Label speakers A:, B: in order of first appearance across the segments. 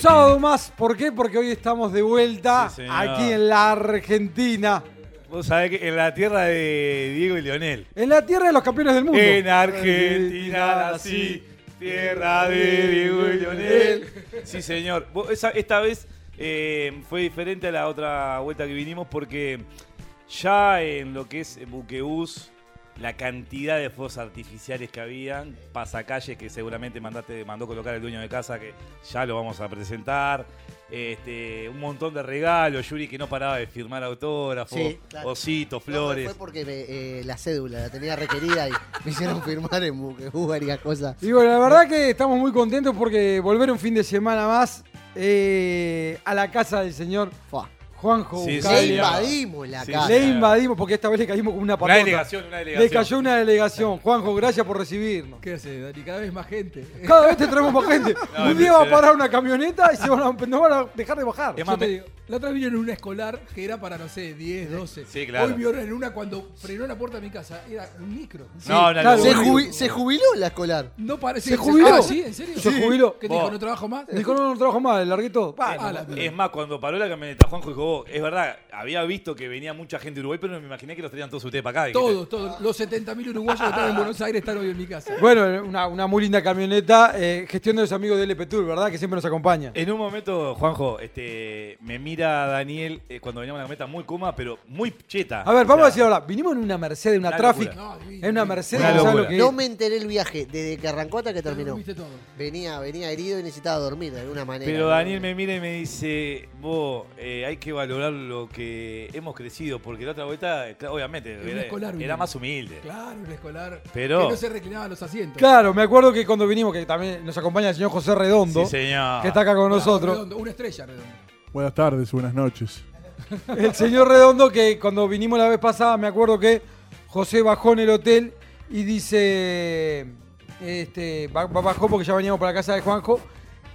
A: sábado más. ¿Por qué? Porque hoy estamos de vuelta
B: Sí, señor.
A: aquí en la Argentina.
B: Vos sabés que en la tierra de Diego y Leonel.
A: En la tierra de los campeones del mundo.
B: En Argentina nací, tierra de Diego y Leonel. Sí, señor. Vos, esa- esta vez eh, fue diferente a la otra vuelta que vinimos porque ya en lo que es Buquebús, la cantidad de fuegos artificiales que habían, pasacalles que seguramente mandaste, mandó colocar el dueño de casa, que ya lo vamos a presentar. Este, un montón de regalos, Yuri que no paraba de firmar autógrafos,
C: Sí, claro.
B: ositos,
C: No, pero
B: flores.
C: fue porque me, eh, la cédula la tenía requerida y me hicieron firmar en Buquebú varias cosas.
A: Y bueno, la verdad que estamos muy contentos porque volver un fin de semana más eh, a la casa del señor
C: Fua.
A: Juanjo
B: Sí,
A: Bucaglia.
C: Le
B: Calia.
C: invadimos la
B: Sí,
C: casa.
A: Le invadimos porque esta vez le caímos con una
B: Una
A: patota.
B: delegación, una
A: Le
B: delegación.
A: cayó una delegación. Juanjo, gracias por recibirnos.
D: ¿Qué hace, Dani? Cada vez más gente.
A: Cada vez te traemos más gente. un día
B: No,
A: va a
B: impresionante.
A: parar una camioneta y se van a, nos van a dejar de bajar.
B: Es
D: Yo
B: más,
D: te
B: me-
D: digo, la otra vez vinieron en una escolar que era para, no sé, 10, 12.
B: Sí, claro.
D: Hoy vieron en una cuando frenó la puerta de mi casa. Era un micro.
B: No, una
A: claro.
B: locura.
C: Se, jubi- se jubiló la escolar.
D: No parece.
A: ¿Se jubiló?
D: Ah, ¿sí? ¿En serio?
A: Se jubiló. Oh.
D: ¿Qué te dijo?
B: Vos.
D: ¿No trabajo más?
A: Dijo, no, no trabajo más, el larguito.
B: Eh,
D: Ah, la-
B: es más, cuando paró la camioneta, Juanjo dijo, vos, es verdad, había visto que venía mucha gente de Uruguay, pero no me imaginé que los traían todos ustedes para acá. dijiste.
D: Todos, todos. Los 70.000 uruguayos que están en Buenos Aires están hoy en mi casa.
A: Bueno, una, una muy linda camioneta. eh, gestión de los amigos de LP Tour, ¿verdad? Que siempre nos acompaña.
B: En un momento, Juanjo, este, me mira Daniel eh, cuando veníamos en la camioneta muy cuma, pero muy cheta.
A: A ver, vamos a
B: O sea,
A: decir ahora. Vinimos en una Mercedes, una
B: Una
A: Traffic.
D: locura. No, divino,
A: En una
D: divino.
A: Mercedes,
B: Una
A: no sabes lo
B: locura.
A: que
C: No
A: es.
C: me enteré el viaje, desde que arrancó hasta que terminó.
D: Viste todo.
C: Venía, venía herido y necesitaba dormir de alguna manera.
B: Pero Daniel me mira y me dice, vos, eh, hay que valorar lo que hemos crecido, porque la otra vuelta, eh, claro, obviamente,
D: un
B: era,
D: escolar,
B: era
D: mira.
B: más humilde.
D: Claro, una escolar.
B: Pero-
D: Que no se reclinaban los asientos.
A: Claro, me acuerdo que cuando vinimos, que también nos acompaña el señor José Redondo,
B: Sí, señor.
A: que está acá con
D: Claro,
A: nosotros.
D: redondo, Una estrella redonda.
E: Buenas tardes, buenas noches.
A: El señor Redondo, que cuando vinimos la vez pasada, me acuerdo que José bajó en el hotel y dice. Este, ba- ba- bajó porque ya veníamos para la casa de Juanjo.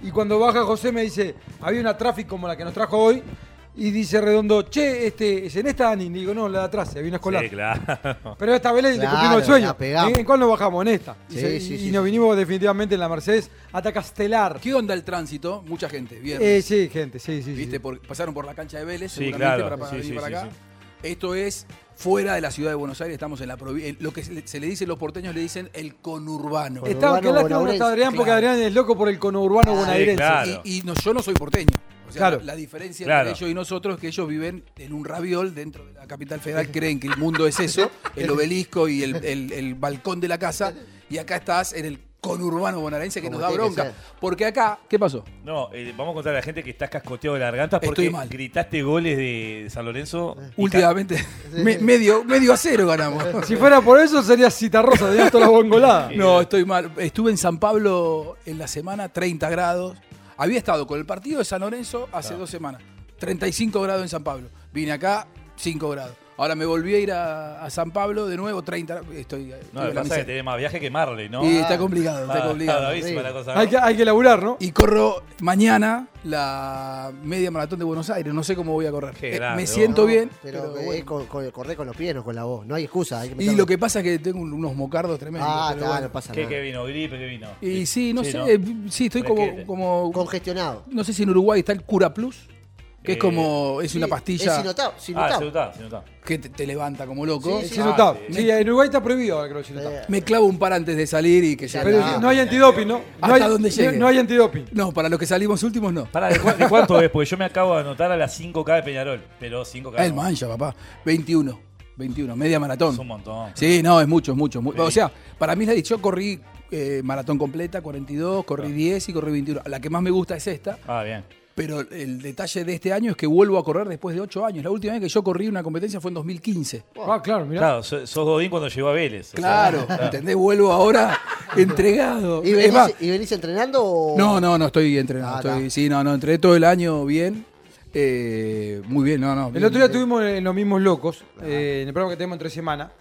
A: Y cuando baja José me dice, había una tráfico como la que nos trajo hoy. Y dice Redondo, che, este, ¿es en esta Dani? Y digo, no, la de atrás, había una escolar.
B: Sí, claro.
A: Pero esta vez le
C: Claro,
A: cumplimos el sueño.
C: la pegamos.
A: ¿En cuál nos bajamos? En esta. Y,
C: Sí,
A: se-
C: sí,
A: y
C: sí,
A: nos
C: sí.
A: vinimos definitivamente en la Mercedes hasta Castelar.
D: ¿Qué onda el tránsito? Mucha gente. Viernes.
A: Eh, sí, gente, sí, sí. sí.
D: ¿Viste? Por- pasaron por la cancha de Vélez,
B: Sí,
D: seguramente,
B: claro.
D: para, para
B: Sí,
D: venir
B: sí,
D: para
B: sí,
D: acá. Esto es fuera de la ciudad de Buenos Aires, estamos en la provi- en lo que se le- se le dice, los porteños le dicen el conurbano.
C: Bueno,
A: Está,
C: Conurbano
A: qué lástima no está
C: bonaerense,
A: Adrián, porque
D: claro.
A: Adrián es loco por el conurbano
C: Ah, sí,
A: bonaerense.
B: claro.
D: Y, y no- yo no soy porteño. O sea,
A: Claro.
D: la, la diferencia
B: Claro.
D: entre ellos y nosotros es que ellos viven en un raviol dentro de la capital federal, creen que el mundo es eso, el obelisco y el, el- el balcón de la casa, y acá estás en el conurbano bonaerense que
C: Como
D: nos da
C: tiene que
D: bronca.
C: ser.
D: Porque acá, ¿qué pasó?
B: No, eh, vamos a contar a la gente que estás cascoteado de la garganta porque
D: Estoy mal.
B: gritaste goles de San Lorenzo. y
D: Últimamente, me- medio, medio a cero ganamos.
A: Si fuera por eso sería Citarrosa, tenías toda la
B: Eh,
A: bongolada.
D: No, estoy mal. Estuve en San Pablo en la semana, 30 grados. Había estado con el partido de San Lorenzo hace dos semanas. 35 grados en San Pablo. Vine acá, 5 grados. Ahora me volví a ir a, a San Pablo de nuevo, 30. Estoy. estoy
B: No, lo
D: en
B: que
D: la
B: pasa es que
D: miseria.
B: tenés más viaje que Marley, ¿no?
D: Y está complicado,
B: Ah,
D: está complicado.
B: está bravísima la cosa, ¿no?
A: Hay que, hay que laburar, ¿no?
D: Y corro mañana la media maratón de Buenos Aires. No sé cómo voy a correr.
B: Qué
D: Eh,
B: grande,
D: me
B: vos.
D: siento
C: No,
D: bien.
C: Pero,
D: pero
C: eh,
D: bueno.
C: con- con- corré con los pies, no con la voz. No hay excusa. hay que
D: Y
C: meterle-
D: lo que pasa es que tengo un- unos mocardos tremendos.
C: Ah,
D: pero
C: claro,
D: bueno.
C: no pasa
B: ¿Qué,
C: nada.
B: qué vino? ¿Gripe? ¿Qué vino?
D: Y sí, no
B: Sí,
D: sé.
B: ¿no?
D: eh, Sí, estoy
B: Fresquete.
D: como, como
C: Congestionado.
D: No sé si en Uruguay está el Cura Plus, que
B: Eh,
D: es como, es una
C: Es
D: pastilla
C: sinotado, sinotado.
B: Ah, se notaba, se notaba.
D: que te, te levanta como loco. Ah,
C: Sí, sí.
A: Sinotap.
B: Ah,
A: sí.
B: sí.
A: en Uruguay está prohibido ahora que lo sinotap.
C: Eh,
D: Me clavo un par antes de salir y que ya...
A: Pero
C: Ah.
A: no hay antidoping, ¿no? No
D: Hasta
A: hay,
D: donde llegue.
A: No hay antidoping.
D: No, para los que salimos últimos no.
B: Pará, ¿de, cu- de cuánto es? Porque yo me acabo de anotar a las 5K de Peñarol, pero 5K
D: Ah, El
B: no,
D: mancha, papá. 21, 21, media maratón.
B: es un montón.
D: Sí, no, es mucho, es mucho. mu- O sea, para mí, la yo corrí eh, maratón completa, 42, corrí 10 y corrí 21. La que más me gusta es esta,
B: Ah, bien.
D: pero el detalle de este año es que vuelvo a correr después de 8 años. La última vez que yo corrí una competencia fue en 2015.
A: Ah, claro, mirá.
B: Claro, so- sos Godín cuando llegó a Vélez. o sea,
D: Claro, ¿entendés? Vuelvo ahora entregado.
C: ¿Y,
D: Es
C: venís,
D: más,
C: y venís entrenando o.?
D: No, no, no estoy entrenado.
C: Ah,
D: estoy-
C: está.
D: sí, no, no, entrené todo el año bien. eh, muy bien, no, no.
A: El
D: bien,
A: otro día
D: bien.
A: eh, estuvimos en Los Mismos Locos, eh, en el programa que tenemos entre semana,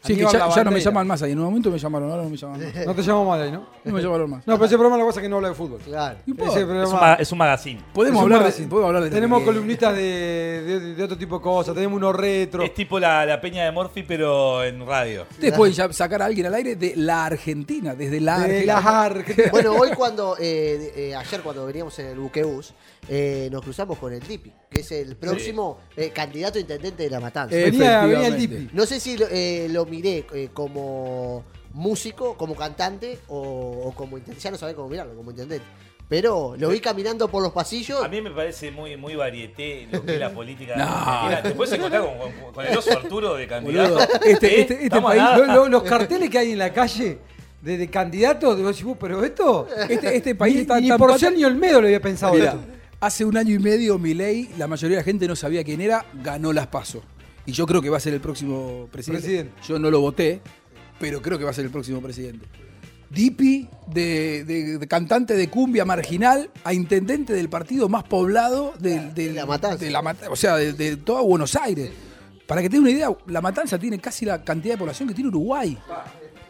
D: Sí, es que
A: Aníbal
D: ya, ya no me
A: Lavandeira.
D: llaman más ahí. En un momento me llamaron, ahora no me llaman más.
A: No te llamo mal ahí, ¿no?
D: No me llamaron más.
A: No, pero ese programa lo que pasa es que no habla de fútbol.
C: Claro.
D: No importa.
A: Ese
B: Es un,
A: programa.
B: ma- es un magazine.
D: Podemos
A: es un
D: hablar, de,
A: magazine.
D: podemos hablar de
A: Tenemos
D: Eh,
A: columnistas de, de- de otro tipo de cosas, tenemos unos retro.
D: Este,
B: Es tipo la, la peña de Morphy, pero en radio.
D: Ustedes pueden ya sacar a alguien al aire de la Argentina, desde la
A: de
D: Argentina.
A: las Argentinas.
C: Bueno, hoy cuando, eh, de- eh, ayer cuando veníamos en el buquebús, eh, nos cruzamos con el Dipi, que es el próximo eh, candidato a intendente de La Matanza.
D: Eh.
A: venía, venía el
D: efectivamente.
A: Dipi.
C: No sé si lo, eh, lo miré eh, como músico, como cantante o, o como intendente. Ya no sabía cómo mirarlo, como intendente. Pero lo vi caminando por los pasillos.
B: A mí me parece muy, muy varieté lo que es la política.
D: No.
B: argentina. Te puedes encontrar con, con- con el oso Arturo de candidato.
D: Boludo, este,
B: ¿Eh?
D: este, este
B: Estamos a
D: país,
B: nada.
A: Lo- lo- los carteles que hay en la calle de, de candidatos, de- vos decís, "Uh, pero esto.
D: este, este país
A: ni,
D: está
A: ni
D: tan
A: por
D: pato-
A: ser ni Olmedo lo había pensado
D: Mirá,
A: esto.
D: hace un año y medio Milei, la mayoría de la gente no sabía quién era, ganó las PASO. Y yo creo que va a ser el próximo presidente.
A: Presidente.
D: Yo no lo voté, pero creo que va a ser el próximo presidente. Dipi, de, de- de cantante de cumbia marginal, a intendente del partido más poblado del- del-
C: De La Matanza.
D: de la Mata- o sea, de, de toda Buenos Aires. Para que tengan una idea, La Matanza tiene casi la cantidad de población que tiene Uruguay.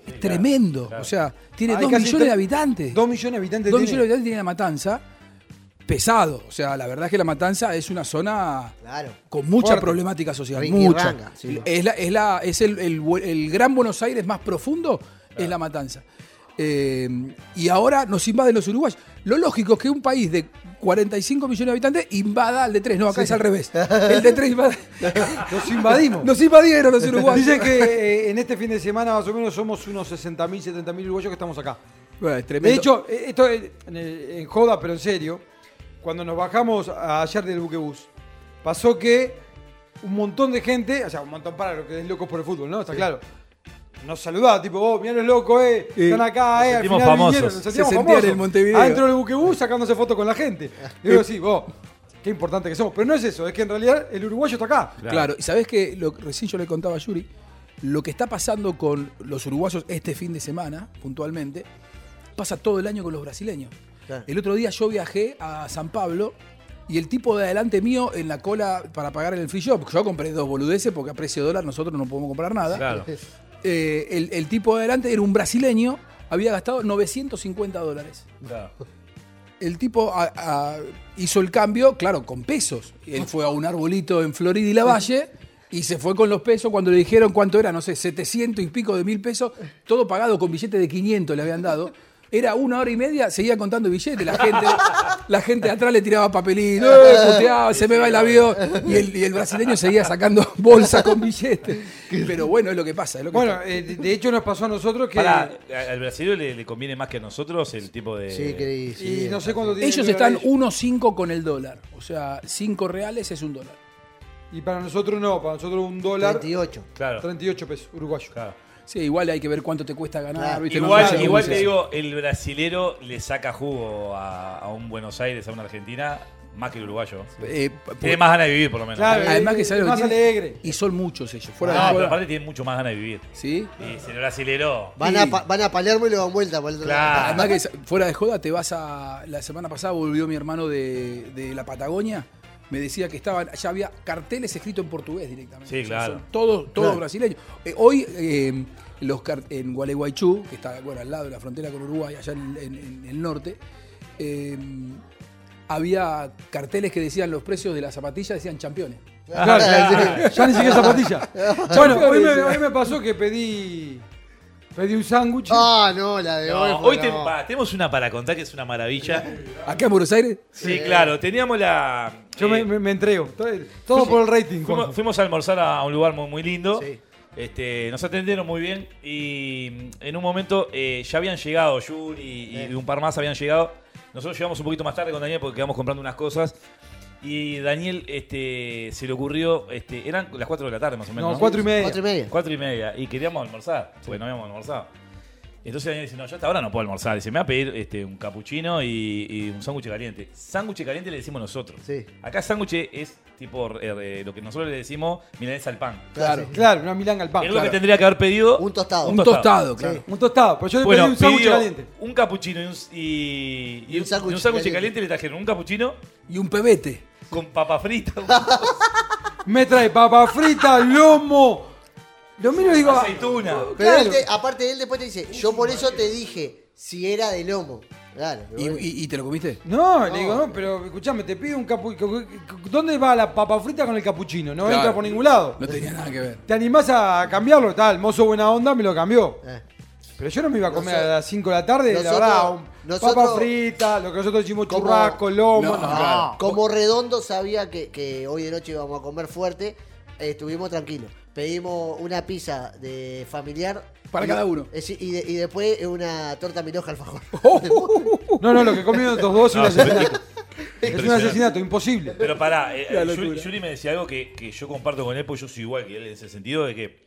D: Es tremendo. O sea, tiene
A: Hay
D: dos
A: casi
D: millones de
A: tre-
D: habitantes.
A: Dos millones de habitantes.
D: Dos
A: tiene.
D: millones de habitantes tiene La Matanza, pesado. O sea, la verdad es que La Matanza es una zona
C: Claro.
D: con mucha
A: Fuerte.
D: problemática social.
C: Riquirranga,
D: mucha.
C: sí.
D: Es, la- es la- es el, el bu- el gran Buenos Aires más profundo, es La Matanza. Eh, y ahora nos invaden los uruguayos. Lo lógico es que un país de 45 millones de habitantes invada al de 3. No, acá es al revés. El de 3 invade.
A: Los invadimos.
D: Nos invadieron los uruguayos.
A: Dicen que eh, en este fin de semana más o menos somos unos 60.000, 70.000 uruguayos que estamos acá.
D: Bueno, es
A: De
D: tremendo.
A: hecho, eh, esto eh, en, el- en joda, pero en serio, cuando nos bajamos a- ayer del buquebús, pasó que un montón de gente, o sea, un montón para lo que es locos por el fútbol, ¿no? Está claro. Nos saludaba, tipo, vos, mirá los locos, eh,
D: Sí.
A: están acá, eh, al
B: sentimos
A: final
B: famosos.
A: vinieron, nos
B: Se
A: sentíamos
D: sentían
A: famosos.
D: en Montevideo.
A: Adentro del buquebús sacándose fotos con la gente. Y digo, sí, vos, qué importante que somos. Pero no es eso, es que en realidad el uruguayo está acá.
D: Claro. y sabes que lo, recién yo le contaba a Yuri, lo que está pasando con los uruguayos este fin de semana, puntualmente, pasa todo el año con los brasileños.
C: Claro.
D: El otro día yo viajé a San Pablo y el tipo de adelante mío en la cola para pagar en el free shop, yo compré dos boludeces porque a precio de dólar nosotros no podemos comprar nada.
B: Claro.
D: Eh, el, el tipo de adelante era un brasileño, había gastado 950 dólares.
B: claro.
D: El tipo a- a- hizo el cambio, claro, con pesos. Él fue a un arbolito en Florida y la Valle y se fue con los pesos cuando le dijeron cuánto era, no sé, 700 y pico de mil pesos, todo pagado con billetes de 500 le habían dado. Era una hora y media, seguía contando billetes. La gente, la gente de atrás le tiraba papelito, ¡eh! puteaba, se me va el avión. Y el, y el brasileño seguía sacando bolsa con billetes. Pero bueno, es lo que pasa. es lo que
A: Bueno,
D: pasa.
A: eh, de- de hecho nos pasó a nosotros que...
B: Pará, a- al brasileño le, le conviene más que a nosotros el tipo de.
C: Sí, que sí.
A: Y no sé cuándo tiene
D: ellos
A: que ver
D: están
A: ellos.
D: 1.5 con el dólar. O sea, 5 reales es un dólar.
A: Y para nosotros no, para nosotros un dólar...
C: 38.
B: Claro.
A: 38 pesos, uruguayo.
B: claro.
D: Sí, igual hay que ver cuánto te cuesta ganar.
C: Claro.
D: ¿viste? No
B: Igual,
D: sé cómo
B: igual
D: es
B: te
D: eso.
B: digo, el brasilero le saca jugo a, a un Buenos Aires, a una Argentina, más que el uruguayo.
D: Eh,
B: Tiene
D: por-
B: más ganas de vivir, por lo menos.
A: Claro.
D: además que
A: Es
D: sabes lo que
A: más
D: tiene,
A: alegre.
D: Y son muchos ellos. Fuera de
B: No, pero
D: joda.
B: aparte tiene mucho más ganas de vivir.
D: ¿Sí?
B: Y si el brasilero.
C: Van,
D: Sí.
C: a, Pa- van a Palermo y lo dan vuelta. por el otro lado.
B: Claro.
D: Además que sa- fuera de joda te vas a. La semana pasada volvió mi hermano de, de la Patagonia. Me decía que estaban, ya había carteles escritos en portugués directamente.
B: Sí,
D: O sea,
B: claro.
D: son todos todos
C: Claro.
D: brasileños. Eh, hoy eh, los car- en Gualeguaychú, que está bueno, al lado de la frontera con Uruguay, allá en, en- en el norte, eh, había carteles que decían los precios de las zapatillas, decían campeones.
A: Claro,
C: claro.
A: ya ni siquiera zapatilla. bueno, hoy me, hoy me pasó que pedí pedí un sándwich.
C: Ah, no, la de
B: No,
C: hoy. fue
B: hoy te-
C: no.
B: pa, tenemos una para contar que es una maravilla.
D: Acá en Buenos Aires.
B: Sí, claro, teníamos la.
A: Eh, Yo
B: eh,
A: me, me- me entrego. Todo, todo por el rating. Juanjo.
B: Fuimos, fuimos a almorzar a un lugar muy, muy lindo.
C: Sí.
B: Este, nos atendieron muy bien y mm, en un momento eh, ya habían llegado, Yuri y,
A: Eh.
B: y un par más habían llegado. Nosotros llegamos un poquito más tarde con Daniel porque quedamos comprando unas cosas. Y Daniel este, se le ocurrió, este, eran las 4 de la tarde más o menos.
A: No, cuatro y media.
C: Cuatro y media.
B: Cuatro y media. Y queríamos almorzar, porque no habíamos almorzado. Entonces Daniel dice, no, yo hasta ahora no puedo almorzar. Dice, me va a pedir este, un capuchino y, y un sándwich caliente. Sándwich caliente le decimos nosotros.
C: Sí.
B: Acá sándwich es tipo eh, eh, lo que nosotros le decimos milanesa al pan.
D: Claro.
A: Claro, una milanga al pan.
B: Es lo que
A: claro.
B: tendría que haber pedido.
C: Un tostado.
D: Un tostado, claro.
A: Un tostado, pero yo le
B: Bueno,
A: pedí un sándwich
B: pidió
A: caliente.
B: un capuchino y un, y,
C: Y un sándwich
B: y un sándwich
C: caliente.
B: caliente le trajeron un capuchino
D: Y un pebete.
B: con papa frita.
A: Me trae papa frita, lomo, Lo miro y digo. ah,
B: Aceituna.
C: Pero
A: Claro.
C: él te- aparte él después te dice, yo por eso te dije, si era de lomo. Claro.
D: ¿Y, y- y te lo comiste?
A: "Ah, No, le digo, no, pero escuchame, te pido un capuchino. ¿Dónde va la papa frita con el capuchino? No
D: Claro.
A: entra por ningún lado.
D: No tenía nada que ver.
A: ¿Te animás a cambiarlo? Tal, mozo buena onda me lo cambió.
D: Ah,
C: Eh.
A: Pero yo no me iba a comer
C: Nosotros-
A: a las 5 de la tarde,
C: nosotros-
A: la verdad. un-
C: nosotros-
A: papa frita, lo que nosotros decimos
C: Como-
A: churrasco, lomo.
B: Ah,
D: No.
A: no.
D: Claro.
C: Como redondo sabía que, que hoy de noche íbamos a comer fuerte, eh, estuvimos tranquilos. Pedimos una pizza de familiar.
D: Para
C: Y-
D: cada uno. Oh.
C: es decir, y, de- y después una torta miloja alfajor.
A: No, no, lo que comieron estos dos es un
B: No,
A: asesinato. Es un
B: Impresionante.
A: asesinato, imposible.
B: Pero pará, eh,
D: La
B: eh, Yuri,
D: locura.
B: Yuri me decía algo que, que yo comparto con él, porque yo soy igual que él en ese sentido, de que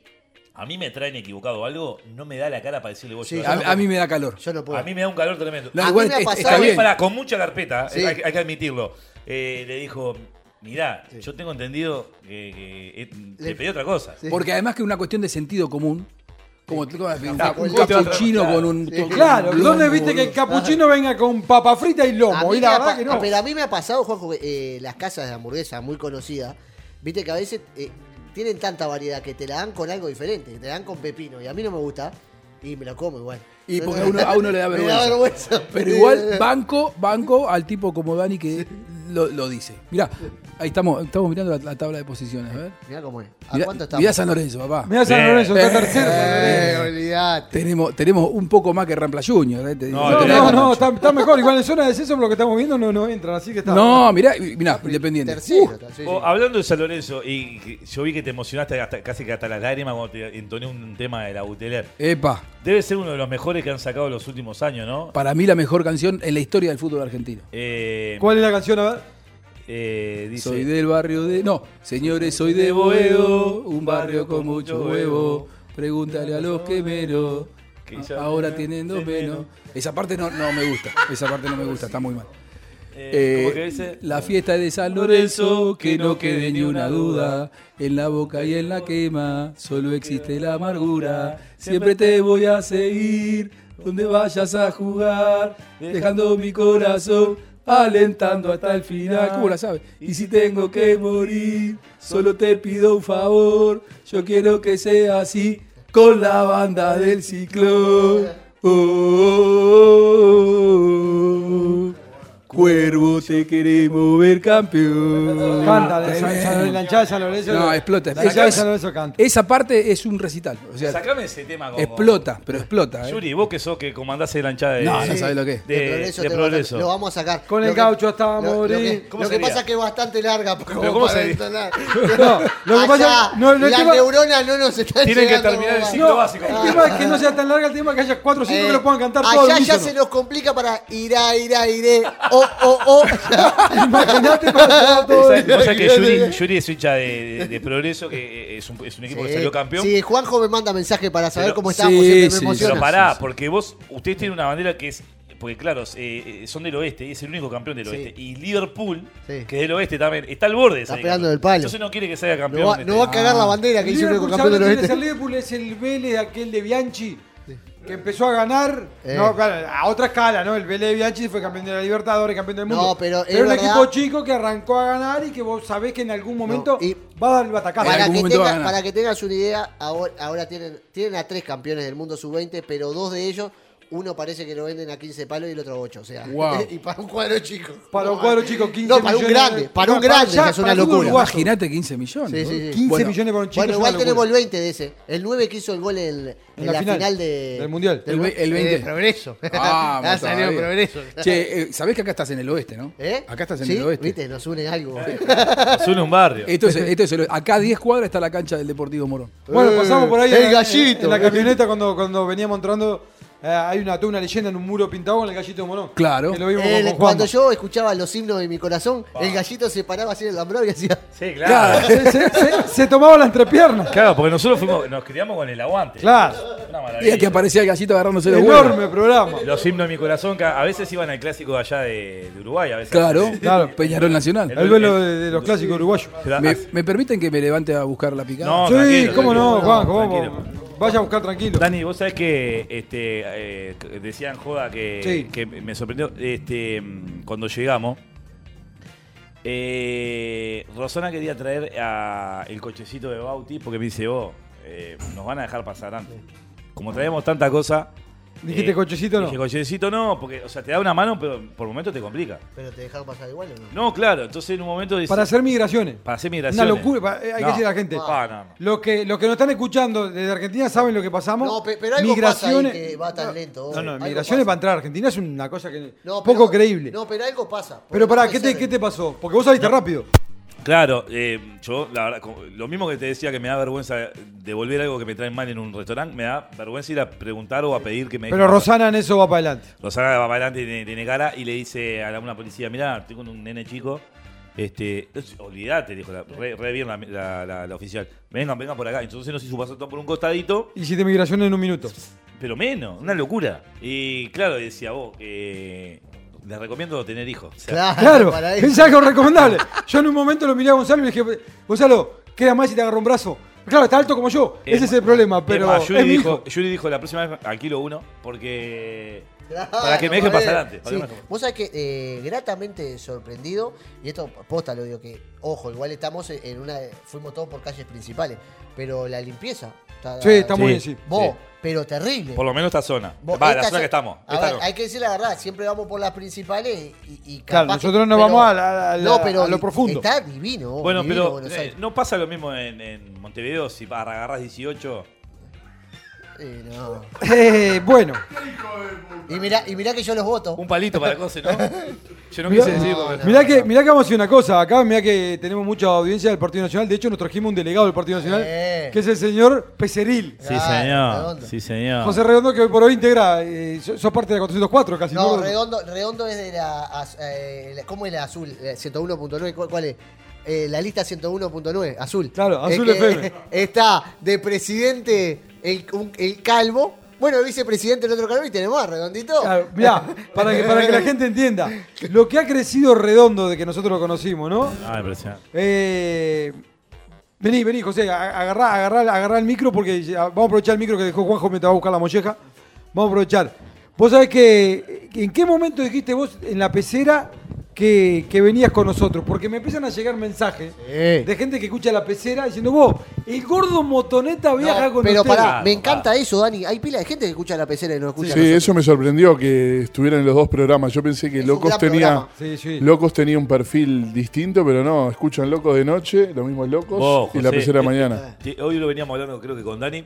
B: a mí me traen equivocado algo, no me da la cara para decirle vos.
C: Sí,
B: llevas
D: A, a mí me da calor.
C: Yo no puedo.
B: A mí me da un calor tremendo. Ah,
D: No,
C: A mí
D: igual
C: me ha
D: es-
C: pasado-
D: está
B: Tal vez
D: bien.
B: para- con mucha carpeta, eh,
C: Sí.
B: hay, hay que admitirlo. Eh, le dijo, mirá, yo tengo entendido que, que, eh,
C: Le-
B: te pedí otra cosa.
C: Sí.
D: Porque además que es una cuestión de sentido común. Como te- como un
C: Capaz,
D: un
C: claro.
D: capuchino con un.
C: Sí.
D: con un
A: Claro,
D: lomo,
A: ¿dónde viste que el
D: boludo?
A: capuchino venga con papa frita y
C: A
A: lomo?
C: mí
A: Y
C: me
A: la
C: ha
A: verdad
C: pa-
A: que no.
C: Pero a mí me ha pasado, Juanjo, que, eh, las casas de hamburguesa muy conocidas, viste que a veces eh, tienen tanta variedad que te la dan con algo diferente, que te la dan con pepino, y a mí no me gusta, y me lo como igual.
D: Y porque a uno, a uno le da
C: Me
D: vergüenza.
C: vergüenza.
D: Pero igual, banco, banco al tipo como Dani que lo, lo dice. Mirá, ahí estamos, estamos mirando la, la tabla de posiciones. a ver.
C: Mirá cómo es. ¿A
D: Mirá,
C: cuánto
D: mirá
C: estamos?
D: San Lorenzo, papá.
A: Mirá San
B: Bien.
A: Lorenzo, está
D: Eh.
A: tercero. San
C: Eh,
A: Lorenzo.
C: olvidate.
D: Tenemos, tenemos un poco más que Rampla Junior. eh, te digo.
B: No,
A: No,
D: tenemos
A: no, no,
D: Rampla
A: está, está mejor. Igual en zona de descenso, por lo que estamos viendo, no, no entran, así que está.
D: Junior. No, mirá, mirá, independiente.
C: Ah, Tercero.
D: Uh,
C: está, sí, sí.
B: Vos, hablando de San Lorenzo, y que- yo vi que te emocionaste hasta- casi que hasta las lágrimas cuando te entoné un tema de la Buteler.
D: epa,
B: Debe ser uno de los mejores que han sacado los últimos años, ¿no?
D: para mí la mejor canción en la historia del fútbol argentino.
B: Eh,
A: ¿Cuál es la canción? A ver.
B: eh, dice,
D: Soy del barrio de. No, señores, soy de Boedo, un barrio con mucho huevo. Pregúntale a los quemeros.
B: Que ya
D: Ahora
B: tienen
D: tienen dos
B: tres
D: menos.
B: menos.
D: Esa parte no, no me gusta. Esa parte no me gusta, está muy mal.
B: eh,
D: Eh,
B: ¿cómo que dice?
D: La fiesta de San Lorenzo, que no quede ni una duda. En la boca y en la quema, solo existe la amargura. Siempre te voy a seguir, donde vayas a jugar, dejando mi corazón. Alentando hasta el final. ¿Cómo la sabe? Y si tengo que morir, solo te pido un favor. Yo quiero que sea así con la banda del ciclón. Oh, oh, oh, oh. Cuervo, te queremos ver campeón.
A: Canta, de San, San- la hinchada de San Lorenzo.
D: No, explota.
A: La hinchada de
D: Esa-
A: San Lorenzo canta.
D: Esa parte es un recital. O sea,
B: Sacame ese tema. como-
D: explota, pero explota. ¿eh?
B: Yuri, vos que sos que comandás la hinchada de,
D: No, no sabés lo que es.
B: de,
C: De progreso,
B: de
C: te-
B: progreso.
C: Lo vamos a sacar.
A: Con el
C: Lo que-
A: gaucho hasta
C: lo- lo
A: morir.
C: que- Lo
B: ¿Cómo
C: que,
B: sería?
C: pasa es que es bastante larga. pues, como
B: cómo
C: para
B: sería?
C: entonar.
A: No, lo que pasa
C: Allá,
A: no, no, el
C: las
A: tema,
C: neuronas no nos están
B: Tienen que
C: llegando,
B: terminar el
C: papá.
B: ciclo
A: no,
B: básico.
A: el tema es que no sea tan larga, el tema es que haya 4 o 5 que
C: Eh,
A: lo puedan cantar
C: allá
A: todos. al
C: ya
A: unísono.
C: se nos complica para irá, irá, iré, o, o, o.
A: Imagínate para cantar todo
B: Vos
A: el-
B: sabés que Yuri, Yuri es hincha de, de- de Progreso, que eh, es un, es un equipo que salió campeón.
C: Sí, Juanjo me manda mensaje para saber
B: Pero-
C: cómo estamos,
D: Sí,
C: siempre me
D: sí,
B: Pero
C: emociona.
B: pará, porque vos, ustedes tienen una bandera que es. Porque claro, eh, eh, son del oeste y es el único campeón del
C: Sí.
B: oeste. Y Liverpool,
C: Sí.
B: que es del oeste también, está al borde de
C: Está
B: salir
C: pegando
B: campeón.
C: el palo.
B: Entonces no quiere que salga campeón.
C: no, va, no va a
B: este.
C: cagar la bandera que
A: El
C: hizo el
A: Liverpool,
C: campeón de
A: ¿sabés
C: los
A: quién es
C: este.
A: el Liverpool? Es el Vélez, aquel de Bianchi, que empezó a ganar.
C: Eh.
A: No, claro, a otra escala, ¿no? El Vélez de Bianchi fue campeón de la Libertadores, campeón del
C: No,
A: mundo.
C: pero es
A: era un
C: verdad-
A: equipo chico que arrancó a ganar y que vos sabés que en algún momento
C: y-
A: va a dar el batacazo.
D: En
C: Para
D: algún
C: que,
D: momento va a
C: tenga-
D: ganar.
C: para que tengas una idea, ahora, ahora tienen, tienen a tres campeones del mundo sub-20, pero dos de ellos, uno parece que lo venden a 15 palos y el otro a 8. O sea,
D: Guau.
C: y para un cuadro chico.
A: Para un cuadro chico, 15
C: No, para un
A: millones de-
C: grande, para un
A: para-
C: grande,
A: para
C: que es una
A: el fútbol
C: locura.
A: uruguayo.
D: Imagínate 15 millones.
C: Sí, sí,
D: boludo.
C: sí.
A: 15
D: Bueno,
A: millones para un chico.
C: Bueno,
A: es
C: igual
A: una locura.
C: tenemos el 20 de ese. El 9 que hizo el gol en, en la, final, de-
A: del Mundial.
D: El ve- el 20.
C: de progreso.
D: Vamos
C: ha salido
D: todavía.
C: progreso.
D: Che, eh, sabés que acá estás en el oeste, ¿no?
C: ¿Eh?
D: Acá estás en
C: Sí,
D: el oeste.
C: Viste, nos une algo.
B: Nos une un barrio.
D: Esto es, esto es el- acá a 10 cuadras está la cancha del Deportivo Morón.
A: Bueno, pasamos por ahí.
C: el
A: en- en-
C: gallito.
A: En la camioneta cuando, cuando veníamos entrando. eh, hay una, toda una leyenda en un muro pintado con el gallito de Morón.
D: Claro.
A: Que lo vimos Ah.
C: El-
A: con Juan.
C: Eh, cuando yo escuchaba los himnos de mi corazón, el gallito se paraba así en el alambrado y hacía.
B: Sí, claro.
A: Se, se- se- se tomaba la entrepierna.
B: Claro, porque nosotros fuimos, nos criamos con el aguante.
A: Claro.
B: Una
D: Mira que
B: maravilla.
D: aparecía el gallito agarrándose los huevos.
A: Enorme programa.
B: Los himnos de mi corazón, que a veces iban al clásico de allá de, de Uruguay, a veces.
D: Claro,
A: Claro.
D: Peñarol Nacional.
A: El duelo de, de los clásicos uruguayos.
B: Pero-
D: ¿Me, me permiten que me levante a buscar la picada?
B: No,
A: sí,
B: tranquilo,
A: cómo no,
B: tranquilo,
A: Juanjo.
B: tranquilo.
A: vamos. Vaya a buscar tranquilo.
B: Dani, vos sabés que este, eh, que decían joda que,
A: Sí.
B: que me sorprendió este, mm, cuando llegamos. eh, Rosana quería traer a el cochecito de Bauti porque me dice, vos, eh, nos van a dejar pasar antes. Como traíamos tanta cosa.
A: Dijiste, cochecito no.
B: eh, Dije cochecito no, porque, o sea, te da una mano, pero por momentos te complica.
C: Pero te dejaron pasar igual o no.
B: No, claro, entonces en un momento dice,
A: Para hacer migraciones.
B: para hacer
A: Una
B: migraciones.
A: locura, pa- eh, hay
B: No.
A: que decir a la gente.
B: Ah, no, no.
A: Los que, los que nos están escuchando desde Argentina saben lo que pasamos.
C: No, pe- pero algo
A: migraciones,
C: pasa ahí que va tan lento,
A: No, no,
C: algo
A: migraciones
C: pasa.
A: para entrar a Argentina es una cosa que
C: No,
A: poco
C: pero-
A: creíble.
C: No, pero algo pasa.
A: pero pará,
C: Porque
A: ¿qué te,
C: puede
A: qué
C: ser-
A: te pasó? Porque vos saliste rápido.
B: Claro, eh, yo, la verdad, como- lo mismo que te decía que me da vergüenza devolver algo que me traen mal en un restaurante, me da vergüenza ir a preguntar o a pedir que me.
A: Pero Rosana en eso va para adelante.
B: Rosana va para adelante y tiene, tiene cara y le dice a la- una policía, mirá, tengo un nene chico. Este, es- olvídate, dijo la, re, re bien la, la- la- la oficial. Vengan, vengan por acá. Entonces nos hizo pasar todo por un costadito,
A: Hiciste migraciones en un minuto.
B: pero menos, una locura. Y claro, decía vos, eh, les recomiendo tener hijos. O sea,
A: Claro,
C: para
A: es
C: eso.
A: algo recomendable. Yo en un momento lo miré a Gonzalo y le dije, Gonzalo, queda más si te agarro un brazo. Claro, está alto como yo. Ese es el problema, pero
B: más, Yuri,
A: es mi
B: dijo,
A: hijo.
B: Yuri dijo la próxima vez al kilo uno, porque.
C: Claro,
B: para que me deje
C: para
B: pasar
C: ver.
B: antes. para que
C: Sí.
B: me deje-
C: Vos sabés que eh, gratamente sorprendido, y esto posta lo digo que, ojo, igual estamos en- en una. Fuimos todos por calles principales, pero la limpieza. Está,
A: Sí, está muy bien,
B: Sí.
A: sí.
C: Vos,
B: Sí.
C: pero terrible.
B: Por lo menos esta zona.
C: Vos,
B: Va, la
C: esta
B: zona
C: se-
B: que estamos.
C: a
B: Esta
C: ver,
B: no.
C: hay que decir la verdad, siempre vamos por las principales y, y
A: Claro,
C: capaz que-
A: nosotros nos
C: pero-
A: vamos a la- a la-
C: no, pero
A: a lo profundo.
C: Está divino,
B: Bueno,
C: divino
B: pero
C: Buenos
B: eh,
C: Aires.
B: no pasa lo mismo en, en Montevideo si para agarras 18.
C: Eh, no.
A: Eh, bueno,
C: Y mirá, y mirá que yo los voto.
B: Un palito para cose, ¿no? Yo no
A: mirá,
B: quise decir porque-
A: mirá que, mirá que vamos a hacer una cosa. Acá mirá que tenemos mucha audiencia del Partido Nacional. De hecho, nos trajimos un delegado del Partido Nacional,
C: Eh.
A: que es el señor Peceril.
B: Sí,
C: Ah,
B: señor.
C: redondo.
B: Sí, señor.
A: José Redondo, que hoy por hoy integra, eh, so- sos parte de la 404 casi.
C: No,
A: ¿no?
C: redondo, redondo es de la, az- eh, la- ¿Cómo es la azul? La 101.9. ¿cu- ¿Cuál es? Eh, la lista 101.9, azul.
A: Claro,
C: Es
A: azul FM.
C: que Está de presidente el, un- el calvo. Bueno, vicepresidente el otro calvo y tenemos a redondito.
A: Claro, mirá, para que, para que la gente entienda. Lo que ha crecido Redondo de que nosotros lo conocimos, ¿no?
B: Ah, impresionante.
A: Eh, vení, vení, José, a- agarrá, agarrá, agarrá el micro porque ya- vamos a aprovechar el micro que dejó Juanjo mientras va a buscar la molleja. Vamos a aprovechar. Vos sabés que, ¿en qué momento dijiste vos en la pecera que, que venías con nosotros? Porque me empiezan a llegar mensajes
C: Sí.
A: de gente que escucha la pecera diciendo, vos, el gordo motoneta
C: No,
A: viaja con
C: pero
A: ustedes".
C: pará, me
B: Claro,
C: encanta eso, Dani. Hay pila de gente que escucha la pecera y no escucha.
E: Sí, eso me sorprendió que estuvieran en los dos programas. Yo pensé que
C: Es un
E: Locos
C: gran
E: tenía,
C: programa.
A: Sí, sí.
E: Locos tenía un perfil distinto, pero no, escuchan Locos de noche, lo mismo es Locos
B: Vos,
E: y la
B: José.
E: pecera mañana.
B: Sí, Hoy lo veníamos hablando, creo que con Dani.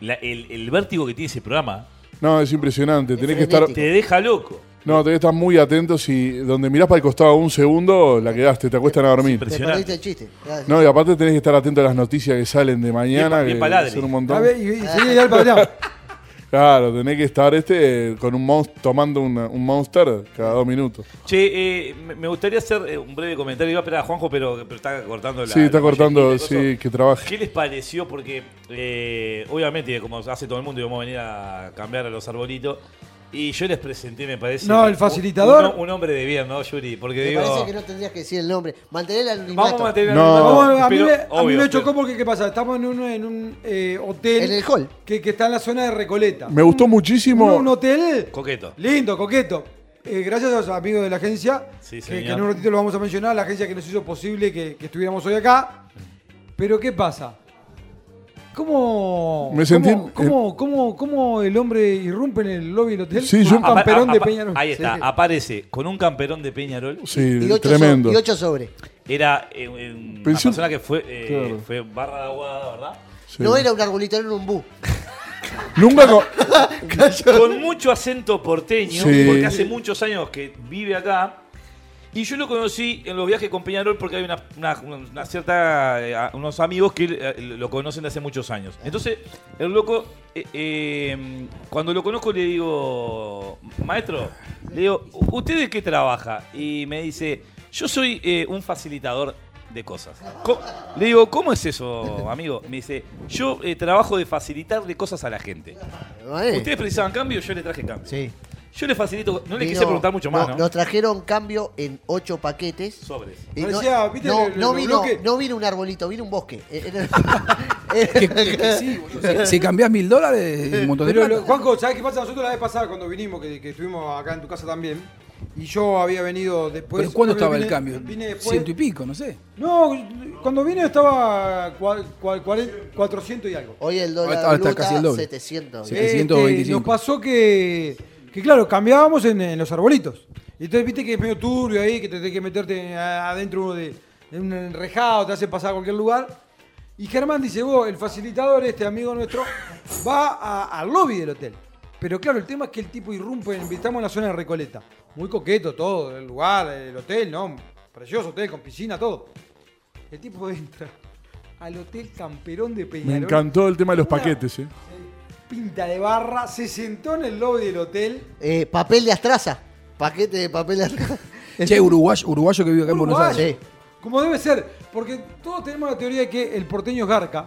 B: La- el, el vértigo que tiene ese programa
E: No, es impresionante, tenés que estar,
C: frenético.
B: te deja loco.
E: no, tenés que estar muy atentos y donde mirás para el costado un segundo, la quedaste, te acuestan a dormir.
C: Te
B: Impresionante.
C: perdiste el chiste. Gracias.
E: No, y aparte tenés que estar atento a las noticias que salen de mañana,
B: Bien pa- bien
E: que
B: paladre.
E: son un
A: A
E: montón.
A: ver, y- y seguí ya el padrón.
E: Claro, tenés que estar este con un monst- tomando una- un monster cada dos minutos.
B: Che, eh, me me gustaría hacer eh, un breve comentario. Iba a esperar a Juanjo, pero, pero está cortando la.
E: sí, está
B: la
E: cortando,
B: molleja y la cosa.
E: sí, que trabaje.
B: ¿Qué les pareció? Porque eh, obviamente, como hace todo el mundo, íbamos a venir a cambiar a los arbolitos. Y yo les presenté, me parece.
A: No, el
B: un-
A: facilitador.
B: Un, un hombre de bien, ¿no, Yuri? Porque
C: Me
B: digo.
C: parece que no tendrías que decir el nombre. Mantener el anonimato.
B: Vamos a mantener
E: No.
B: el
A: Vamos,
B: anonimato,
A: a, mí
B: pero-
A: me, a mí
B: obvio,
A: me chocó
B: pero-
A: porque ¿qué pasa? Estamos en un, en un eh, hotel.
C: En el hall.
A: Que, que está en la zona de Recoleta.
E: Me gustó
A: Un,
E: muchísimo.
A: un hotel.
B: Coqueto.
A: Lindo, coqueto. Eh, gracias a los amigos de la agencia. que-
B: Sí,
A: que,
B: señor.
A: en un ratito lo vamos a mencionar. La agencia que nos hizo posible que, que estuviéramos hoy acá. Pero ¿qué pasa? ¿Cómo,
E: Me sentí
A: cómo,
E: en-
D: eh,
A: cómo, cómo- cómo el hombre irrumpe en el lobby del hotel?
E: Sí,
A: con
E: yo-
A: un camperón
B: Apa-
A: de
B: apa-
A: Peñarol.
B: Ahí está,
A: Sí.
B: aparece con un camperón de Peñarol.
E: Sí,
C: Y ocho,
E: tremendo.
C: so- y ocho sobre.
B: Era eh, una
E: Pensé-
B: persona que fue, eh,
E: Claro.
B: fue barra de aguada, ¿verdad?
E: Sí.
C: No era un arbolito, era un umbú.
E: Nunca co-
B: con mucho acento porteño,
E: Sí.
B: porque hace muchos años que vive acá. Y yo lo conocí en los viajes con Peñarol porque hay una, una- una cierta. eh, a- unos amigos que eh, lo conocen de hace muchos años. Entonces, el loco, eh, eh, cuando lo conozco le digo, maestro, le digo, ¿usted de qué trabaja? Y me dice, yo soy eh, un facilitador de cosas. Co- Le digo, ¿cómo es eso, amigo? Me dice, yo eh, trabajo de facilitarle cosas a la gente.
C: Eh.
B: Ustedes precisaban cambio, yo le traje cambio.
C: Sí.
B: Yo les facilito, no le
C: Vino-
B: quise preguntar mucho más, ¿no?
C: Nos trajeron cambio en ocho paquetes.
B: Sobres.
C: Y no,
A: Parecía, ¿viste
C: no-
A: el- el
C: no vino,
A: bloque?
C: no vino un arbolito, vino un bosque. Era-
D: Que- que- que sí, boludo. Si- Si cambiás mil dólares, un montón de
A: Pero,
D: plata.
A: lo- Juanjo, ¿sabes qué pasa? Nosotros la vez pasada cuando vinimos, que, que estuvimos acá en tu casa también, y yo había venido después.
D: ¿Pero cuándo
A: creo
D: estaba
A: que
D: el
A: vine-
D: cambio?
A: Vine después.
D: Ciento y pico, no sé.
A: No, cuando vine estaba cua- cua- cuaren- 400 y algo.
C: Hoy el
D: Ahora
C: dólar
D: está- ahora está
C: bruta,
D: casi el doble.
C: 700.
D: Sí.
A: Este,
D: 325.
A: nos pasó que, que claro, cambiábamos en, en los arbolitos. Y entonces viste que es medio turbio ahí, que te tenés que meterte a- adentro de, de un enrejado, te hacen pasar a cualquier lugar. Y Germán dice, vos, el facilitador, este amigo nuestro, va a- al lobby del hotel. Pero claro, el tema es que el tipo irrumpe, estamos en la zona de Recoleta. Muy coqueto todo, el lugar, el hotel, ¿no? Precioso hotel, con piscina, todo. El tipo entra al hotel Camperón de
E: Me
A: Peñarol
E: encantó el tema de los
A: Una-
E: paquetes, ¿eh?
A: pinta de barra, se sentó en el lobby del hotel.
C: Eh, papel de astraza. Paquete de papel de astraza.
D: Che, uruguayo, uruguayo que vive acá en Buenos
A: Uruguayo.
D: Aires.
C: Aires.
A: Como debe ser, porque todos tenemos la teoría de que el porteño es garca,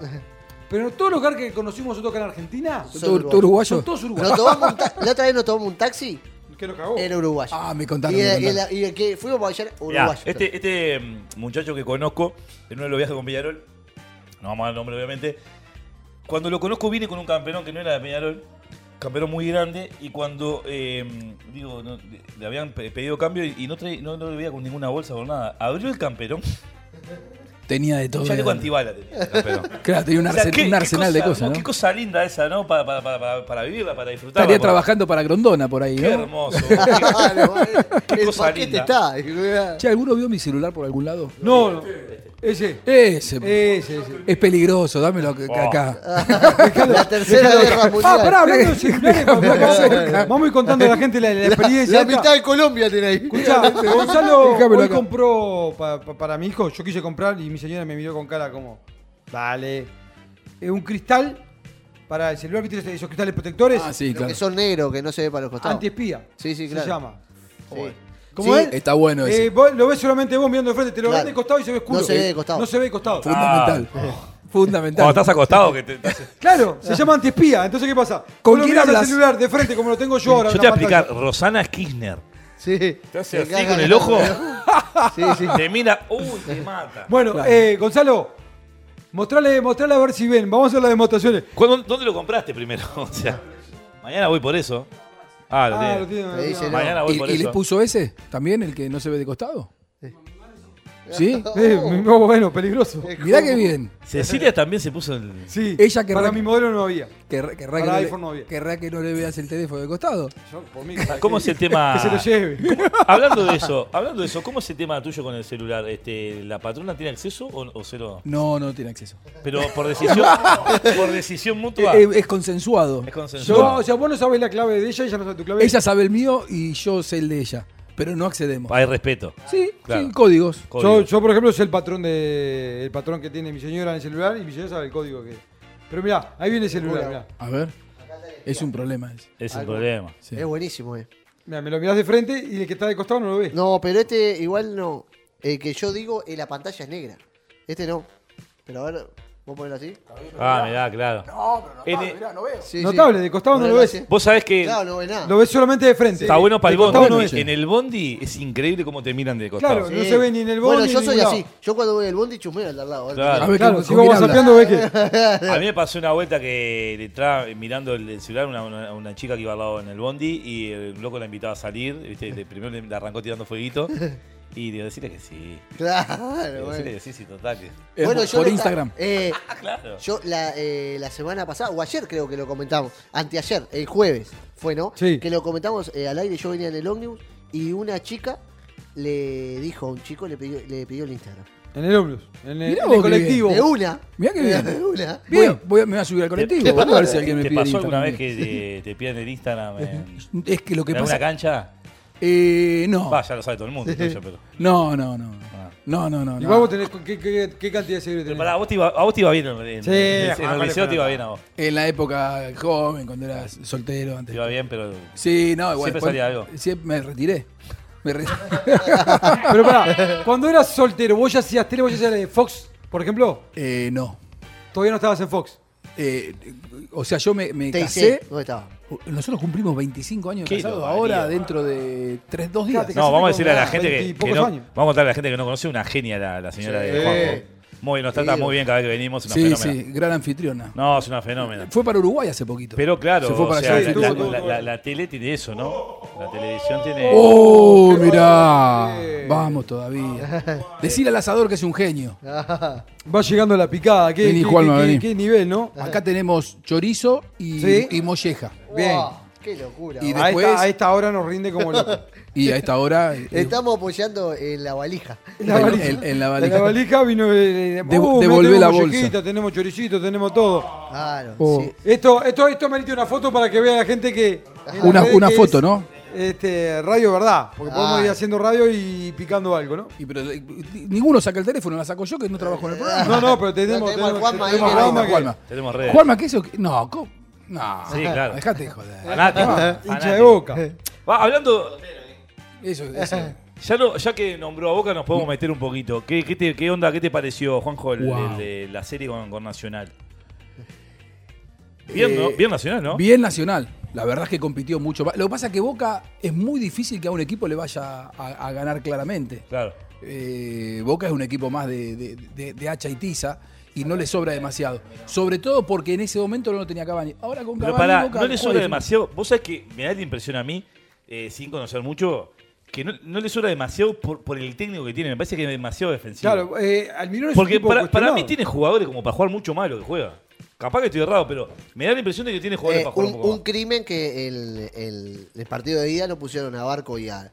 A: pero todos los garcas que conocimos nosotros acá en Argentina
D: ¿Tú-
C: Soy
D: tú- tú
C: uruguayo.
D: uruguayo?
A: son todos
C: Nos
A: uruguayos.
C: tomamos un ta- la otra vez nos tomamos un taxi,
A: Que lo
B: Oh.
A: cagó.
C: era uruguayo.
D: Ah, me contaron.
C: Y,
D: me
C: el- y
D: contaron.
C: el- y el que fuimos para allá,
B: Mirá,
C: uruguayo.
B: este, este mm, muchacho que conozco, en uno de los viajes con Peñarol, no vamos a dar nombre obviamente, cuando lo conozco vine con un campeón que no era de Peñarol, campeón muy grande, y cuando, eh, digo, no, le- le habían pe- pedido cambio y y no, traí- no, no lo veía con ninguna bolsa o nada, abrió el campeón,
D: Tenía de todo.
B: un chaleco
D: de-
B: antibala tenía el camperón.
D: Claro, tenía un,
B: O sea,
D: arsen-
B: qué-
D: un
B: qué
D: arsenal de
B: cosa,
D: cosas,
B: Qué
D: ¿no?
B: cosa linda esa, ¿no? Para, para, para, para vivirla, para disfrutarla.
D: Estaría
B: por-
D: trabajando para Grondona por ahí,
B: Qué
D: ¿no?
B: hermoso.
C: Claro,
B: Qué
C: el
B: cosa
C: paquete
B: linda.
C: está.
D: Che, ¿alguno vio mi celular por algún lado?
A: No, no. Ese.
D: Ese.
C: Eh,
A: Ese, ese.
D: Es peligroso, dámelo ac-
B: Oh.
C: Ah,
D: acá.
C: La tercera guerra mundial.
A: Ah, pará, hablando de celulares, papá,
D: Déjame
A: vamos,
D: cerca.
A: vamos a ir contando a la gente la, la experiencia.
C: La
A: esta.
C: mitad de Colombia tiene ahí.
A: Escuchá, Gonzalo
D: Déjamelo
A: hoy
D: acá.
A: compró pa- pa- para mi hijo, yo quise comprar y mi señora me miró con cara como, dale, Eh, un cristal para el celular, ¿viste esos- esos cristales protectores?
D: Ah, sí,
C: Lo
D: claro.
C: que son negros, que no se ve para los costados.
A: Antiespía.
C: Sí, sí, claro.
A: Se llama.
C: Sí.
A: ¿Cómo
C: Sí,
A: es?
D: Está bueno ese.
A: Eh, vos lo ves solamente vos mirando de frente, te lo
C: Claro.
A: ves de costado y se ve oscuro. Eh,
C: No se ve de costado.
A: No se ve de costado.
D: Fundamental. Fundamental.
B: Ah, oh. Cuando estás acostado, que te, te hace-
A: Claro, se llama antiespía. Entonces, ¿qué pasa?
D: ¿Con
A: Vos lo
D: quién
A: mirás al
D: hablas?
A: celular de frente como lo tengo yo ahora.
B: Yo te
A: en
B: voy a
A: la pantalla.
B: explicar, Rosana Kirchner.
C: Sí.
E: Te hace
C: Se
E: así
C: caga
B: con
C: la
B: el ojo.
C: cara. Sí, sí.
B: Te mira, uy, te mata.
A: Bueno,
D: Claro.
A: eh, Gonzalo, mostrale, mostrale a ver si ven. Vamos a hacer las demostraciones.
B: ¿Cuándo- ¿Dónde lo compraste primero? O sea, mañana voy por eso. Ah, lo
A: Ah, lo
B: tiene.
A: tiene,
C: Te dice,
A: no.
C: no.
B: Mañana voy
D: ¿Y,
B: por
D: y
B: eso.
D: le puso ese también, el que no se ve de costado? Sí.
A: Eh, mi- no, bueno, peligroso.
D: Mirá qué bien.
B: Cecilia también se puso el.
A: Sí,
D: Ella que
A: para
D: re-
A: mi modelo no había.
D: Querrá, querrá
A: Para
D: que,
A: iPhone
D: no
A: no
D: le,
A: había.
D: querrá que no le veas el teléfono de costado.
A: Yo, por mí,
B: ¿Cómo es el tema?
A: Que se lo lleve.
B: Hablando de eso, hablando de eso, ¿cómo es el tema tuyo con el celular? Este, ¿La patrona tiene acceso o, o cero?
D: No, no tiene acceso.
B: Pero por decisión, por decisión mutua.
D: Eh, eh, es consensuado.
B: Es
A: Yo,
B: consensuado.
A: o sea, vos no sabés la clave de ella, ella no sabe tu clave.
D: Ella sabe el mío y yo sé el de ella. Pero no accedemos.
B: Hay respeto.
D: Sí,
B: Claro.
D: sí, códigos.
B: Código.
A: yo, yo, por ejemplo, sé el patrón de el patrón que tiene mi señora en el celular y mi señora sabe el código que. Pero mirá, ahí viene el celular, mirá.
D: A ver. Es un problema ese.
B: Es el problema.
D: Sí.
C: Es buenísimo, eh.
A: Mirá, me lo mirás de frente y el que está de costado no lo ves.
C: No, pero este igual no. El que yo digo, eh, la pantalla es negra. Este no. Pero a ver, ¿vos ponerlo así?
B: Ah, mirá, claro. En-
C: Sí,
A: Notable, de costado no
C: Ponelo
A: lo ves.
C: así.
B: Vos sabés que
C: Claro, no ve nada.
A: Lo ves solamente de frente.
B: está bueno para el
A: De costado
B: bondi.
A: no ves.
B: en el bondi es increíble cómo te miran de costado.
A: Claro, no se ve ni en el bondi
C: Bueno,
A: ni
C: yo
A: en
C: soy
A: ningún
C: así.
A: lado.
C: Yo cuando voy al bondi chumeo al de al lado. ¿eh?
B: Claro.
D: A ver,
A: Claro,
D: ¿con-
A: si
D: con
A: vos
D: quién
A: vas
D: habla?
A: sapeando ves que.
B: A mí me pasó una vuelta que le entraba mirando el el celular una, una, una chica que iba al lado en el bondi y el loco la invitaba a salir. ¿viste? Le- Primero le le arrancó tirando fueguito y digo, decirle que sí.
C: Claro,
B: Digo, decirle
C: bueno.
B: que sí, sí, total. que-
D: Eh,
C: Bueno,
D: por-
C: yo
D: por
C: lo-
D: Instagram.
C: eh,
B: Ah, claro.
C: yo la, eh, la semana pasada, o ayer creo que lo comentamos, anteayer, el jueves fue, ¿no?
A: Sí.
C: Que lo comentamos eh, al aire, yo venía en el ómnibus y una chica le dijo a un chico, le pidió, le pidió el Instagram.
A: En el ómnibus, en el,
D: Mirá
A: en
D: vos
A: el
D: qué
A: colectivo.
C: De una.
D: Mirá qué bien.
C: De una.
D: Bien, voy a- me voy a subir al colectivo.
B: ¿Te-
D: voy a ver si alguien me
B: ¿Te
D: pide el
B: pasó alguna
D: Instagram
B: vez
D: mío.
B: que te, te piden el Instagram en,
D: Es que lo que
B: en alguna
D: pasa.
B: cancha?
D: Eh, no.
B: Va, ya lo sabe todo el mundo. entonces, pero,
D: No, no, no.
B: Ah.
D: No, no, no.
A: Y
D: no.
A: vos tenés qué, qué- qué cantidad de seguidores
B: pero
A: tenés.
B: pará, a vos te iba, a vos te iba bien en, en-
A: Sí,
D: ah,
B: en- en
A: Juan,
B: el
A: vale,
B: liceo, te iba
A: pero-
B: bien a vos.
D: En la época joven, cuando eras soltero,
B: Te
D: antes.
B: iba bien, pero.
D: Sí, no, igual.
B: Siempre
D: después-
B: salía algo.
D: Siempre me retiré. Me retiré.
A: Pero pará, cuando eras soltero, vos ya hacías tele, vos ya hacías la de Fox, por ejemplo,
D: Eh, no.
A: todavía no estabas en Fox.
D: Eh, o sea, yo me, me
C: Te
D: casé.
C: hice. ¿Dónde estaba?
D: Nosotros cumplimos 25 años
B: Qué
D: de casados
B: barbaridad.
D: ahora, dentro de tres, dos días.
A: Fíjate que
B: No,
A: hace
B: vamos a
A: como
B: decirle a la
A: veinte
B: gente
A: y
B: que, que
A: pocos
B: no.
A: años.
B: Vamos a contarle a la gente que no conoce una genia la, la señora de Juanjo. Muy bien, nos trata
C: Sí.
B: muy bien cada vez que venimos. Una
D: Sí,
B: fenómena.
D: sí, gran anfitriona.
B: No, es una fenómena.
D: Fue para Uruguay hace poquito.
B: Pero claro,
D: Se fue
B: o
D: para
B: sea,
D: allá.
B: la,
A: Sí,
B: la-
A: tuvo, tuvo,
B: la-
A: tuvo.
B: la- la tele tiene eso, ¿no? La televisión tiene.
D: ¡Oh, mirá! Vamos todavía.
A: Ah.
D: Decir al asador que es un genio.
A: Va llegando la picada. ¿Qué,
D: Vení,
A: qué-
D: Juanma,
A: qué-
D: vení.
A: qué nivel, no?
D: Acá tenemos chorizo y,
A: Sí.
D: y molleja.
A: Bien.
C: Wow, ¡Qué locura!
D: Y
C: va.
A: A
D: después-
A: esta, a esta hora nos rinde como loco.
D: Y a esta hora. eh,
C: Estamos apoyando en la valija.
A: La
D: En-
A: valija.
D: en- en la valija.
A: En la valija vino. eh, mira,
D: Devo- devolvé
A: tenemos
D: la
A: mollejita,
D: bolsa.
A: Tenemos choricito, tenemos todo.
C: Claro,
D: Oh.
C: sí.
A: Esto, esto, esto merece una foto para que vea la gente que. en las
D: Una-
A: redes
D: una
A: que
D: foto,
A: es,
D: ¿no?
A: Este, radio, ¿verdad? Porque
C: Ah.
A: podemos ir haciendo radio y picando algo, ¿no?
D: y pero, eh, ninguno saca el teléfono, la saco yo que no trabajo en el programa.
A: No, no, pero tenemos.
C: No, tenemos al Juanma ahí
A: tenemos
C: que
A: Juanma
C: no,
A: Ah, que-
D: Juanma.
B: Tenemos redes.
D: Juanma, ¿qué es eso? que- No, ¿cómo? No.
B: Sí, claro.
D: Dejate de
A: Ah.
D: joder.
B: Fanático,
A: hincha de
B: fanático.
A: boca.
B: Va, hablando.
D: Eso, eso.
B: Ya, lo- ya que nombró a Boca, nos podemos meter un poquito. ¿Qué, qué te- qué onda? ¿Qué te pareció, Juanjo, el,
D: Wow.
B: el de la serie con, con Nacional? Bien, ¿no?
D: Eh,
B: Bien Nacional, ¿no?
D: Bien Nacional. La verdad es que compitió mucho más. Lo que pasa es que Boca es muy difícil que a un equipo le vaya a, a ganar claramente.
B: Claro.
D: Eh, Boca es un equipo más de, de- de- de hacha y tiza y no le sobra demasiado. Sobre todo porque en ese momento no lo tenía Cavani. Ahora con
B: Pero
D: Cavani
B: pará,
D: Boca
B: no le
D: juega
B: sobra
D: difícil.
B: demasiado. Vos sabés que me da la impresión a mí, eh, sin conocer mucho, que no, no le sobra demasiado por, por el técnico que tiene. Me parece que es demasiado defensivo.
A: Claro, eh, Almirón es un
B: Porque
A: tipo
B: para, para
A: cuestionado.
B: mí tiene jugadores como para jugar mucho más lo que juega. Capaz que estoy errado, pero me da la impresión de que tiene jugadores
C: Eh,
B: para jugar
C: un,
B: un poco
C: un crimen que el, el- el partido de ida no pusieron a Barco y, a-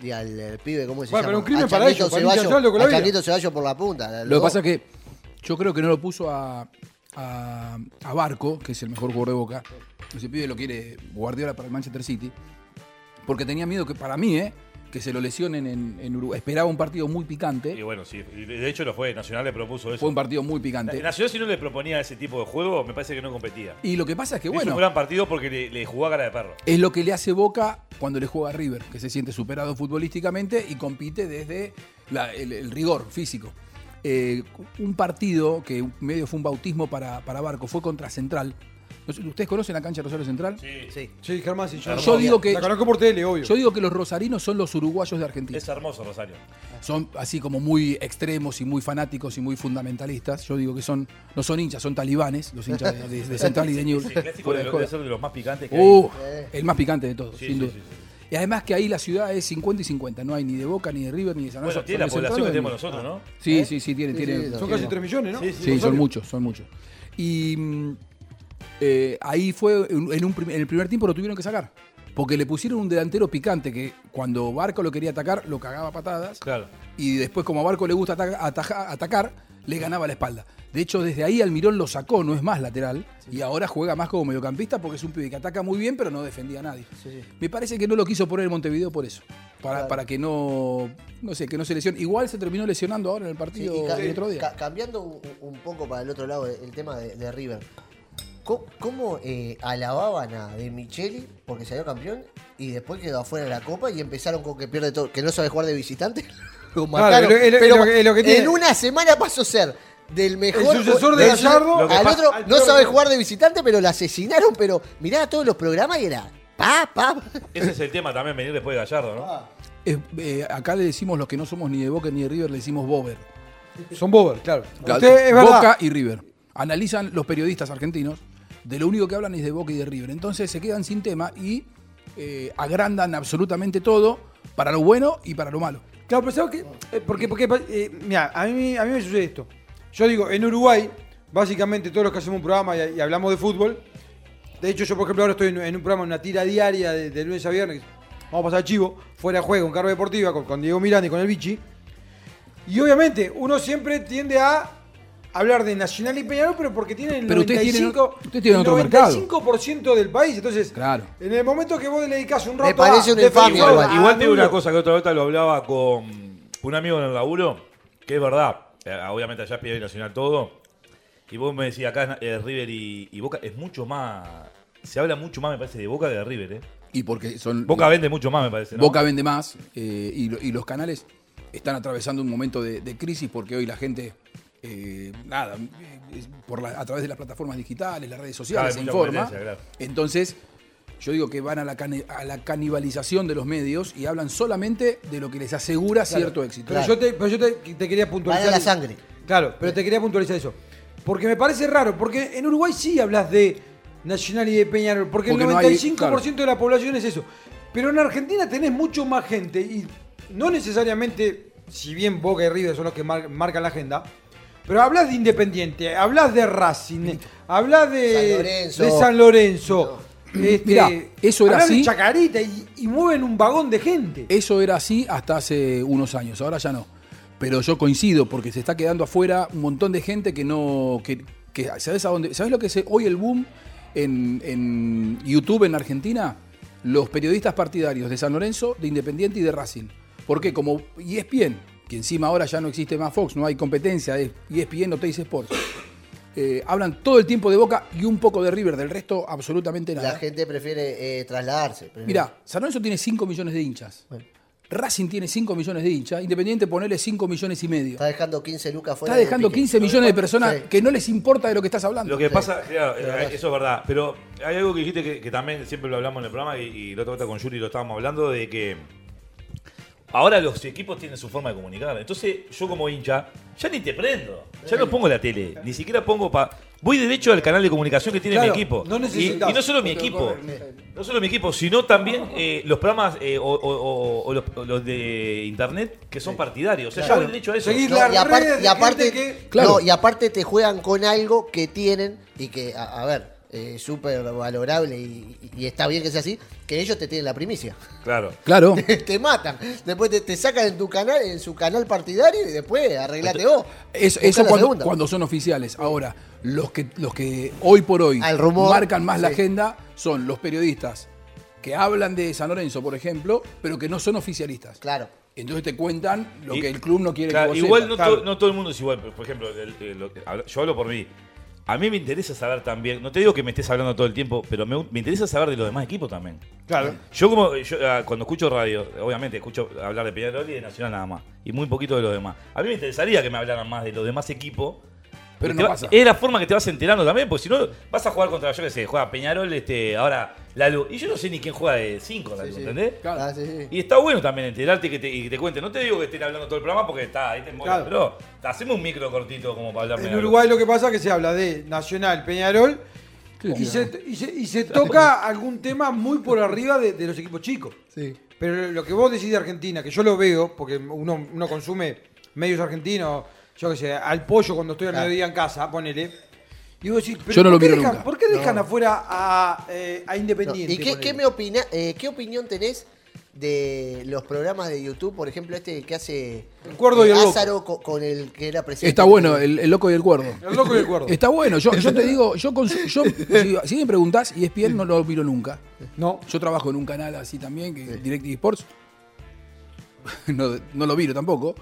C: y al el pibe, ¿cómo se
A: Bueno,
C: llama?
A: pero un crimen
C: A
A: para
C: Changuito
A: ellos, para
C: Ceballos-
A: hinchar loco la
C: a
A: vida.
C: Changuito Ceballos por la punta.
D: Lo que pasa es que yo creo que no lo puso a, a- a Barco, que es el mejor jugador de Boca. Ese pibe lo quiere Guardiola para el Manchester City. Porque tenía miedo que, para mí, eh, que se lo lesionen en, en Uruguay. Esperaba un partido muy
B: más. Y
D: picante.
B: bueno, sí. y De hecho, lo fue. Nacional le propuso eso.
D: Fue un partido muy
B: Na-
D: picante.
B: Nacional, si no le proponía ese tipo de juego, me parece que no competía.
D: Y lo que pasa es que,
B: Hizo
D: bueno,
B: un gran partido porque le, le jugó a cara de perro.
D: es lo que le hace Boca cuando le juega a River, que se siente superado futbolísticamente y compite desde la- el, el rigor físico. Eh, un partido que medio fue un bautismo para, para Barco fue contra Central. No sé, ¿Ustedes conocen la cancha de Rosario Central?
C: Sí.
A: Sí, Germán, sí, yo,
D: Yo digo que-
A: La conozco por tele, obvio.
D: Yo digo que los rosarinos son los uruguayos de Argentina.
B: Es hermoso, Rosario.
D: Son así como muy extremos y muy fanáticos y muy fundamentalistas. Yo digo que son no son hinchas, son talibanes, los hinchas de, de- de Central y de Newell's.
B: Sí, el clásico
D: Fuera
B: de,
D: de
B: lo-
D: joda.
B: debe ser de los más picantes que hay.
D: Uh, el más picante de todos,
B: Sí,
D: sin
B: sí,
D: duda.
B: sí, sí.
D: Y además que ahí la ciudad es 50 y 50, no hay ni de Boca, ni de River, ni de San
B: Bueno,
D: Lorenzo.
B: tiene la
D: Son Ah.
B: población
D: de
B: que
D: Central o
B: tenemos
D: de
B: nosotros, ¿eh? ¿no?
D: Newell's. Sí, sí, sí, tiene,
C: Sí,
D: tiene-
C: sí,
A: Son
C: sí,
A: casi
C: no.
A: 3 millones, ¿no?
B: sí,
D: Sí, son
A: Rosario.
D: muchos, son muchos. Y mm, eh, ahí fue, en, en un prim- en el primer tiempo lo tuvieron que sacar. Porque le pusieron un delantero picante que cuando Barco lo quería atacar, lo cagaba a patadas.
B: Claro.
D: Y después, como a Barco le gusta ataca- ataja- atacar, le ganaba la espalda. De hecho, desde ahí Almirón lo sacó, no es más lateral. Y ahora juega más como mediocampista porque es un pibe que ataca muy bien, pero no defendía a nadie. Me parece que no lo quiso poner en Montevideo por eso. Para, para que no, no sé, que no se lesione. Igual se terminó lesionando ahora en el
C: Sí,
D: partido
C: y ca-
D: el otro día.
C: ca- cambiando un, un poco para el otro lado el tema de, de River. Co- ¿Cómo, eh, alababan a De Micheli porque salió campeón y después quedó afuera de la copa y empezaron con que pierde todo, que no sabe jugar de visitante? Lo mataron.
A: pero es lo- es lo que- es lo que tiene.
C: en una semana pasó a ser del mejor.
A: sucesor de
C: del-
A: Gallardo.
B: Lo que
C: Al
B: pa-
C: otro
A: al
C: no
A: peor
C: sabe
A: de-
C: jugar de visitante, pero lo asesinaron. Pero mirá todos los programas y era. Pa, pa.
B: Ese es el tema también, venir después de Gallardo, ¿no?
D: Es- eh, acá le decimos los que no somos ni de Boca ni de River, le decimos Bober.
A: Son Bober, claro. Usted es verdad.
D: Boca y River. Analizan los periodistas argentinos, de lo único que hablan es de Boca y de River. Entonces se quedan sin tema y eh, agrandan absolutamente todo para lo bueno y para lo malo.
A: Claro, pero ¿sabes qué? Eh, Porque, porque eh, mira, a mí, a mí me sucede esto. Yo digo, en Uruguay, básicamente todos los que hacemos un programa y, y hablamos de fútbol, de hecho yo por ejemplo ahora estoy en, en un programa, en una tira diaria de, de lunes a viernes, vamos a pasar chivo, fuera de juego, en cargo deportiva, con, con Diego Miranda y con el Bichi. Y obviamente uno siempre tiende a hablar de Nacional y Peñarol, pero porque tienen el
D: Pero ustedes tienen-
A: 95,
D: ustedes tienen
A: el
D: otro mercado.
A: 95% del país. Entonces,
D: Claro.
A: en el momento que vos le dedicás un rato
C: parece
A: a
C: un infamia,
A: defensor,
C: igual.
A: a
B: Igual te digo una
A: Danubio,
B: cosa que otra vez lo hablaba con un amigo en el laburo, que es verdad. eh, Obviamente allá es Piedra y Nacional todo. Y vos me decías, acá eh, River y, y Boca es mucho más... Se habla mucho más, me parece, de Boca que de River, ¿eh?
D: Y porque son.
B: Boca vende mucho más, me parece, ¿no?
D: Boca vende más eh, y, lo- y los canales están atravesando un momento de, de crisis porque hoy la gente, eh, nada, eh, es por la- a través de las plataformas digitales, las redes
B: Claro,
D: sociales, se
B: hay mucha
D: informa.
B: competencia, claro.
D: Entonces, yo digo que van a la, cani- a la canibalización de los medios y hablan solamente de lo que les asegura cierto éxito.
A: Pero yo, te, pero yo te, te quería puntualizar.
C: Van a la sangre.
A: Claro, pero te quería puntualizar eso. Porque me parece raro, porque en Uruguay sí hablas de Nacional y de Peñarol, porque,
D: Porque
A: el
D: no hay-
A: 95%
D: claro.
A: de la población es eso. Pero en Argentina tenés mucho más gente y no necesariamente, si bien Boca y River son los que mar- marcan la agenda, pero hablas de Independiente, hablas de Racing, hablas de
C: San Lorenzo.
A: de San Lorenzo. este,
D: Mirá, eso era
A: hablas de
D: así.
A: Chacarita y, y mueven un vagón de gente.
D: Eso era así hasta hace unos años, ahora ya no. Pero yo coincido, porque se está quedando afuera un montón de gente que no. Que, que- ¿Sabes a dónde? ¿Sabes lo que es hoy el boom en, en YouTube en Argentina? Los periodistas partidarios de San Lorenzo, de Independiente y de Racing. ¿Por qué? Como E ESPN, que encima ahora ya no existe más Fox, no hay competencia, es E ESPN o Teis Sports. eh, hablan todo el tiempo de Boca y un poco de River, del resto absolutamente nada.
C: La gente prefiere eh, trasladarse. prefiere-
D: Mira, San Lorenzo tiene 5 millones de hinchas.
C: Bueno.
D: Racing tiene 5 millones de hinchas. Independiente ponele 5 millones y medio.
C: Está dejando 15 lucas fuera.
D: Está dejando 15 millones de personas
C: Sí.
D: que no les importa de lo que estás hablando.
B: Lo que pasa, claro, eh, eso es verdad, pero hay algo que dijiste que, que también siempre lo hablamos en el programa y, y la otra vez con Yuri lo estábamos hablando de que ahora los equipos tienen su forma de comunicar. Entonces yo como hincha ya ni te prendo, ya no pongo la tele, ni siquiera pongo para... Voy derecho al canal de comunicación que tiene
A: Claro,
B: mi equipo.
A: no
B: y,
A: necesitas.
B: y no solo mi equipo, no solo mi equipo, sino también eh, los programas eh, o, o- o- o los, o los de internet que son partidarios. O sea, ya voy derecho a eso.
A: Seguir
C: No,
A: las
C: y aparte,
A: redes de
C: y aparte-
A: gente que-
D: Claro.
C: no, y aparte te juegan con algo que tienen y que, a, a ver, eh, súper valorable y, y está bien que sea así, que ellos te tienen la primicia.
B: Claro.
D: Claro.
C: te matan. Después te, te sacan en tu canal, en su canal partidario y después arreglate vos.
D: Eso,
C: Buscá
D: eso
C: la
D: cuando,
C: segunda.
D: cuando son oficiales. Ahora, los que, los que hoy por hoy
C: Al Ah, rumor,
D: marcan más la
C: sí.
D: agenda son los periodistas que hablan de San Lorenzo, por ejemplo, pero que no son oficialistas.
C: Claro.
D: Entonces te cuentan lo
B: Y-
D: que el club no quiere
B: Claro,
D: que vos
B: igual
D: sepas.
B: no, to- no todo el mundo es igual. pero, Por ejemplo, el- el- lo que- hablo- yo hablo por mí. A mí me interesa saber también, no te digo que me estés hablando todo el tiempo, pero me, me interesa saber de los demás equipos también.
A: Claro.
B: Yo como yo, ah, cuando escucho radio, obviamente escucho hablar de Peñarol y de Nacional nada más, y muy poquito de los demás. A mí me interesaría que me hablaran más de los demás equipos.
D: Pero
B: Que
D: no
B: te va-
D: pasa.
B: Es la forma que te vas enterando también, porque si no vas a jugar contra yo que sé, juega Peñarol, este, ahora Lalu. Y yo no sé ni quién juega de 5, Lalu, ¿entendés?
D: Claro.
C: Ah, sí, sí.
B: Y está bueno también enterarte y que te, y que te cuente. No te digo que estén hablando todo el programa porque está, ahí te mola,
A: Claro.
B: pero hacemos un micro cortito como para hablar.
A: En Uruguay lo que pasa es que se habla de Nacional, Peñarol
D: Sí,
A: y
D: sí.
A: se, y se- y se toca algún tema muy por arriba de, de los equipos chicos. Pero lo que vos decís de Argentina, que yo lo veo, porque uno, uno consume medios argentinos, yo qué sé, al pollo cuando estoy al
C: Claro.
A: mediodía en casa, ponele. Y vos decís, pero
D: Yo no
A: ¿por
D: lo
A: qué
D: miro
A: dejan,
D: nunca.
A: ¿Por qué dejan afuera a, eh, a
C: No,
A: Independiente?
C: ¿Y qué,
A: ponele?
C: qué me opina, eh, qué opinión tenés de los programas de YouTube? Por ejemplo, este que hace
A: El Cuerdo y el Loco.
C: Lázaro co- con, el que era presidente.
D: Está bueno, eh. el, el loco y el cuerdo.
A: El loco y el cuerdo.
D: Está bueno, yo, yo te digo, yo, consu- yo si, si me preguntás, ESPN no lo miro nunca.
A: No.
D: Yo trabajo en un canal así también, que DirecTV Sports. No, no lo miro tampoco.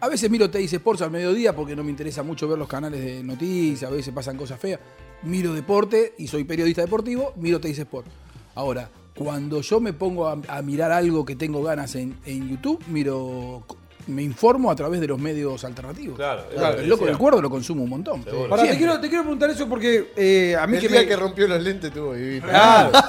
D: A veces miro TIC Sports al mediodía porque no me interesa mucho ver los canales de noticias, a veces pasan cosas feas. Miro deporte y soy periodista deportivo, miro TIC Sports. Ahora, cuando yo me pongo a, a mirar algo que tengo ganas en, en YouTube, miro, me informo a través de los medios alternativos.
B: Claro, es lo que
D: el loco
B: decía.
D: del cuerdo lo consumo un montón.
A: Pará, te
D: Siempre.
A: quiero, te quiero preguntar eso porque eh, a mí
E: El
A: que
E: día
A: me...
E: que rompió los lentes tuvo que vivir.
A: Claro.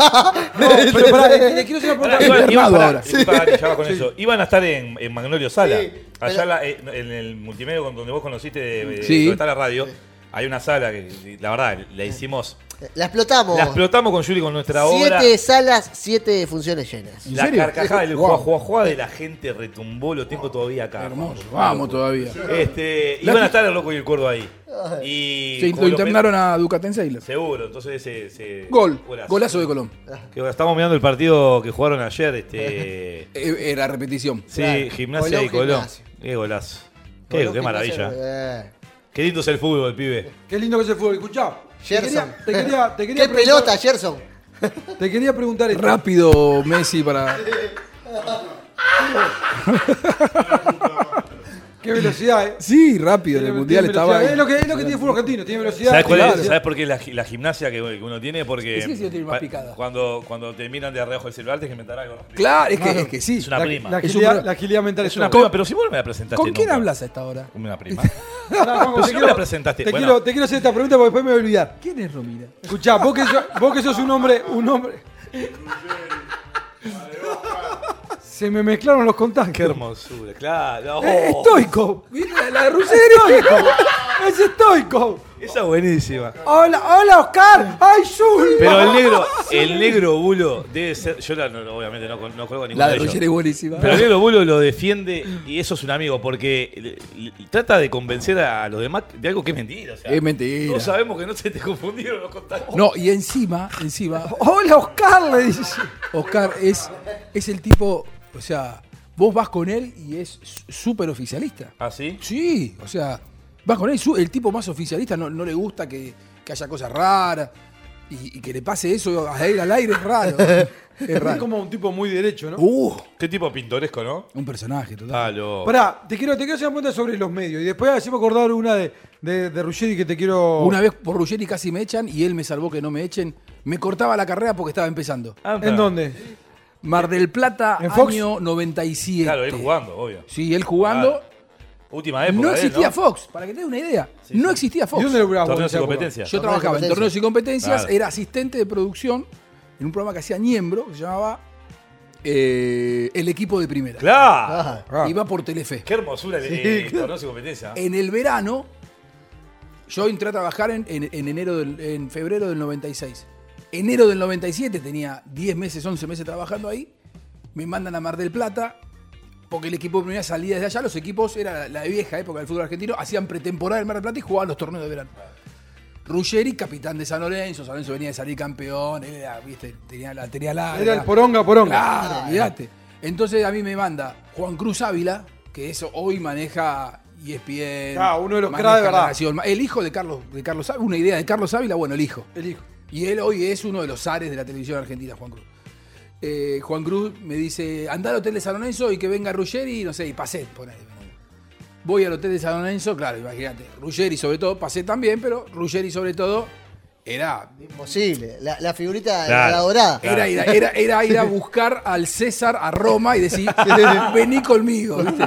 A: No, pero pará, le, le quiero hacer una
B: Pará,
A: pregunta.
B: iban- iban-
D: Bernardo
B: pará,
D: ahora.
B: disculpa, Dani, ya va con eso. Iban a estar en, en Magnolio Sala.
E: Sí,
B: Allá la- eh, en el multimedio con- donde vos conociste, de, de-
D: Sí.
B: donde está la radio, hay una sala que la verdad la hicimos.
C: La explotamos.
B: La explotamos con Yuri con nuestra obra.
C: siete salas, siete funciones llenas.
D: ¿En
B: La
D: serio?
B: carcajada del juá,
D: Wow.
B: juá, juá de la gente retumbó, lo tengo todavía acá.
D: Hermoso, vamos todavía.
B: Este, iban a estar el loco y el cuerdo ahí. Y
D: Sí,
B: como
D: lo
B: pe-
D: internaron a Ducaten Sailor.
B: Seguro, entonces eh, se, se-
D: Gol,
B: golazo.
D: golazo de Colón.
B: Que estamos mirando el partido que jugaron ayer, este.
D: Eh, Era repetición.
B: sí,
C: Claro.
B: gimnasia y
C: Colón,
B: Colón.
C: Gimnasia.
B: Qué golazo. Qué,
C: Colón,
B: qué
C: Gimnasia,
B: maravilla.
C: eh.
B: Qué lindo es el fútbol, pibe.
A: Qué lindo que es el fútbol. Escuchá. te
C: Gerson.
A: quería- Te quería, te quería
C: ¿Qué
A: preguntar-
C: pelota, Gerson?
A: Te quería preguntar esto.
D: Rápido Messi para.
A: Qué velocidad, eh.
D: Sí, rápido, en el
A: Tiene-
D: mundial
A: tiene
D: estaba.
A: velocidad.
D: ahí.
A: Es lo que, es lo que tiene el fútbol argentino, tiene velocidad.
B: ¿Sabes, cuál es-
A: velocidad.
B: sabes por qué la, gi- la gimnasia que que uno tiene? Porque
D: Sí, sí, sí, tiene más
B: pa-
D: picada.
B: Cuando, cuando te miran de arreojo el celular, te que inventar algo. rápido.
D: Claro, es que, es que sí.
B: Es una
A: La,
B: prima.
A: la
D: Es un
A: agilidad,
D: pro-
A: la agilidad mental es
B: es una
A: todo.
B: prima, pero si vos no me la presentaste.
D: ¿Con quién
B: nunca.
D: hablas a esta hora?
B: Con una prima.
A: Pará, Juanjo,
B: Pero
A: te
B: si no
A: quiero-
B: la presentaste,
A: Te,
B: bueno.
A: quiero, te quiero hacer esta pregunta porque después me voy a olvidar.
D: ¿Quién es Romina?
A: Escuchá, vos que, so- vos que sos un hombre. Un hombre. Se me mezclaron los contactos.
B: Qué hermosura, claro.
A: Eh,
B: Oh,
A: estoico. ¿Viste? La de Ruggeri es estoico. Es estoico.
B: esa es buenísima.
A: Hola, hola, Oscar. ¡Ay, Zulma!
B: Pero el negro, el negro bulo debe ser. Yo la- no, obviamente no, con- no juego con ninguno
D: La de
B: ellos.
D: Roger es buenísima.
B: Pero el negro bulo lo defiende y eso es un amigo, porque le- le- trata de convencer a los demás de algo que es mentira. o sea,
D: Es mentira.
B: Todos sabemos que no se te confundieron los contactos.
D: No, y encima, encima,
A: Hola, Oscar, le dice.
D: Oscar es, es el tipo, o sea, vos vas con él y es s- súper oficialista.
B: ¿Ah, sí?
D: Sí, o sea, vas con él, su- el tipo más oficialista no, no le gusta que, que haya cosas raras y, y que le pase eso a él al aire es raro. Es
A: Es
D: raro.
A: como un tipo muy derecho, ¿no?
D: Uh,
B: Qué tipo pintoresco, ¿no?
D: un personaje total.
B: Ah, lo.
A: Pará, te quiero, te quiero hacer una pregunta sobre los medios. Y después hacemos acordar una de, de, de Ruggeri que te quiero.
D: Una vez por Ruggeri casi me echan y él me salvó que no me echen. Me cortaba la carrera porque estaba empezando.
B: Ah,
A: ¿En dónde?
D: Mar del Plata,
A: ¿En Fox?
D: año 97.
B: Claro, él jugando, obvio.
D: Sí, él jugando.
B: Última época.
D: no
B: de él,
D: existía Fox, para que te dé una idea. no existía Fox.
A: ¿Y dónde laburabas vos en
B: Torneos
A: esa
B: y
A: época?
B: competencia.
D: Yo
C: Torneos
D: trabajaba
C: y
D: en
C: competencias.
D: torneos y competencias,
B: Claro.
D: era asistente de producción en un programa que hacía Niembro, que se llamaba eh, El Equipo de Primera.
B: Claro.
C: Ah,
A: Ah.
D: Iba por Telefe.
B: Qué hermosura el eh, torneos y competencia.
D: En el verano, yo entré a trabajar en, en- en enero del- en febrero del 96. Enero del 97 tenía 10 meses, 11 meses trabajando ahí. Me mandan a Mar del Plata. Porque el equipo de primera salía desde allá, los equipos, era la vieja época del fútbol argentino, hacían pretemporada en Mar del Plata y jugaban los torneos de verano. Ruggeri, capitán de San Lorenzo, San Lorenzo venía de salir campeón, él era, viste, tenía la tenía larga.
A: Era el poronga, poronga.
D: Claro, olvídate. Entonces a mí me manda Juan Cruz Ávila, que eso hoy maneja E ESPN.
A: Ah, uno de los
D: maneja
A: cracks de
D: La
A: verdad.
D: Nación. El hijo de Carlos, de Carlos Ávila, una idea de Carlos Ávila, bueno, el hijo.
A: El hijo.
D: Y él hoy es uno de los ares de la televisión argentina, Juan Cruz. Eh, Juan Cruz me dice, andá al hotel de San Lorenzo y que venga Ruggeri, no sé, y Pacet, por ahí. Voy al hotel de San Lorenzo, claro, imagínate, Ruggeri sobre todo, Pacet también, pero Ruggeri sobre todo era
C: Imposible. La, la figurita de
B: Claro.
C: la dorada.
D: era ir, a, era- era ir a buscar al César a Roma y decir, vení conmigo, ¿viste?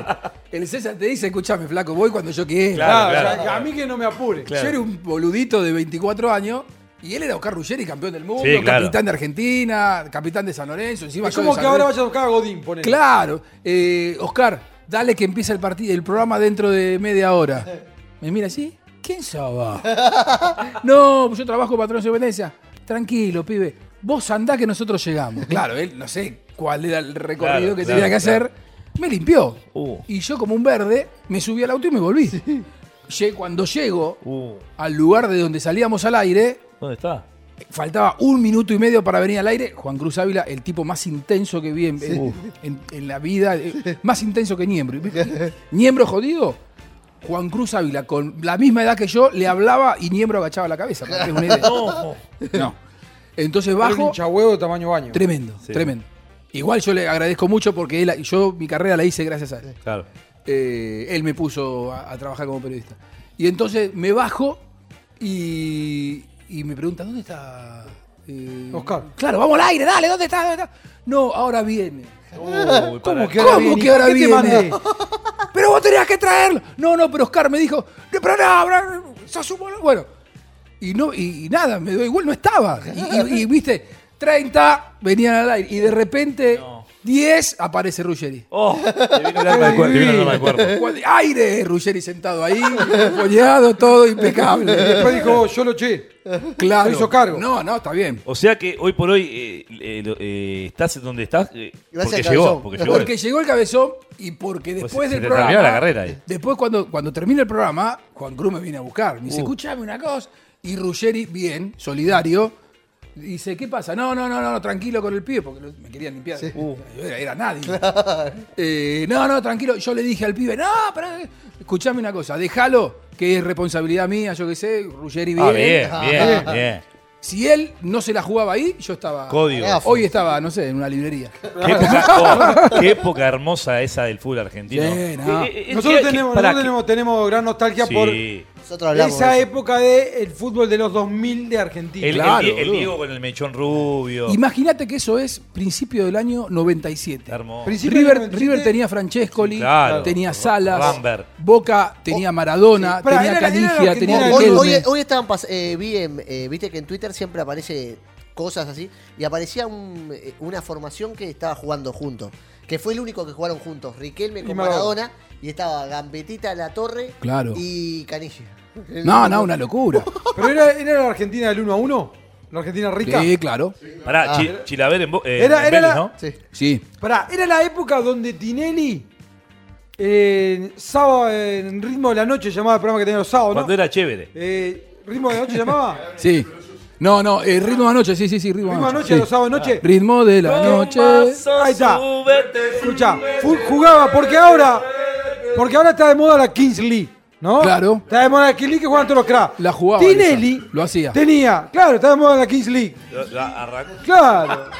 D: El César te dice, escúchame, flaco, voy cuando yo quiera.
A: Claro,
B: Claro, claro.
A: o sea, a mí que no me apure.
B: Claro.
D: Yo era un boludito de 24 años y él era Oscar Ruggeri, campeón del mundo,
B: Sí, claro.
D: capitán de Argentina, capitán de San Lorenzo. Encima
A: Es
D: yo de
A: como
D: San
A: que ahora vayas a
D: Lorenzo.
A: buscar a Godín, ponele.
D: Claro. Eh, Oscar, dale que empieza el partido, el programa dentro de media hora. Me mira así. ¿Quién soba? no, pues yo trabajo para Tronos y Competencia. Tranquilo, pibe. Vos andá que nosotros llegamos. Claro, él no sé cuál era el recorrido
B: Claro,
D: que
B: claro,
D: tenía que
B: claro.
D: hacer. Me limpió.
B: Uh.
D: Y yo, como un verde, me subí al auto y me volví. Lle- Cuando llego
B: Uh,
D: al lugar de donde salíamos al aire,
B: ¿Dónde está?
D: Faltaba un minuto y medio para venir al aire. Juan Cruz Ávila, el tipo más intenso que vi en, en- en- en la vida, eh, más intenso que Niembro. Niembro jodido. Juan Cruz Ávila, con la misma edad que yo, le hablaba y Niembro agachaba la cabeza. para que tengas una idea. No. Entonces
A: Era un
D: bajo,
A: hinchahuevo de tamaño baño.
D: tremendo, tremendo. Igual yo le agradezco mucho porque él- yo mi carrera la hice gracias a él.
B: Claro.
D: Eh, él me puso a, a trabajar como periodista. Y entonces me bajo y, y me pregunta, ¿dónde está? eh,
A: Oscar.
D: Claro, vamos al aire, dale, ¿dónde está? ¿Dónde está? No, ahora viene.
B: Uh, para-
A: que ahora
D: ¿Cómo
A: viene?
D: que ahora
A: ¿Qué te
D: viene?
A: mandé?
D: Pero vos tenías que traerlo. No, no, pero Oscar me dijo, "No, pero no, no, no, sos un boludo". Bueno, y, no, y, y nada, me doy igual, no estaba. Y, y- y, viste, 30 venían al aire y de repente 10 aparece Ruggeri.
B: Oh, te vino el alma al cuer- te vino el alma al cuerpo.
D: Cual- Aire, Ruggeri sentado ahí, follado, todo impecable.
A: Después dijo, yo lo eché.
D: Claro.
A: Se hizo cargo.
D: No, no, está bien.
B: O sea que hoy por hoy eh, eh, lo- eh, estás donde estás eh,
C: Gracias,
B: porque
C: cabezón.
B: llegó, porque llegó.
D: Porque llegó el cabezón y porque después
B: se
D: del
B: te
D: programa.
B: terminó la carrera ahí.
D: Después, cuando, cuando termina el programa, Juan Cruz me viene a buscar. Me dice, escúchame una cosa. Y Ruggeri, bien, solidario, dice, ¿qué pasa? No, no, no, no, no, tranquilo con el pibe, porque lo- me querían limpiar. Uh, era, era nadie. Eh, no, no, tranquilo. Yo le dije al pibe, no, pero. Escuchame una cosa, déjalo, que es responsabilidad mía, yo qué sé. Ruggeri, bien.
B: Ah, bien, bien, bien.
D: Si él no se la jugaba ahí, yo estaba.
B: Código.
C: Ah,
D: Hoy estaba, no sé, en una librería.
B: Qué época, oh, qué época hermosa esa del fútbol argentino.
D: Sí, no.
A: Nosotros,
B: que-
A: tenemos,
B: para
A: nosotros tenemos, tenemos gran nostalgia
B: Sí.
A: por
C: Nosotros hablamos.
A: esa
C: de eso.
A: época del fútbol de los 2000 de Argentina.
B: El,
D: Claro,
B: el Die- el
D: boludo.
B: Diego con el mechón rubio.
D: Imagínate que eso es principio del año 97.
B: hermoso.
A: Principio del
D: River,
A: 97.
D: River tenía Francescoli,
B: Sí, claro.
D: tenía
B: Ro-
D: Salas,
B: Bamber.
D: Boca tenía Maradona,
A: Oh, Sí, pará,
D: tenía
A: era la- era la
D: Canigia,
A: Argentina
D: tenía
A: de-
C: Hoy,
D: Riquelme.
C: hoy- hoy estaban pas- eh, vi en- eh, viste que en Twitter siempre aparece cosas así, y aparecía un- eh, una formación que estaba jugando juntos, que fue el único que jugaron juntos, Riquelme con
A: Maradona.
C: Maradona, y estaba Gambetita La Torre
D: Claro.
C: y Canilla.
D: No, no, una locura.
A: ¿Pero era, era la Argentina del 1 a 1? ¿La Argentina rica?
D: Sí, claro.
B: Pará,
C: Ah.
B: Chi- Chilaver en, Bo- eh,
A: Era-
B: en
A: era
B: Vélez,
A: la-
B: ¿no?
C: Sí.
D: Sí.
A: Pará, era la época donde Tinelli, eh, sábado, eh, en ritmo de la noche, llamaba el programa que tenía los sábados, ¿no?
B: Cuando era chévere.
A: Eh, ¿Ritmo de la noche llamaba?
D: Sí. No, no, eh, ritmo de la noche, sí, sí, sí, ritmo de
A: ¿Ritmo
D: la
A: de la noche,
D: noche. sí. Ah,
A: los sábados de noche?
D: Ritmo de la noche.
A: Ahí está.
B: Súbete,
A: Escucha, jugaba porque ahora, porque ahora está de moda la Kingsley, ¿no?
D: Claro.
A: Está de moda la Kingsley que juegan todos los cracks.
D: La jugaba
A: Tinelli
D: esa, lo hacía.
A: Tenía, claro, está de moda la Kingsley.
B: Lo- lo arrancó.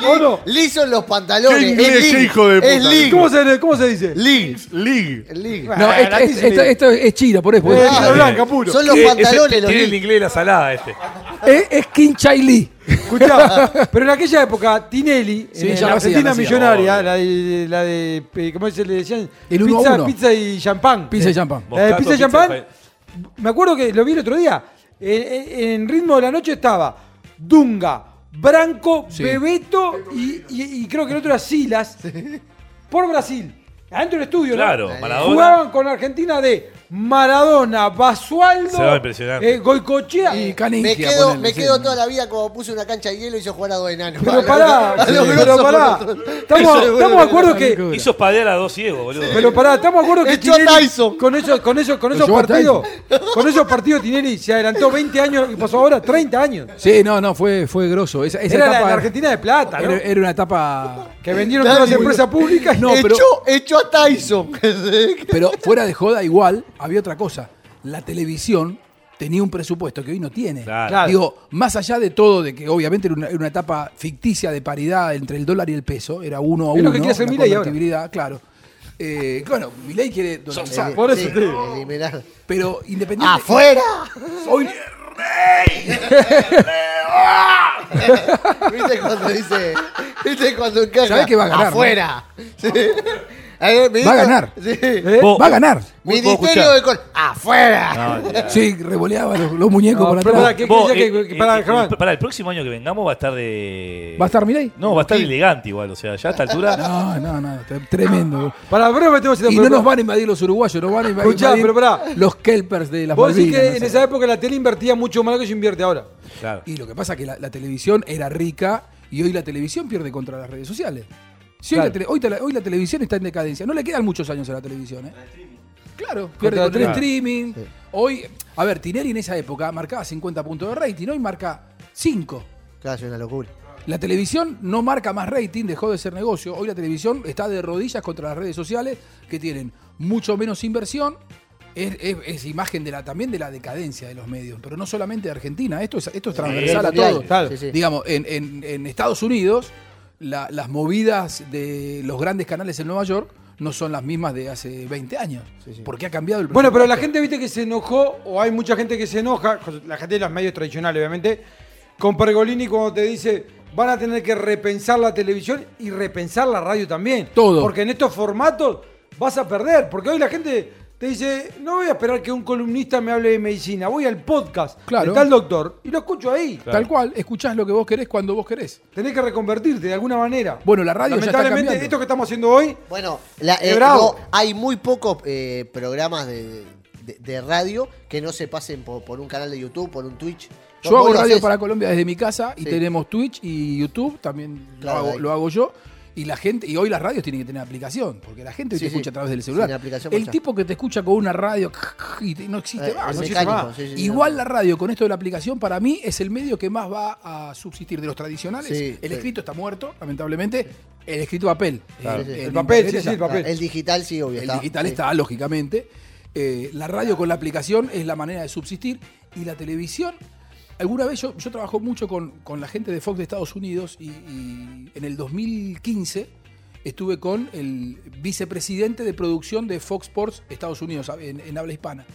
A: Claro. ¿O no?
C: Liso en los pantalones.
E: Qué inglés,
C: es
E: qué
C: Lig,
E: hijo de
C: Es
E: puta.
C: Lig,
A: ¿Cómo se, cómo se dice?
E: Leagues, League.
C: es Lig.
D: No, este, es-
A: la
D: es-
A: Kingsley.
D: esto, esto es chira, por eso. por
A: Eh,
D: eso.
A: la blanca, puro.
C: Son los
B: Eh, ese-
C: pantalones los
B: Tiene el
C: Lig.
B: inglés de la salada este.
D: Es, es King Chai Lee.
A: Escuchá, pero en aquella época, Tinelli,
D: Sí,
A: en
D: ya
A: la
D: lo hacía,
A: Argentina
D: lo hacía.
A: millonaria, la de, la de, eh, ¿cómo se le decían?
D: El uno a
A: pizza,
D: uno.
A: pizza y champán.
D: Pizza y champán.
A: La de pizza y
B: Moscato, pizza y
A: champán,
B: fa-
A: me acuerdo que lo vi el otro día, en, en- en Ritmo de la Noche estaba Dunga, Branco,
D: Sí.
A: Bebeto y, y- y creo que el otro era Silas, por Brasil, adentro del estudio, ¿no?
B: Claro, Maradona.
A: Jugaban con la Argentina de Maradona, Basualdo,
B: Se va a impresionar.
A: eh, Goicochea.
D: Y
C: Me
D: Canigia,
C: quedo,
D: ponele,
C: me
D: sí.
C: quedo toda la vida como puse una cancha de hielo y hizo jugar a dos enanos. A
A: Pero
C: lo-
A: pará,
C: a lo
A: sí,
C: grosso
A: pero
C: con
A: pará.
C: otro.
A: Estamos,
C: Eso
A: estamos
C: es
A: de
C: bueno.
A: acuerdo que.
B: Hizo espadear a dos ciegos, boludo.
A: Pero pará, estamos de acuerdo que
C: Echó a Tyson.
A: con esos, con esos, con
D: Lo
A: esos
D: llevó a
A: partidos, con esos partidos Tinelli se adelantó 20 años y pasó ahora 30 años.
D: Sí, no, no, fue, fue grosso. Esa, esa
A: Era la,
D: etapa
A: la Argentina de plata, ¿no?
D: era, era una etapa.
A: Que vendieron todas las
C: Nadie-
A: empresas públicas.
D: No, pero-
C: Echó, echó a Tyson.
D: Pero fuera de joda, igual, había otra cosa. La televisión tenía un presupuesto que hoy no tiene.
B: Claro.
A: Claro.
D: Digo, más allá de todo, de que obviamente era una, era una etapa ficticia de paridad entre el dólar y el peso, era uno a
A: Es
D: uno,
A: lo que quiere hacer
D: la
A: Milei ahora.
D: convertibilidad, claro. Eh, bueno, Milei quiere dolarizar,
A: por eso
C: Eh, Sí,
A: te digo.
C: eliminar.
D: pero independiente...
C: ¡Afuera! Ah,
D: Hoy-
C: ¿Viste cuando dice? ¿Viste cuando encaja?
D: Sabe que va a ganar, ¿no?
C: ¡Afuera! Sí. A ver, ministro-
D: Va a ganar.
C: Sí.
A: ¿Eh?
B: Vos-
D: va a ganar.
C: Ministerio de Col- ¡Afuera!
D: Ah. Sí, revoleaba los, los muñecos
A: No,
D: por
A: pero
D: atrás.
A: pará, ¿qué
B: Vos,
A: quería
B: eh,
A: que- que-
B: eh,
A: pará,
B: eh,
A: Germán?
B: pará, el próximo año que vengamos va a estar de.
D: ¿Va a estar Milei?
B: No, va a estar elegante igual, o sea, ya a esta altura.
D: No, no, no, tre- tremendo.
A: Pará, pero metemos
D: Ah. Y no nos van a invadir los uruguayos, nos van a inva- invadir
A: Escuchá, pero pará.
D: los kelpers de las
A: Vos decís
D: Malvinas.
A: que
D: no
A: en
D: sé.
A: esa época la tele invertía mucho más de lo que se invierte ahora.
B: Claro.
D: Y lo que pasa es que la, la televisión era rica y hoy la televisión pierde contra las redes sociales. Si hoy,
A: Claro.
D: la tele- hoy te la- hoy la televisión está en decadencia. No le quedan muchos años a la televisión, ¿eh? Claro, pierde
A: la
D: contra
A: tele.
D: el streaming. Hoy, a ver, Tineri en esa época marcaba 50 puntos de rating, hoy marca 5.
C: Claro, es una locura.
D: La televisión no marca más rating, dejó de ser negocio. Hoy la televisión está de rodillas contra las redes sociales que tienen mucho menos inversión. Es, es- es imagen de la, también de la decadencia de los medios, pero no solamente de Argentina, esto es, esto es transversal a
C: mundial,
D: todo.
A: claro.
C: Sí, sí.
D: Digamos, en, en- en Estados Unidos, la- las movidas de los grandes canales en Nueva York no son las mismas de hace 20 años, porque ha cambiado el
A: Bueno, pero la gente,
D: presupuesto.
A: viste, que se enojó, o hay mucha gente que se enoja, la gente de los medios tradicionales, obviamente, con Pergolini cuando te dice, van a tener que repensar la televisión y repensar la radio también.
D: Todo.
A: Porque en estos formatos vas a perder, porque hoy la gente te dice, no voy a esperar que un columnista me hable de medicina, voy al podcast,
D: Claro.
A: está el doctor, y lo escucho ahí.
D: Tal cual, escuchás lo que vos querés cuando vos querés.
A: Tenés que reconvertirte de alguna manera.
D: Bueno, la radio ya está
A: Lamentablemente,
D: cambiando.
A: esto que estamos haciendo hoy,
C: Bueno, la-
A: Qué
C: eh,
A: bravo.
C: no, hay muy pocos eh, programas de, de- de radio que no se pasen por, por un canal de YouTube, por un Twitch.
D: Yo
C: Vos
D: hago
C: lo
D: radio
C: hacés.
D: para Colombia desde mi casa y
C: Sí.
D: tenemos Twitch y YouTube, también lo
C: Claro,
D: hago- lo,
C: ahí.
D: hago, yo. Y la gente, y hoy las radios tienen que tener aplicación, porque la gente hoy
C: Sí,
D: te
C: sí.
D: escucha a través del celular.
C: Sin aplicación,
D: El
C: muchacho.
D: tipo que te escucha con una radio y te- no existe
C: Eh,
D: más.
C: el
D: no existe
C: mecánico,
D: más.
C: sí, sí, sí,
D: Igual
C: no.
D: la radio con esto de la aplicación, para mí, es el medio que más va a subsistir de los tradicionales.
C: Sí,
D: el
C: sí.
D: escrito está muerto, lamentablemente. El escrito papel. eh,
C: Claro. Sí, sí.
A: El papel,
D: internet
A: sí, sí,
D: está.
A: el papel.
C: El digital sí, obvio.
D: El digital está, lógicamente. Eh, la radio con la aplicación es la manera de subsistir. Y la televisión, alguna vez yo, yo trabajo mucho con, con la gente de Fox de Estados Unidos y, y en el 2015 estuve con el vicepresidente de producción de Fox Sports Estados Unidos en, en habla hispana.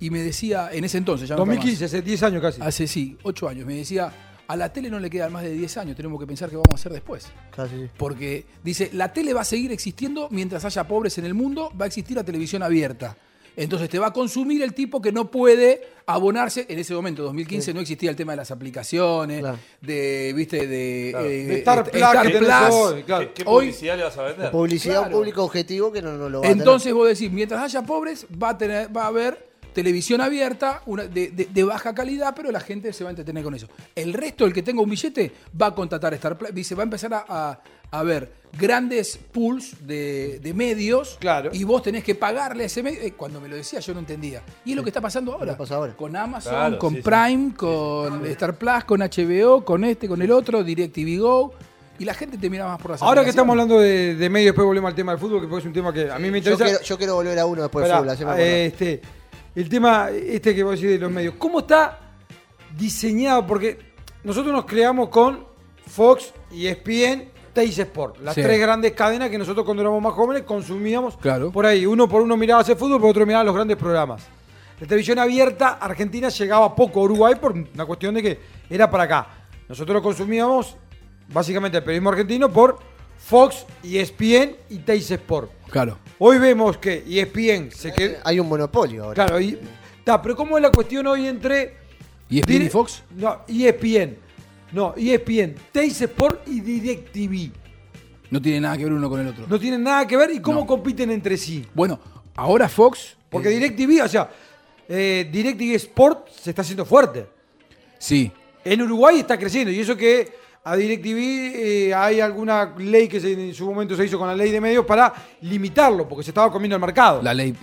D: Y me decía, en ese entonces, ya no está más.
A: 2015, hace 10 años casi.
D: hace sí, 8 años, me decía, a la tele no le quedan más de 10 años, tenemos que pensar qué vamos a hacer después.
C: Claro, sí, sí.
D: Porque dice, la tele va a seguir existiendo mientras haya pobres en el mundo, va a existir la televisión abierta. Entonces te va a consumir el tipo que no puede abonarse. En ese momento, 2015, no existía el tema de las aplicaciones,
C: Claro.
D: de, viste, de, eh,
A: De Star Plus
D: Star
A: que tenés
D: Plus.
A: hoy, claro.
F: ¿Qué, qué
D: Hoy-
F: publicidad le vas a vender?
C: Publicidad a un
D: Claro.
C: público objetivo que no, no lo va a
D: Entonces vos decís, mientras haya pobres, va a, tener, va a haber televisión abierta una, de, de- de baja calidad, pero la gente se va a entretener con eso. El resto, el que tenga un billete, va a contratar a Star Plus. Dice, va a empezar a, a- a ver grandes pools de, de medios
A: Claro.
D: y vos tenés que pagarle a ese medio. Eh, cuando me lo decía yo no entendía. Y es lo que está pasando ahora.
C: Lo pasa ahora.
D: Con Amazon,
F: Claro,
D: con
F: sí, sí.
D: Prime, con Star Plus, con HBO, con este, con el otro, DirecTV Go. Y la gente te mira más por las
A: Ahora que estamos
D: aplicaciones.
A: hablando de, de medios, después volvemos al tema del fútbol, que es un tema que a mí me
C: tener. Yo
A: interesa.
C: quiero, yo quiero volver a uno después de
A: Pará,
C: fútbol. haceme acordar.
A: este, el tema este que vos decís de los medios. ¿Cómo está diseñado? Porque nosotros nos creamos con Fox y E ESPN, Teis Sport. Las
D: Sí.
A: tres grandes cadenas que nosotros cuando éramos más jóvenes consumíamos
D: Claro.
A: por ahí. Uno por uno miraba ese fútbol, por otro miraba los grandes programas. La televisión abierta argentina llegaba poco a Uruguay por una cuestión de que era para acá. Nosotros lo consumíamos básicamente el periodismo argentino por Fox, E ESPN y Teis Sport.
D: Claro.
A: Hoy vemos que E ESPN se quedó.
D: Eh,
C: Hay un monopolio ahora.
A: Claro, y. Ta, pero ¿cómo es la cuestión hoy entre.
D: ¿ESPN y
A: Dire-
D: Fox?
A: No, E ESPN. No, E ESPN, Teis Sport y DirecTV.
D: No tiene nada que ver uno con el otro.
A: No tienen nada que ver y cómo
D: No.
A: compiten entre sí.
D: Bueno, ahora Fox.
A: Porque
D: eh,
A: DirecTV, o sea, eh, DirecTV Sport se está haciendo fuerte.
D: Sí.
A: En Uruguay está creciendo y eso que a DirecTV eh, hay alguna ley que se- en su momento se hizo con la ley de medios para limitarlo, porque se estaba comiendo el mercado.
D: La ley.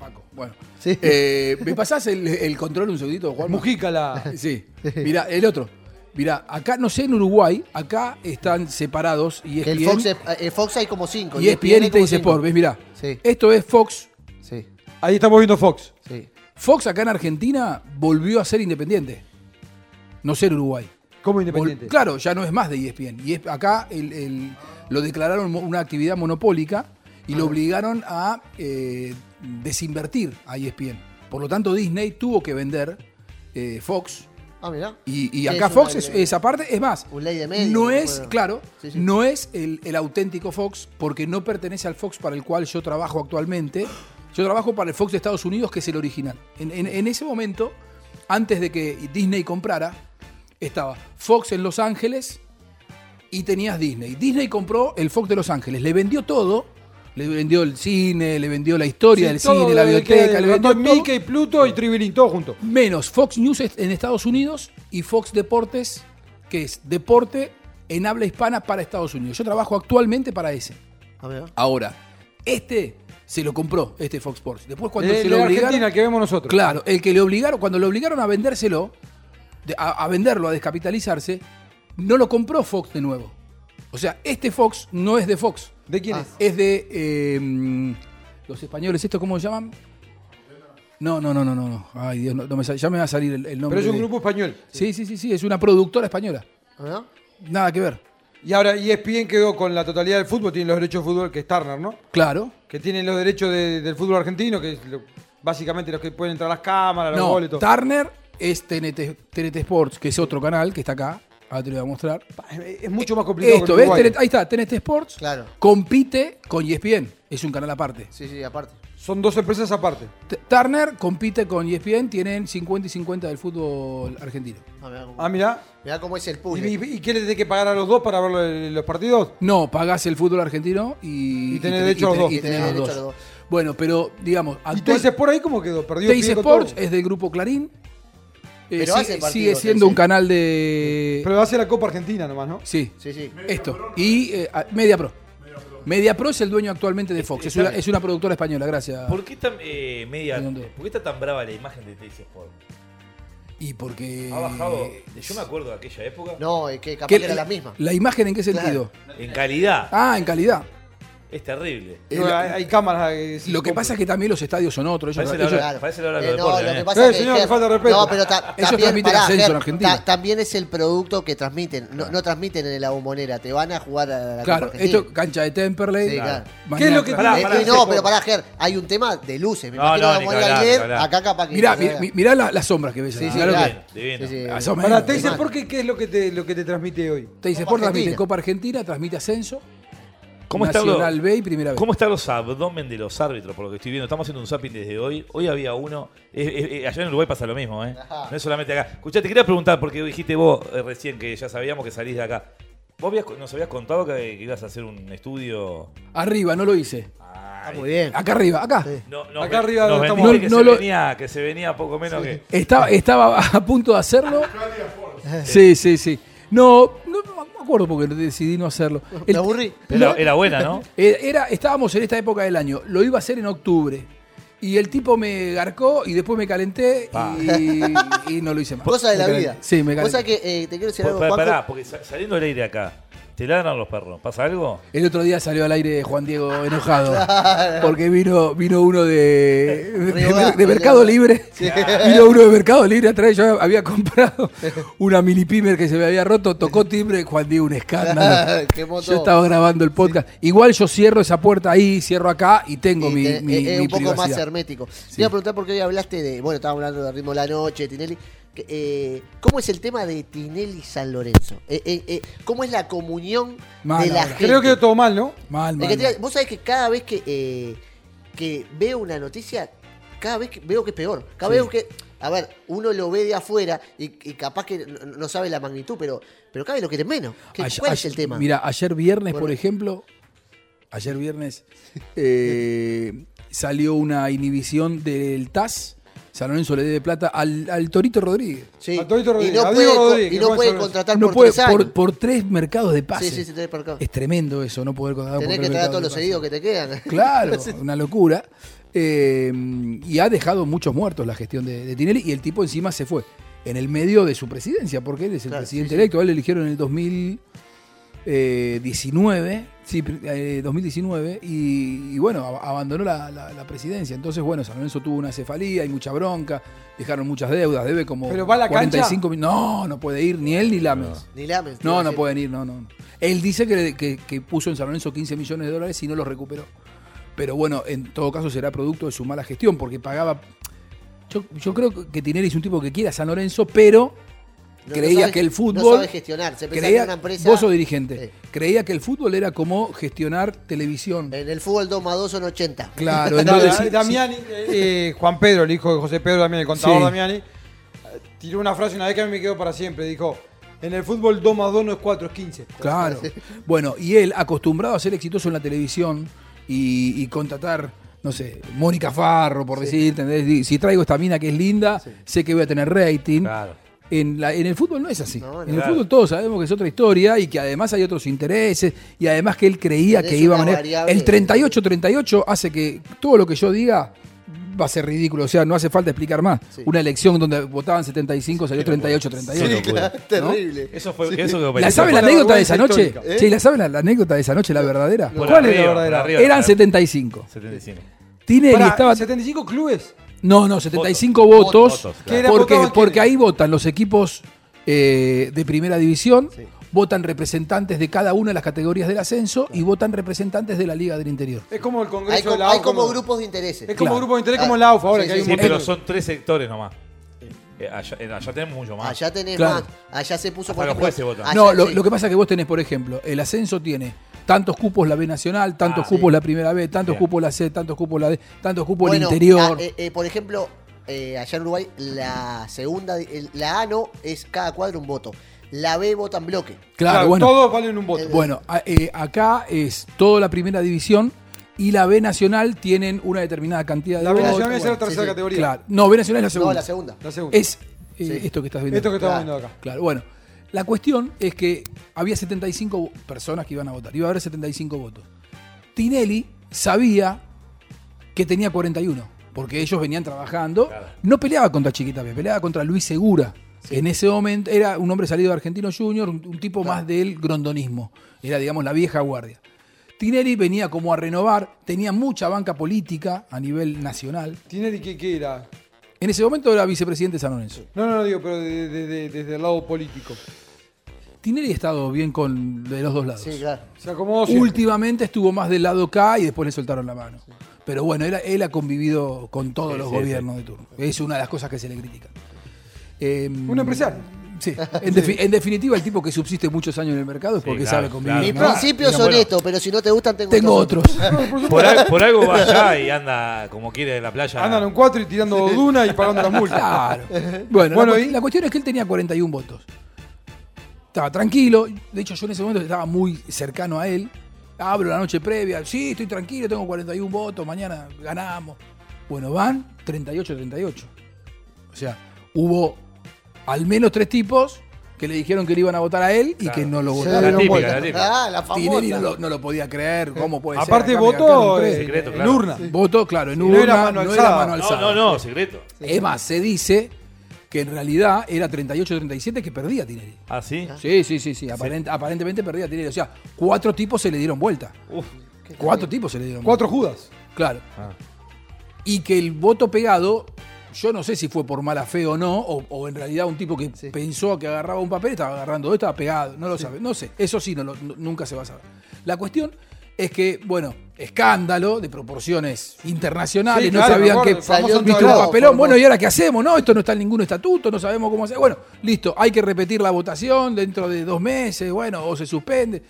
D: Paco. Bueno.
C: Sí.
D: Eh, ¿Me pasás el, el control un segundito, Juan?
A: Mujica la.
D: Sí. Mirá, el otro. Mirá, acá, no sé, en Uruguay, acá están separados y
C: Que el Fox, es- eh, Fox hay como cinco.
D: y ESPN y
C: hay como
D: Teis Sport.
C: cinco.
D: ¿Ves? Mirá.
C: Sí.
D: Esto es Fox.
C: Sí,
A: Ahí estamos viendo Fox.
C: sí.
D: Fox acá en Argentina volvió a ser independiente. No ser Uruguay.
A: Como
D: Vol-
A: independiente.
D: Claro, ya no es más de E ESPN. Y es, acá el- el- lo declararon mo- una actividad monopólica y lo obligaron a eh, desinvertir a E ESPN. Por lo tanto, Disney tuvo que vender eh, Fox.
C: Ah, mirá.
D: Y, y
C: Sí,
D: acá
C: es
D: Fox,
C: una
D: es-
C: ley.
D: esa parte, es más,
C: Un ley de medios,
D: no
C: un
D: es,
C: juego.
D: claro,
C: Sí, sí.
D: no es el, el auténtico Fox porque no pertenece al Fox para el cual yo trabajo actualmente. Yo trabajo para el Fox de Estados Unidos, que es el original. En, en- en ese momento, antes de que Disney comprara, estaba Fox en Los Ángeles y tenías Disney. Disney compró el Fox de Los Ángeles, le vendió todo. Le vendió el cine, le vendió la historia del
A: Sí, todo
D: cine, la
A: lo que
D: biblioteca,
A: queda,
D: le vendió todo.
A: Mickey, Pluto y Tribilín, todo junto.
D: Menos Fox News est- en Estados Unidos y Fox Deportes, que es deporte en habla hispana para Estados Unidos. Yo trabajo actualmente para ese.
C: Ah, mirá.
D: Ahora, este se lo compró, este Fox Sports. Después cuando
A: Eh,
D: se
A: lo
D: lo
A: de
D: obligaron,
A: Argentina que vemos nosotros.
D: Claro, el que le obligaron, cuando le obligaron a vendérselo, de- a, a venderlo, a descapitalizarse, no lo compró Fox de nuevo. O sea, este Fox no es de Fox.
A: ¿De quién
D: Ah,
A: es?
D: de eh, los españoles, ¿esto cómo se llaman? No, no, no, no, no, no. Ay, Dios, no, no me sale- ya me va a salir el, el nombre.
A: Pero es un
D: de-
A: grupo español.
D: Sí, sí, sí, sí, es una productora española.
C: Ah, mirá.
D: Nada que ver.
A: Y ahora E ESPN quedó con la totalidad del fútbol, tiene los derechos de fútbol, que es Turner, ¿no?
D: Claro.
A: Que tiene los derechos de- del fútbol argentino, que es lo- básicamente los que pueden entrar a las cámaras, los
D: No,
A: goles, todo.
D: Turner es TNT, TNT Sports, que es otro canal que está acá. Ahora te lo voy a mostrar.
A: Es es mucho más complicado
D: Esto,
A: que en
D: ¿ves?
A: Uruguay.
D: TNT ahí está, TNT Sports.
C: Claro.
D: Compite con E ESPN. Es un canal aparte.
C: Sí, sí, aparte.
A: Son dos empresas aparte.
D: T- Turner compite con E ESPN. Tienen 50 y 50 del fútbol argentino.
C: Ah, mirá, cómo,
A: Ah, mirá.
C: mirá cómo es el
A: ¿Y,
C: puzzle.
A: y- y qué le tenés que pagar a los dos para ver lo- los partidos?
D: No, pagás el fútbol argentino y.
A: Y tenés
D: ten-
A: derecho a los
D: ten-
A: dos.
D: y
A: Y
D: tenés
C: tenés
D: los
C: derecho a los
D: dos.
C: dos.
D: Bueno, pero digamos.
A: ¿Y
D: actual-
A: te dices por ahí cómo quedó? Perdió
D: TIC
A: pie con
D: Sports
A: todo.
D: es del grupo Clarín. Eh,
C: Pero
D: sí-
C: hace partidos,
D: sigue siendo
C: TIC.
D: un canal de.
A: Pero hace la Copa Argentina nomás, ¿no?
D: Sí.
C: Sí, sí.
D: Esto. Y eh, a- Media Pro. Media Pro es el dueño actualmente de Fox. Es una, es una productora española, gracias.
B: ¿Por qué, tan, eh, media,
D: ¿Dónde?
B: ¿Por qué está tan brava la imagen de Teis Sport?
D: Y porque.
B: Ha bajado. Yo me acuerdo de aquella época.
C: No, es que capaz
D: ¿Qué-
C: que era la misma.
D: ¿La imagen en qué
C: Claro.
D: sentido?
B: En calidad.
D: Ah, en calidad.
B: Es terrible.
A: No, hay, hay cámaras. eh,
D: Eh, Lo que
A: compran.
D: pasa es que también los estadios son otros. Ellos,
B: Parece
D: ellos-
B: la hora- parece la hora de los
C: Eh, no,
B: deportes,
C: lo
B: eh.
C: que pasa
A: Eh,
C: es que
A: señor,
C: Ger-
A: falta de respeto.
C: No, pero ta-
D: Ellos
C: también,
D: transmiten
C: pará,
D: ascenso en
C: Ger,
D: Argentina.
C: ta- también es el producto que transmiten. No, no transmiten en la bombonera, te van a jugar a la
D: Claro,
C: Copa Argentina.
D: esto cancha de Temperley.
C: Sí, claro.
D: Mañana-
A: ¿Qué es lo que
B: Pará,
A: tiene-
B: pará.
C: Eh, no, pero pará, Ger, hay un tema de luces. Me
B: No,
C: imagino
B: no,
C: la
B: ni
C: bombonera
B: hablar,
C: ayer,
B: ni hablar.
C: acá capaz que. que
D: Mirá,
C: se
D: mi-
C: haga.
D: mi- mirá la- las sombras que ves.
C: Sí,
D: ahí.
C: sí,
D: Mirá lo que-
C: claro.
B: Divino.
C: Sí, sí.
D: Más o menos.
A: Pará, te dices
C: Mal.
A: por qué, qué es lo que te, lo que te transmite hoy.
D: Te dice,
C: Copa
D: Sport transmite
C: Argentina.
D: Copa Argentina, transmite Ascenso,
B: ¿Cómo está, lo-
D: Nacional B y Primera B.
B: ¿Cómo están los abdomen de los árbitros? Por lo que estoy viendo, estamos haciendo un zapping desde hoy. Hoy había uno. eh, eh, eh, allá en Uruguay pasa lo mismo, ¿eh?
C: Ajá.
B: No es solamente acá. Escuchá, te quería preguntar, porque dijiste vos eh, recién que ya sabíamos que salís de acá. ¿Vos habías- nos habías contado que, que ibas a hacer un estudio?
D: Arriba, no lo hice.
C: Está muy bien.
D: Acá arriba, acá.
C: Sí.
B: No, no,
A: Acá
B: ve-
A: arriba
B: nos
A: no estamos-
B: vendiste que,
D: No, no
B: se
D: lo-
B: venía, que se venía poco menos que.
D: Estaba, estaba a punto de hacerlo. Sí, sí, sí. No, no me acuerdo porque decidí no hacerlo.
C: ¿Te
D: El-
C: aburrí?
B: Era, era buena, ¿no?
D: Eh, Era, estábamos en esta época del año. Lo iba a hacer en octubre. Y el tipo me garcó y después me calenté y, y no lo hice más.
C: Cosa de la
D: Me calenté.
C: vida.
D: Sí, me
C: Cosa
D: calenté.
C: que eh, te quiero decir
B: Por-
C: algo,
B: pará,
C: Juanjo.
B: Pues, pará, porque sa- saliendo del aire acá, ¿te ladran los perros? ¿Pasa algo?
D: El otro día salió al aire Juan Diego enojado. Porque vino, vino uno de, de-
C: Riobá,
D: de- de Mercado
C: Riobá.
D: Libre. Vino uno de Mercado Libre atrás. Yo había comprado una mini pimer que se me había roto. Tocó timbre Juan Diego, un escándalo.
C: Quemó
D: Yo
C: todo.
D: estaba grabando el podcast. Igual yo cierro esa puerta ahí, cierro acá y tengo
C: Y
D: mi,
C: te-
D: mi-
C: es
D: mi
C: un poco más
D: privacidad.
C: hermético. Te iba a preguntar porque hoy hablaste de. Bueno, estábamos hablando de ritmo de la noche, Tinelli. que, eh, ¿Cómo es el tema de Tinelli San Lorenzo? Eh, eh, eh, ¿Cómo es la comunión
D: Mal
C: de la
D: ahora.
C: gente?
A: Creo que todo mal, ¿no?
D: Mal,
C: Es
D: mal.
C: que te-
D: mal.
C: vos sabés que cada vez que, eh, que veo una noticia, cada vez que veo que es peor. Cada vez que. A ver, uno lo ve de afuera y, y capaz que no, no sabe la magnitud, pero, pero cada vez lo quieren menos. ¿Qué-
D: Ayer-
C: ¿Cuál es
D: ayer-
C: el tema?
D: Mira, ayer viernes, por
C: Bueno.
D: ejemplo, ayer viernes eh, salió una inhibición del TAS, San Lorenzo le debe plata al, al Torito Rodríguez.
C: Sí.
A: a Torito
C: y
A: Rodríguez,
C: no
A: a
C: puede,
A: Diego
C: co-
A: Rodríguez,
C: y
A: que
C: no
A: Juan
C: puede
A: San Lorenzo.
C: contratar
D: No
C: por
D: puede,
C: tres años.
D: por, por tres mercados de pases.
C: sí, sí, sí, tenés por acá.
D: Es tremendo eso, no poder contratar
C: Tenés
D: por
C: que
D: tres
C: traer a
D: mercados
C: todos
D: de
C: los
D: pases.
C: heridos que te quedan.
D: Claro, una locura. Eh, y ha dejado muchos muertos la gestión de, de Tinelli y el tipo encima se fue en el medio de su presidencia, porque él es el
C: Claro,
D: presidente
C: sí, sí.
D: electo, a él lo eligieron en el 2019, sí, pr- eh, 2019, y, y bueno, ab- abandonó la, la- la presidencia. Entonces, bueno, San Lorenzo tuvo una cefalía, hay mucha bronca, dejaron muchas deudas, debe como
A: ¿Pero va a la cancha?
D: 45 mil- No, no puede ir ni él ni Lames.
C: Ni lames.
D: No, no pueden ir, no, no. no. Él dice que, le- que- que puso en San Lorenzo 15 millones de dólares y no los recuperó. Pero bueno, en todo caso será producto de su mala gestión, porque pagaba. Yo, yo creo que Tinelli es un tipo que quiere a San Lorenzo, pero creía
C: sabe-
D: que el
C: No
D: fútbol-
C: sabe gestionar. Se pensaba que
D: creía.
C: era una empresa.
D: vos sos dirigente.
C: Sí.
D: Creía que el fútbol era como gestionar televisión.
C: En el fútbol 2 más 2 son 80.
D: Claro,
A: Da-
D: entonces. sí, sí.
A: Damiani, eh, eh, Juan Pedro, el hijo de José Pedro también, el contador
D: Sí.
A: Damiani, eh, tiró una frase una vez que a mí me quedó para siempre. Dijo, en el fútbol 2 más 2 no es 4, es 15.
D: Claro. Bueno, y él, acostumbrado a ser exitoso en la televisión y, y contratar, no sé, Mónica Farro, por decir, ¿entendés? Di- Si traigo esta mina que es linda, sé que voy a tener rating.
B: Claro.
D: En, la- en el fútbol no es así.
C: No, no.
D: en
B: Claro.
D: el fútbol todos sabemos que es otra historia y que además hay otros intereses y además que él creía
C: Tenés
D: que iba a
C: una
D: manejar.
C: variable.
D: El 38-38 hace que todo lo que yo diga va a ser ridículo. O sea, no hace falta explicar más.
C: Sí.
D: Una elección donde votaban 75 salió 38-38.
B: Sí, claro.
C: Terrible.
B: Eso fue. Eso que
D: ¿La
B: pareció-
D: sabe
A: Fue una
D: la anécdota de esa
A: vergüenza
D: noche?
A: histórica.
D: Che, ¿la sabe la, la anécdota de esa noche, la verdadera?
B: Por
A: ¿Cuál es la
B: arriba, por
A: verdadera?
B: arriba,
D: Eran
B: por
D: 75.
B: 75.
D: Tinelli
A: Pará,
D: estaba.
A: 75 clubes.
D: No, no, 75 votos.
B: Votos,
A: claro.
D: ¿Por qué?
A: ¿Quién era?
D: Porque ahí votan los equipos eh, de primera división, votan representantes de cada una de las categorías del ascenso y votan representantes de la Liga del Interior.
A: Es como el Congreso
C: Hay,
A: de
C: como,
A: la AUF.
C: hay como
A: cuando-
C: grupos de intereses.
A: Es como
D: Claro.
A: grupo de interés como
C: Ah,
A: la AUF ahora
C: sí,
A: que hay
C: sí,
A: un
B: Sí,
A: montón
B: pero
A: de-
B: son tres sectores nomás. Eh, Allá, en- allá tenemos mucho más.
C: Allá tenés
D: Claro.
C: más. Allá se puso
B: Hasta los jueces votan.
C: allá-
D: No, lo,
C: sí.
D: lo que pasa es que vos tenés, por ejemplo, el ascenso tiene tantos cupos la B Nacional, tantos
B: Ah,
D: cupos la Primera B, tantos
B: Bien.
D: cupos la C, tantos cupos la D, tantos cupos
C: Bueno,
D: el Interior.
C: ah, eh, eh, por ejemplo, eh, allá en Uruguay, la segunda. el- la A no es cada cuadro un voto. La B vota en bloque.
D: claro,
A: Claro,
D: bueno.
A: Todos valen un voto.
D: Bueno, a- eh, acá es toda la primera división y la B Nacional tienen una determinada cantidad de
A: la B
D: votos,
A: Nacional es la
D: bueno.
A: tercera
C: sí, sí,
A: categoría.
D: Claro. No, B Nacional es la segunda.
C: No, la segunda.
A: La segunda.
D: Es eh,
C: Sí.
D: esto que estás viendo.
A: Esto que estamos
C: Claro.
A: viendo acá.
D: Claro, bueno. La cuestión es que había 75 personas que iban a votar. Iba a haber 75 votos. Tinelli sabía que tenía 41, porque ellos venían trabajando. No peleaba contra Chiquitapia, peleaba contra Luis Segura. En ese momento era un hombre salido de Argentino Junior, un, un tipo más del grondonismo. Era, digamos, la vieja guardia. Tinelli venía como a renovar, tenía mucha banca política a nivel nacional.
A: Tinelli, ¿qué, qué era?
D: En ese momento era vicepresidente de San Lorenzo.
A: No, no, no digo, pero de- de- de- desde el lado político.
D: Tinelli ha estado bien con de los dos lados.
C: Sí, claro.
A: Se acomodó siempre.
D: Últimamente estuvo más del lado K y después le soltaron la mano. Pero bueno, él, él ha convivido con todos los
B: sí,
D: gobiernos de turno. Es una de las cosas que se le critica. Eh,
A: Un empresario.
D: Sí. En, defi- en definitiva, el tipo que subsiste muchos años en el mercado es porque
B: claro,
D: sabe convivir.
C: Mis
D: ¿no?
B: Ah,
C: principios son
D: Bueno,
C: estos, pero si no te gustan, tengo,
D: Tengo otros.
B: Por, al- por algo va allá y anda como quiere en la playa.
A: Andan en cuatro y tirando duna y pagando las multas.
D: Claro. Bueno,
A: Bueno,
D: la, cu-
A: ¿y?
D: la cuestión es que él tenía 41 votos. Estaba tranquilo. De hecho, yo en ese momento estaba muy cercano a él. Hablo la noche previa. Sí, estoy tranquilo, tengo 41 votos. Mañana ganamos. Bueno, van 38-38. O sea, hubo al menos tres tipos que le dijeron que le iban a votar a él y que no lo
C: Se
D: votaron.
B: La
C: dieron
B: típica,
C: vuelta.
B: la típica.
C: Ah, la famosa.
D: Tinelli no lo, no lo podía creer. ¿Cómo puede
A: Aparte
D: ser? Acá me
A: votó
D: gastaron
A: eh,
D: tres.
B: Secreto,
A: en
B: claro.
A: urna.
D: Votó, claro, en
A: Sí, no
D: urna.
A: era mano
D: no
A: alzada.
D: era mano
B: No,
D: alzada.
B: no, no, secreto.
D: Es más, se dice que en realidad era 38-37 que perdía Tinelli.
B: ¿Ah, sí?
D: Sí, sí, sí, sí. aparent- Aparentemente perdía Tinelli. O sea, cuatro tipos se le dieron vuelta.
B: Uf,
D: Cuatro tipos se le dieron
A: Cuatro Ah. Judas.
D: vuelta. Claro. Y que el voto pegado, yo no sé si fue por mala fe o no, o, o en realidad un tipo que pensó que agarraba un papel, estaba agarrando, estaba pegado. No lo sabe. No sé. Eso sí, no lo- no- nunca se va a saber. La cuestión es que, bueno, escándalo de proporciones internacionales.
A: Sí,
D: no
A: claro, me
D: sabían
A: acuerdo,
D: que
A: famoso
C: Salió
A: en
D: Viste
A: todos
D: un
A: lados.
C: lado,
D: papelón,
C: formal.
D: bueno, ¿y ahora qué hacemos? No, esto no está en ningún estatuto, no sabemos cómo hacer. Bueno, listo, hay que repetir la votación dentro de dos meses, bueno, o se suspende.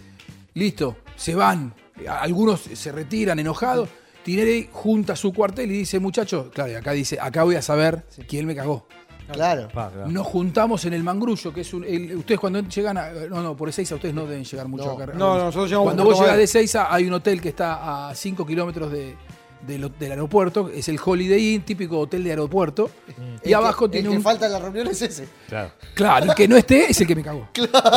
D: Listo, se van. Algunos se retiran enojados. Tinelli junta su cuartel y dice, muchachos, claro, y acá dice, acá voy a saber quién me cagó.
C: Claro.
B: pa, claro.
D: Nos juntamos en el mangrullo, que es un. el- ustedes cuando llegan a. No, no, por seis a ustedes no deben llegar mucho
C: No.
D: acá.
A: No, no, nosotros llegamos
D: Cuando
A: un
D: vos
A: poquito
D: llegas de
A: más.
D: Seiza, hay un hotel que está a 5 kilómetros de, de lo- del aeropuerto, es el Holiday Inn, típico hotel de aeropuerto. Y
C: El
D: abajo
C: que,
D: tiene
C: el que
D: un.
C: falta en la reunión es ese.
B: Claro.
D: Claro, el que no esté es el que me cagó.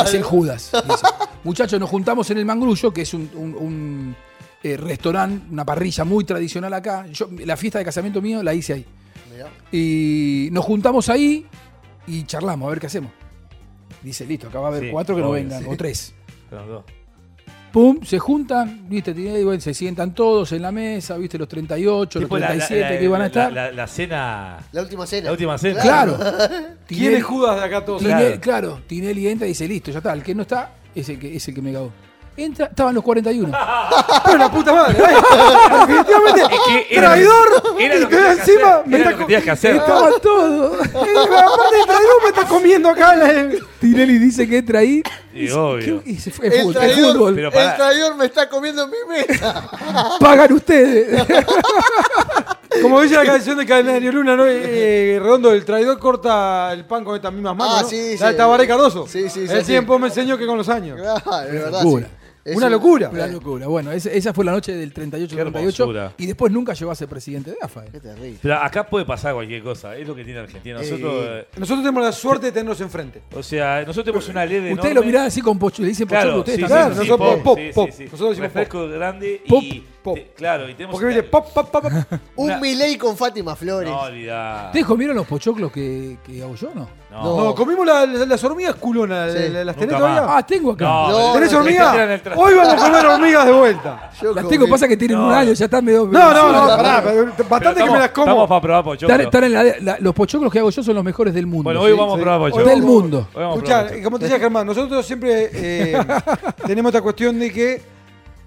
D: Es el Judas. dice. Muchachos, nos juntamos en el Mangrullo, que es un, un- un, eh, restaurante, una parrilla muy tradicional acá. Yo, la fiesta de casamiento mío la hice ahí.
C: Mirá.
D: Y nos juntamos ahí y charlamos, a ver qué hacemos. Dice, listo, acá va a haber
B: Sí,
D: cuatro que no
B: obvio,
D: vengan,
B: sí.
D: o tres.
B: Los dos.
D: Pum, se juntan, viste, Tinelli, bueno, se sientan todos en la mesa, viste, los 38, los
B: Tipo la- la-
D: 37
B: la-
D: que iban a
B: la-
D: estar.
B: La, la cena.
C: La última cena.
B: La última cena.
D: claro.
A: ¿Quién es Judas de acá todos?
D: Tinelli-
B: Claro.
D: claro. Tinelli entra y dice, listo, ya está, el que no está es el que, es el que me cagó. Entra, estaban los 41.
A: Pero la puta madre. eh. Definitivamente.
B: Es que era-
A: traidor.
B: era lo
A: y
B: que
A: que
B: tenías que
A: encima
B: hacer,
A: me está
B: era lo que tenías que hacer. Ah,
D: estaban todos.
A: comiendo. Aparte de traidor me está comiendo acá. la-
D: Tinelli dice que entra ahí.
B: Y obvio.
D: Y se fue, es
C: El
D: fútbol, es fútbol.
C: traidor,
B: Pero
C: el
B: pará.
C: traidor me está comiendo mi mesa.
D: Pagan ustedes.
A: Como dice la canción de Canario Luna, ¿no? Eh, eh, Redondo, el traidor corta el pan con estas mismas manos.
C: Ah,
A: ¿no?
C: sí,
A: La de
C: sí.
A: Tabaré Cardoso.
C: Sí, sí, sí,
A: El
C: sí.
A: tiempo me enseñó que con los años.
C: Claro, de verdad.
D: locura.
C: sí. Es
A: Una
C: un-
A: locura.
D: Una locura. Bueno, esa, esa fue la noche del
B: Qué
D: 38-38.
B: hermosura.
D: Y después nunca llegó a ser presidente de AFA. eh. él.
C: Qué terrible.
B: Pero acá puede pasar cualquier cosa. Es lo que tiene Argentina. Nosotros. eh,
A: Nosotros tenemos la suerte de tenerlos enfrente.
B: o sea, nosotros tenemos una ley de.
D: Ustedes lo miran así con pocho, le dicen pocho
B: Claro,
D: ustedes
B: sí,
D: también.
A: Claro,
B: sí, sí,
A: nosotros
B: pop,
A: pop,
B: sí, sí,
A: pop.
B: sí.
A: Nosotros decimos
B: Refresco grande y.
D: Pop,
A: pop.
B: te- claro, y tenemos.
A: Porque
B: una-
A: viste, pop, pop, pop. pop.
C: Un
B: Una-
C: Milei con Fátima Flores.
B: No, olvidá.
D: ¿Ustedes comieron los pochoclos que, que hago yo no?
B: No.
A: No, comimos la- la- las hormigas culonas.
C: Sí.
A: la- ¿Las
B: Nunca
A: tenés
B: más.
A: todavía?
D: Ah, tengo acá.
B: No,
C: No,
A: ¿Tenés
C: no,
A: hormigas?
B: te tiran el traste.
A: Hoy vamos a comer hormigas de vuelta.
C: Yo
D: Las
C: comí-
D: tengo, pasa que tienen
B: No.
D: un año, ya están medio.
A: No, no, no,
D: Están-
A: pará. pero Bastante
B: Pero
A: que me
B: estamos-
A: las como.
B: Estamos para probar pochoclo.
D: están- están en la- la- los pochoclos que hago yo son los mejores del mundo.
B: Bueno, hoy
D: Sí.
B: vamos a
A: sí.
B: probar pues, pochoclo.
D: Del mundo.
B: Hoy vamos a probar
A: Escuchá,
B: pochoclo.
A: como te decía Germán, nosotros siempre eh, tenemos esta cuestión de que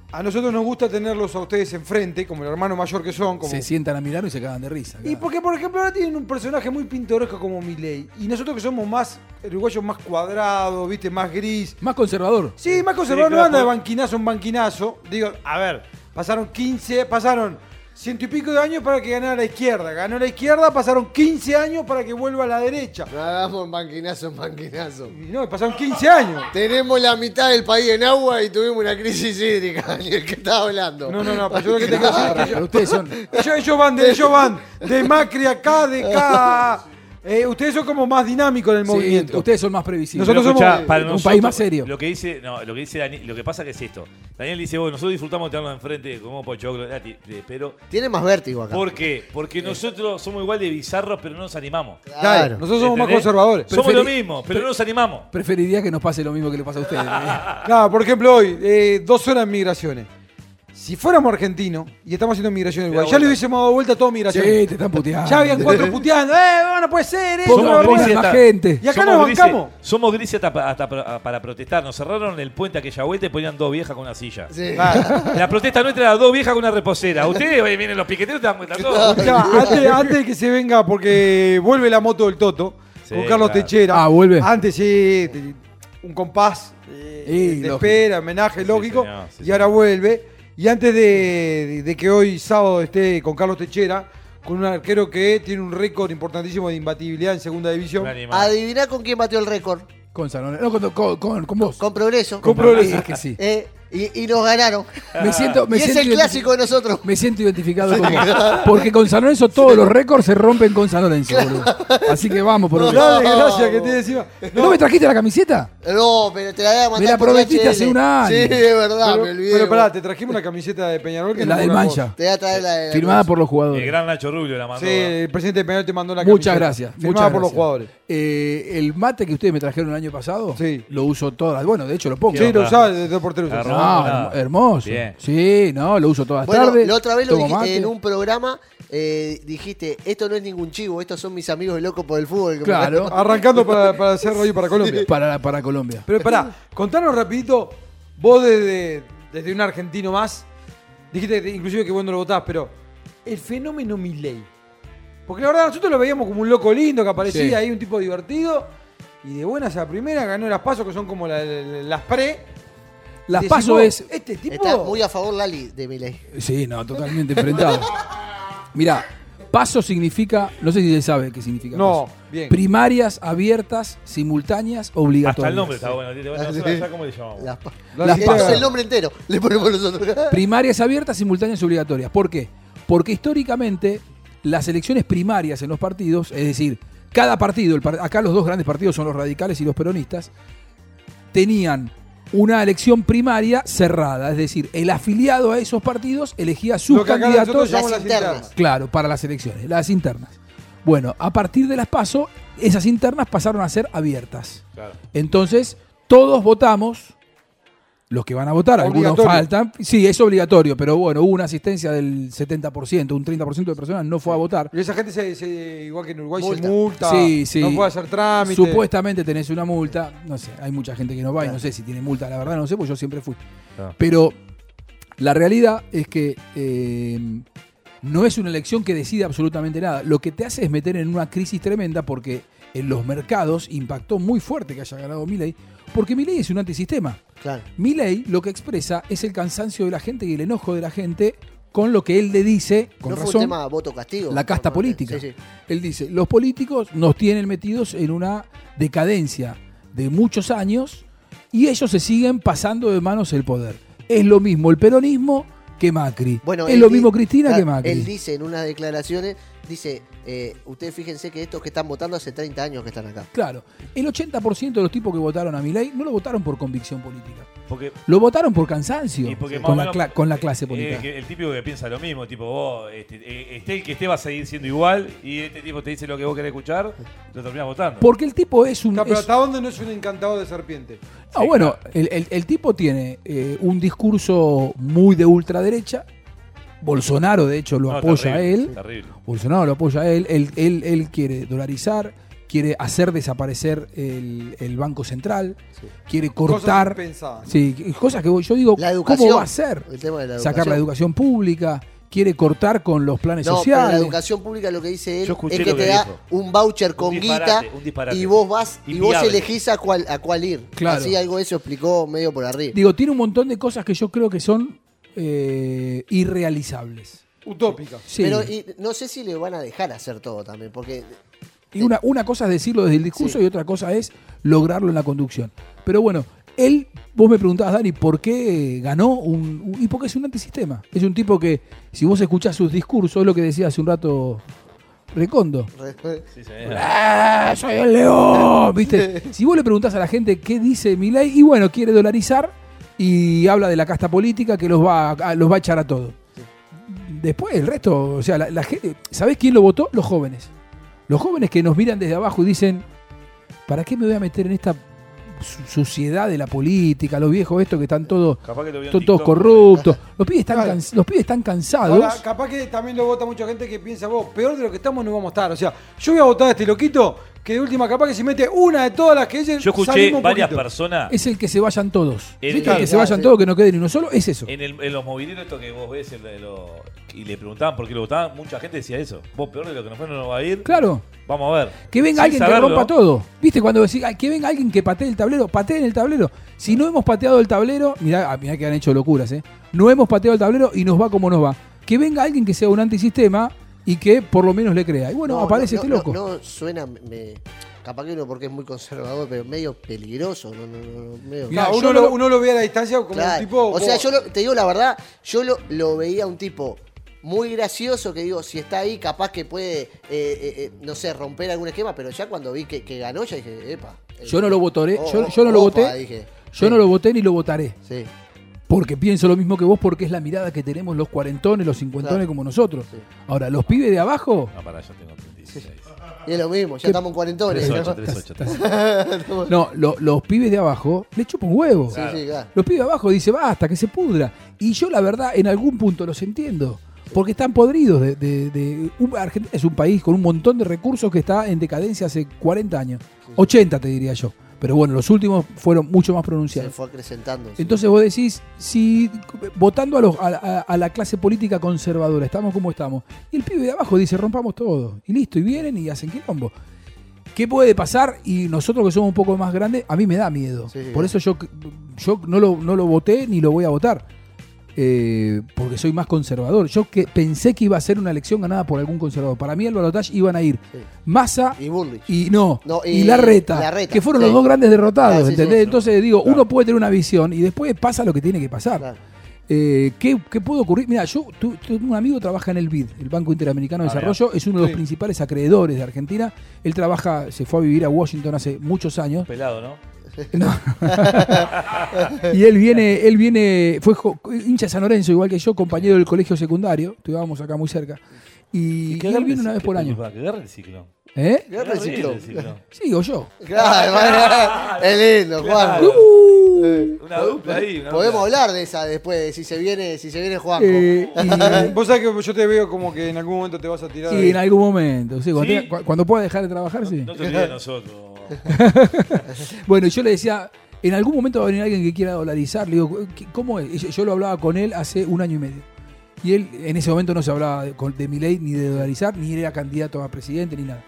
A: a nosotros nos gusta tenerlos a ustedes enfrente, como el hermano mayor que son. Como...
D: Se sientan a mirar y se cagan de risa.
A: Y
D: claro.
A: porque, por ejemplo, ahora tienen un personaje muy pintoresco como Milei. Y nosotros que somos más uruguayos, más cuadrados, ¿viste? Más gris.
D: Más conservador.
A: Sí, más conservador
B: Sí,
A: no
B: claro,
A: anda de
B: porque-
A: banquinazo en banquinazo. Digo, a ver, pasaron 15, pasaron ciento y pico de años para que ganara la izquierda. Ganó la izquierda, pasaron 15 años para que vuelva a la derecha.
C: No hagamos manquinazo, manquinazo.
A: Y no, pasaron 15 años.
C: Tenemos la mitad del país en agua y tuvimos una crisis hídrica. Ni el que estaba hablando.
A: No, no, no, pero yo lo que te quiero decir es que
D: Pero ustedes son.
A: Ellos, ellos van de, ellos van de Macri acá, de acá. Eh, ustedes son como más dinámicos en el
D: sí,
A: movimiento.
D: ustedes son más previsibles.
A: Nosotros
B: Pero
A: somos
B: escuchá, para
D: un
B: nosotros,
D: país más serio.
B: Lo que dice, no, lo que dice Dani- lo que pasa que es esto. Daniel dice, bueno, nosotros disfrutamos de tenernos enfrente como pochoclo, ah, ti- eh, pero
C: Tiene más vértigo acá.
B: ¿por qué? Porque nosotros somos igual de bizarros, pero no nos animamos.
A: Dale,
C: Claro.
A: nosotros somos más
B: ¿Entendés?
A: conservadores.
B: Somos
D: Preferi-
B: lo mismo, pero no nos animamos.
D: Preferiría que nos pase lo mismo que le pasa a ustedes. ¿eh?
A: Claro, por ejemplo, hoy, eh, dos horas en migraciones. Si fuéramos argentinos y estamos haciendo migración en
B: Te da
A: Uruguay, ya le
B: vuelta.
A: hubiésemos dado vuelta a todo
D: Sí,
A: migración.
D: te están puteando.
A: Ya habían cuatro puteando, eh, no puede ser, eh,
D: Somos
A: no, no,
D: grises.
A: no".
D: más gente.
A: Y acá
B: somos
A: nos
B: grises-
A: bancamos.
B: somos grises hasta, pa- hasta pa- para protestar. Nos cerraron el puente aquella vuelta y ponían dos viejas con una silla.
C: Sí.
A: Claro.
B: La protesta nuestra era dos viejas con una reposera. Ustedes eh, vienen los piqueteros, te dan cuenta de todo.
A: Escuchá, antes, antes de que se venga, porque vuelve la moto del Toto,
B: Sí,
A: con Carlos
B: claro.
A: Techera.
D: Ah, vuelve.
A: Antes sí, te- un compás eh,
D: Y
A: de- de
D: lógico.
A: espera, homenaje,
B: Sí,
A: lógico.
B: señor, sí,
A: y ahora vuelve. Y antes de, de- de que hoy sábado esté con Carlos Techera, con un arquero que tiene un récord importantísimo de imbatibilidad en segunda división.
B: Un animal.
C: Adiviná con quién batió el récord.
D: Con Sanone- No, con, con, con- con vos.
C: Con Progreso.
A: Con Progreso.
D: Sí, es que sí.
C: Eh, y, y nos ganaron.
D: Me siento, me
C: y es
D: siento
C: el
D: identifi-
C: clásico de nosotros.
D: Me siento identificado con vos. Porque con San Lorenzo todos los récords se rompen con San Lorenzo, boludo. Así que vamos, por favor.
A: La desgracia que tiene encima.
D: ¿No, me trajiste la camiseta?
C: No, pero te la voy a mandar.
D: Me la
C: por
D: prometiste
C: DHL.
D: hace un año.
C: Sí, es verdad,
A: Pero,
C: me olvidé.
A: pero pará,
C: vos.
A: te trajimos una camiseta de Peñarol que
D: La
A: no
D: del
A: fue una
D: Mancha.
C: Te voy a traer la de la
D: Firmada por los
B: El
D: jugadores.
B: gran Nacho Rubio la
A: voz.
B: mandó.
A: Sí, el presidente de Peñarol te mandó la camiseta.
D: Muchas gracias.
A: Firmada
D: muchas
A: por los
D: gracias.
A: jugadores.
D: Eh, el mate que ustedes me trajeron el año pasado,
A: Sí.
D: lo uso todas. Bueno, de hecho lo pongo.
A: Sí, lo
B: onda?
A: usaba desde el portero. usaba.
B: Agarró.
D: No,
B: Nada.
D: hermo- hermoso.
B: Bien.
D: Sí, no, lo uso todas las
C: Bueno,
D: tardes.
C: la otra vez lo
D: tomo
C: dijiste
D: mate.
C: en un programa, eh, dijiste, esto no es ningún chivo, estos son mis amigos locos por el fútbol. que me-
D: Claro.
A: Arrancando para, para hacer radio para Colombia.
D: Para, para Colombia.
A: Pero pará, contanos rapidito, vos desde, desde un argentino más, dijiste que- inclusive que vos no lo votás, pero el fenómeno Milley. Porque la verdad nosotros lo veíamos como un loco lindo que aparecía
D: Sí.
A: ahí, un tipo divertido, y de buenas a primera ganó las pasos que son como la- la- las pre.
D: Las
A: Decís
D: paso
A: vos,
D: es.
A: Este tipo...
C: Está muy a favor Lali de Milei.
D: Sí, no, totalmente enfrentado. Mirá, paso significa. No sé si se sabe qué significa.
A: No,
D: paso.
A: bien.
D: Primarias abiertas, simultáneas, obligatorias.
B: Hasta el nombre está bueno. Tito. Bueno, nosotros allá, ¿Cómo le llamamos?
C: Las pa-
A: Las
C: Tenemos
A: pasas.
C: el nombre entero, le ponemos nosotros.
D: Primarias abiertas, simultáneas, obligatorias. ¿Por qué? Porque históricamente las elecciones primarias en los partidos, es decir, cada partido, el par- acá los dos grandes partidos son los radicales y los peronistas, tenían una elección primaria cerrada. Es decir, el afiliado a esos partidos elegía sus
A: Lo que acá
D: candidatos.
A: nosotros llamamos
C: las
A: las
C: internas.
A: internas.
D: Claro, para las elecciones, las internas. Bueno, a partir de las PASO, esas internas pasaron a ser abiertas.
B: Claro.
D: Entonces, todos votamos, los que van a votar, algunos
A: Obligatorio.
D: faltan. Sí, es obligatorio, pero bueno, hubo una asistencia del 70%, un 30% de personas no fue a votar.
A: Y esa gente, se, se- igual que en Uruguay,
C: Multa.
A: se multa,
D: Sí, sí.
A: no puede hacer trámite.
D: Supuestamente tenés una multa, no sé, hay mucha gente que no va y no sé si tiene multa, la verdad no sé, porque yo siempre fui.
B: Claro.
D: Pero la realidad es que eh, no es una elección que decide absolutamente nada. Lo que te hace es meter en una crisis tremenda porque en los mercados impactó muy fuerte que haya ganado Milei, porque Milei es un antisistema.
C: Claro.
D: Milei lo que expresa es el cansancio de la gente y el enojo de la gente con lo que él le dice, con
C: no
D: razón,
C: fue un tema voto castigo.
D: la casta
C: Normalmente.
D: política.
C: Sí, sí.
D: Él dice, los políticos nos tienen metidos en una decadencia de muchos años y ellos se siguen pasando de manos el poder. Es lo mismo el peronismo que Macri.
C: Bueno,
D: es
C: él
D: lo
C: di-
D: mismo Cristina
C: claro,
D: que Macri.
C: Él dice en unas declaraciones, dice, eh, ustedes fíjense que estos que están votando hace 30 años que están acá.
D: Claro, el 80% de los tipos que votaron a Milei no lo votaron por convicción política.
B: Porque
D: Lo votaron por cansancio
B: Y porque más o
D: con, la
B: menos-
D: cla- con la clase
B: eh,
D: política.
B: que el típico que piensa lo mismo, tipo, vos, este, eh, esté el que esté va a seguir siendo igual y este tipo te dice lo que vos querés escuchar, lo terminás votando.
D: Porque el tipo es un...
A: Está, pero
D: es-
A: hasta dónde no es un encantado de serpiente.
D: Ah, bueno, el, el- el tipo tiene eh, un discurso muy de ultraderecha. Bolsonaro, de hecho, lo
B: No,
D: apoya a
B: terrible,
D: él.
B: Terrible.
D: Bolsonaro lo apoya a él. Él, él- él quiere dolarizar, quiere hacer desaparecer el, el Banco Central, quiere cortar.
A: Cosas impensadas.
D: Sí, cosas que yo digo,
C: La educación.
D: ¿cómo va a hacer?
C: El tema de la educación.
D: Sacar la educación pública, quiere cortar con los planes
C: No, pero la
D: sociales.
C: educación pública lo que dice él
B: Yo
C: es
B: escuché
C: que,
B: lo que
C: te da
B: dijo.
C: un voucher con
B: disparate,
C: guita
B: un disparate.
C: y vos vas y vos
B: Inviable.
C: elegís a cuál a cuál ir.
D: Claro.
C: Así algo de eso explicó medio por arriba.
D: Digo, tiene un montón de cosas que yo creo que son eh, irrealizables.
A: Utópica.
D: Sí.
C: Pero y no sé si le van a dejar hacer todo también, porque
D: Y una, una cosa es decirlo desde el discurso y otra cosa es lograrlo en la conducción. Pero bueno, él, vos me preguntabas, Dani, ¿por qué ganó? Un, un- y porque es un antisistema. Es un tipo que, si vos escuchás sus discursos, es lo que decía hace un rato Recondo.
B: Sí, señor.
D: ¡Eh, soy el león! ¿Viste? Si vos le preguntás a la gente qué dice Milei, y bueno, quiere dolarizar y habla de la casta política que los va a, a- los va a echar a todos. Después el resto, o sea, la, la gente, ¿sabés quién lo votó? Los jóvenes. Los jóvenes que nos miran desde abajo y dicen, ¿para qué me voy a meter en esta su- suciedad de la política? Los viejos estos que están todos,
B: Capaz que lo vio en
D: son todos
B: TikTok.
D: corruptos. Los pibes están,
A: Claro.
D: cans- los pibes están cansados.
A: Ahora, capaz que también lo vota mucha gente que piensa, vos, peor de lo que estamos no vamos a estar. O sea, yo voy a votar a este loquito que de última capaz que se mete una de todas las que ella
B: Yo escuché
A: salimos un
B: varias
A: poquito.
B: personas
D: es el que se vayan todos.
B: El-
D: ¿Viste? El que se
C: Claro,
D: vayan
C: sí.
D: todos, que no quede ni uno solo, es eso.
B: en, el- en los movilitos estos que vos ves, el de los- que y le preguntaban por qué lo votaban, mucha gente decía eso. Vos peor de lo que nos fue no nos va a ir.
D: Claro.
B: Vamos a ver.
D: Que venga
B: Sin
D: alguien
B: saberlo,
D: que rompa todo. ¿Viste? Cuando decís, "Ay, que venga alguien que patee el tablero, pateen el tablero. Si no hemos pateado el tablero, mirá, ah, mirá que han hecho locuras, ¿eh? No hemos pateado el tablero y nos va como nos va. Que venga alguien que sea un antisistema y que por lo menos le crea. Y bueno, aparece este loco.
C: No, no suena, me- capaz que uno porque es muy conservador, pero medio peligroso. No, no, no, no, medio-
A: Mirá,
D: Claro,
A: uno,
D: yo
A: lo,
D: lo-
A: uno lo ve a la distancia como
C: Claro.
A: un tipo.
C: o sea,
A: vos-
C: yo lo- te digo la verdad, yo lo, lo veía un tipo muy gracioso que digo, si está ahí, capaz que puede, eh, eh, eh, no sé, romper algún esquema, pero ya cuando vi que, que ganó, ya dije, epa. eh,
D: Yo no lo votaré,
C: oh,
D: yo, yo no lo
C: opa,
D: voté.
C: dije.
D: Yo
C: Sí,
D: no lo voté ni lo votaré.
C: Sí.
D: Porque pienso lo mismo que vos, porque es la mirada que tenemos los cuarentones, los cincuentones
C: Claro.
D: como nosotros.
C: Sí.
D: Ahora, los pibes de abajo.
B: No, pará, yo tengo 36.
C: Y es lo mismo, ya estamos en cuarentones.
B: 38,
C: ¿no?
B: 38.
D: No, lo- los pibes de abajo le chupan un huevo.
C: Sí, sí, claro.
D: Los pibes abajo dice basta, que se pudra. Y yo la verdad en algún punto los entiendo. Porque están podridos. De, de- de- un- Argentina es un país con un montón de recursos que está en decadencia hace 40 años. 80 te diría yo. Pero bueno, los últimos fueron mucho más
C: Se
D: pronunciados.
C: fue acrecentando. sí.
D: Entonces vos decís, si votando a, los- a, a- a la clase política conservadora, estamos como estamos, y el pibe de abajo dice, rompamos todo, y listo, y vienen y hacen quilombo. ¿Qué puede pasar? Y nosotros que somos un poco más grandes, a mí me da miedo.
C: Sí, sí, claro.
D: Por eso yo, yo no, lo, no lo voté ni lo voy a votar, eh, porque soy más conservador. Yo que pensé que iba a ser una elección ganada por algún conservador. Para mí al balotaje iban a ir
C: Sí.
D: Massa
C: Y Burlich.
D: y no,
C: No,
D: y,
C: y
D: la reta,
C: Larreta,
D: que fueron
C: sí.
D: los dos grandes derrotados,
C: Ah, sí, sí,
D: ¿entendés?
C: sí.
D: Entonces digo, uno puede tener una visión y después pasa lo que tiene que pasar.
C: Claro.
D: Eh, ¿qué, qué puede ocurrir? Mira, yo tu- tu- un amigo trabaja en el BID, el Banco Interamericano de
B: Ah,
D: Desarrollo, es uno de los
A: Sí.
D: principales acreedores de Argentina. Él trabaja, se fue a vivir a Washington hace muchos años.
B: Pelado, ¿no?
D: Y él viene, él viene, fue jo- hincha de San Lorenzo, igual que yo, compañero del colegio secundario, estudiábamos acá muy cerca. Y, y él viene una vez por año.
B: Que agarre el ciclón.
D: ¿Eh?
C: Qué reciclo.
D: Sí, o yo.
C: Claro, hermano. es lindo, Juan.
B: Claro.
D: Uh.
B: Una dupla ahí. una
C: Podemos
B: dupla.
C: hablar de esa después, de si se viene, si se viene Juanco.
D: Eh, y-
A: Vos sabés que yo te veo como que en algún momento te vas a tirar.
D: Y
A: ahí.
D: en algún momento, sí, cuando,
B: Sí.
D: tenga- cu- cuando pueda dejar de trabajar, sí.
B: No te olvides de nosotros.
D: Bueno, yo le decía, en algún momento va a venir alguien que quiera dolarizar. Le digo, "¿Qué- ¿cómo es? Y Yo, yo lo hablaba con él hace un año y medio. Y él en ese momento no se hablaba de, con- de Milei, ni de dolarizar, ni era candidato a presidente, ni nada.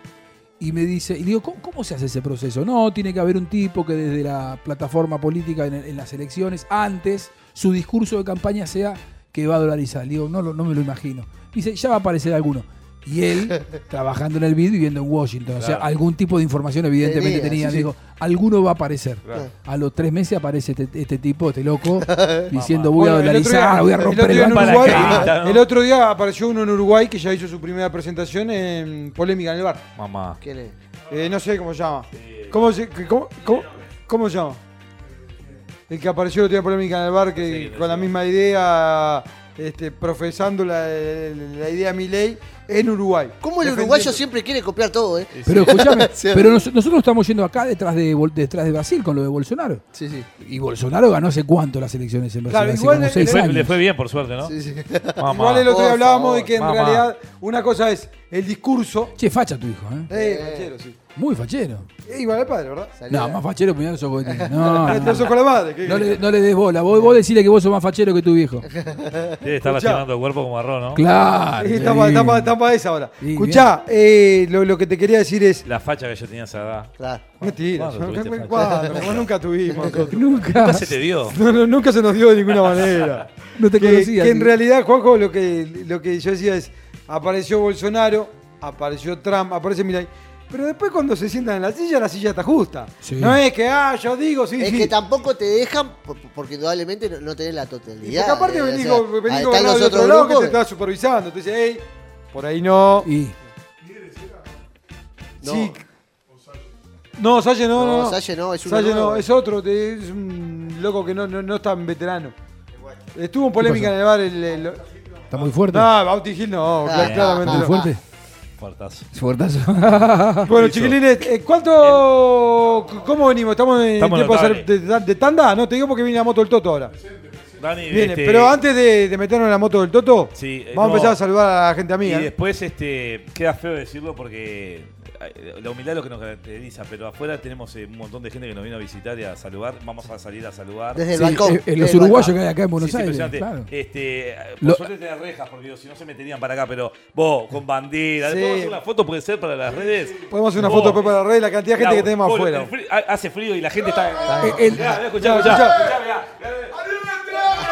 D: Y me dice, y le digo, ¿cómo, cómo se hace ese proceso? No, tiene que haber un tipo que desde la plataforma política en, en las elecciones, antes, su discurso de campaña sea que va a dolarizar. Le digo, no, lo- no me lo imagino. Dice, ya va a aparecer alguno. Y él, trabajando en el BID, viviendo en Washington. O sea,
B: Claro.
D: algún tipo de información evidentemente
C: Tenía,
D: tenía.
C: sí, sí.
D: Digo, alguno va a aparecer.
B: Claro.
D: A los tres meses aparece este, este tipo, este loco, diciendo voy a
A: Bueno, el otro día-
D: dolarizar, voy a
A: el
D: romper
A: otro
D: el,
A: día en
D: banco".
A: Uruguay-
B: Paracaidista, ¿no?
A: El otro día apareció uno en Uruguay que ya hizo su primera presentación en Polémica en el Bar.
B: Mamá.
C: ¿Quién es?
A: Eh, no sé cómo se llama. ¿Cómo se, que- cómo, cómo- cómo se llama? El que apareció el otro día en Polémica en el Bar
B: Sí,
A: que
B: no sé.
A: con la misma idea, este, profesando la, la idea Milei en Uruguay.
C: ¿Cómo el
A: Defendiendo-
C: uruguayo siempre quiere copiar todo, eh?
D: Pero escúchame,
C: Sí.
D: pero nos- nosotros estamos yendo acá detrás de, Bol- detrás de Brasil con lo de Bolsonaro.
C: Sí, sí.
D: Y Bolsonaro ganó hace cuánto las elecciones en Brasil,
A: Claro,
D: hace
A: igual
D: como
A: el-
D: seis
A: el-
B: Fue- le
D: años.
B: fue bien, por suerte, ¿no?
C: Sí, sí.
B: Mamá.
A: Igual el otro día
C: Por
A: hablábamos
C: favor,
A: de que en
B: mamá.
A: realidad una cosa es el discurso.
D: Che, facha tu hijo, ¿eh?
A: Eh, fachero, sí.
D: Muy fachero.
A: Eh, igual al padre, ¿verdad?
D: No, más fachero primero sos vos que tenés. No, no,
A: Entonces
D: no.
A: con la madre. ¿qué-
D: No le, no le des bola. Vos, vos decile que vos sos más fachero que tu viejo.
B: Debe estar
A: Escuchá.
B: lastimando el cuerpo como arroz, ¿no?
D: Claro.
A: Sí, Está para, esa ahora.
D: Sí,
A: Escuchá, eh, lo, lo que te quería decir es.
B: La facha que yo tenía a esa edad.
C: Claro.
A: Mentira,
B: ¿Cuándo tuviste facha?
A: nunca tuvimos. nosotros.
D: Nunca.
B: Nunca se te dio.
A: No, no, nunca se nos dio de ninguna manera.
D: No te
A: que,
D: conocía,
A: que en
D: sí.
A: realidad, Juanjo, lo que, lo que yo decía es: apareció Bolsonaro, apareció Trump, aparece Milay. Pero después, cuando se sientan en la silla, la silla está justa.
D: Sí.
A: No es que, ah, yo digo, sí,
C: Es
A: sí.
C: que tampoco te dejan por- porque indudablemente no, no tenés la
A: Y
C: totalidad.
A: porque aparte
C: eh,
A: venís
C: o sea,
A: con- venís
C: ahí
A: con
C: están
A: el
C: los
A: otro
C: otros
A: lado que te
C: grupos.
A: está supervisando. Te dice, hey, por ahí no.
D: Y
C: No.
A: Sí. No, Salle no, no.
C: No,
A: no.
C: Salle no, es uno
A: Salle
C: nuevo.
A: no, es otro, te- es un loco que no, no, no es tan veterano. Estuvo en polémica
D: pasó?
A: en el bar el. el- no,
D: Está muy fuerte.
A: Bauti Gil no,
C: Ah,
A: cla-
D: Está muy
A: claramente
D: fuerte.
B: Fuertazo.
D: Fuertazo.
A: no. Bueno, chiquilines, eh, ¿cuánto. c- ¿Cómo venimos? ¿Estamos en
B: Estamos
A: tiempo de, hacer-
B: notable.
A: de- de tanda? No, te digo porque viene la moto del Toto ahora.
B: Dani,
A: Viene,
B: este,
A: pero antes de, de meternos en la moto del Toto,
B: Sí, eh,
A: vamos
B: no.
A: a empezar a saludar a la gente
B: Y
A: amiga. ¿eh?
B: después este, queda feo decirlo porque eh, la humildad es lo que nos caracteriza, pero afuera tenemos eh, un montón de gente que nos viene a visitar y a saludar. Vamos a salir a saludar.
C: Desde el
B: Sí,
C: balcón.
G: eh, eh, los
C: desde el
G: uruguayos
C: balcón.
G: que hay acá en Buenos
B: sí,
G: Aires.
B: impresionante.
G: claro.
B: Este, eh, por
G: Lo-
B: suerte tenés rejas, porque digo, si no se meterían para acá, pero vos, con bandera,
A: Sí.
B: después vamos a hacer una foto, puede ser para las redes.
A: Podemos hacer una
B: Vos,
A: foto Pepe, para la red, la cantidad de gente que
B: Claro,
A: tenemos
B: vos,
A: afuera.
B: el frío- ha- hace frío y la gente está.
G: Eh, el-
B: Mirá, mirá, escuchá, escuchá,
A: escuchá.
B: escuchá, mirá, mirá.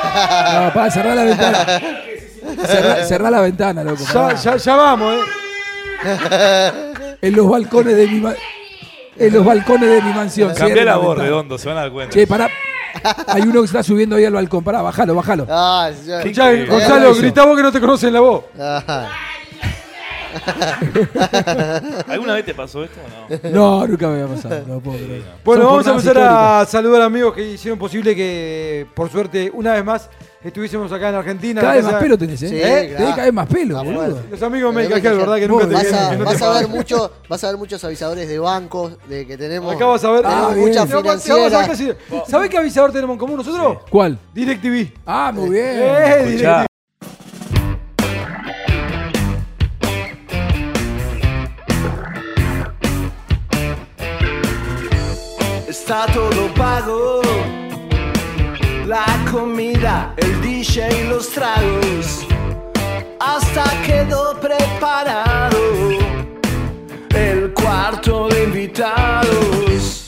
G: No, para cerrar la ventana. Cerrá, cerrá la ventana, loco.
A: Ya,
B: Ah.
G: pará.
A: ya, ya vamos, ¿eh?
G: En los balcones de mi ma- En los balcones de mi mansión.
B: Cambiá
G: Cierren
B: la voz,
G: ventana.
B: redondo, se van a dar cuenta.
G: Che, pará. Hay uno que está subiendo ahí al balcón. Pará, bájalo, bájalo.
C: Ah, ya-
A: Escuchá,
B: increíble.
A: eh, Gonzalo,
G: Eso.
A: gritá vos que no te conocen la voz.
C: Ah,
B: ¿Alguna vez te pasó esto o no?
G: No, nunca me había pasado. No puedo creer.
A: Bueno,
G: Son
A: vamos a
G: jornadas
A: empezar
G: históricas.
A: a saludar amigos que hicieron posible que, por suerte, una vez más estuviésemos acá en Argentina.
G: Cada
A: en
G: vez
A: la
G: más
A: casa-
G: pelo tenés, ¿eh?
C: Sí,
G: ¿Eh?
C: claro.
G: Tenés cada vez más pelo,
C: Ah,
G: boludo.
C: bueno.
A: Los amigos
C: Pero
A: Medical Health,
C: Medical
A: ¿verdad? Que
G: Vos
A: nunca te
C: Vas
A: vieron.
C: a,
A: que no
C: vas
A: te
C: a ver
A: pagan.
C: mucho, vas a ver muchos avisadores de bancos de que tenemos.
A: Acá vas a ver.
C: tenemos
G: Ah, bien.
C: muchas
G: Acá
A: Acá vas- acá vas a ver
C: financieras.
A: casi- ¿Sabés qué avisador tenemos en común nosotros?
G: ¿Cuál?
A: DirecTV.
G: Ah, muy bien.
A: Eh,
B: Escuchá.
A: DirecTV.
H: Está todo pago. La comida, el DJ y los tragos. Hasta quedó preparado el cuarto de invitados.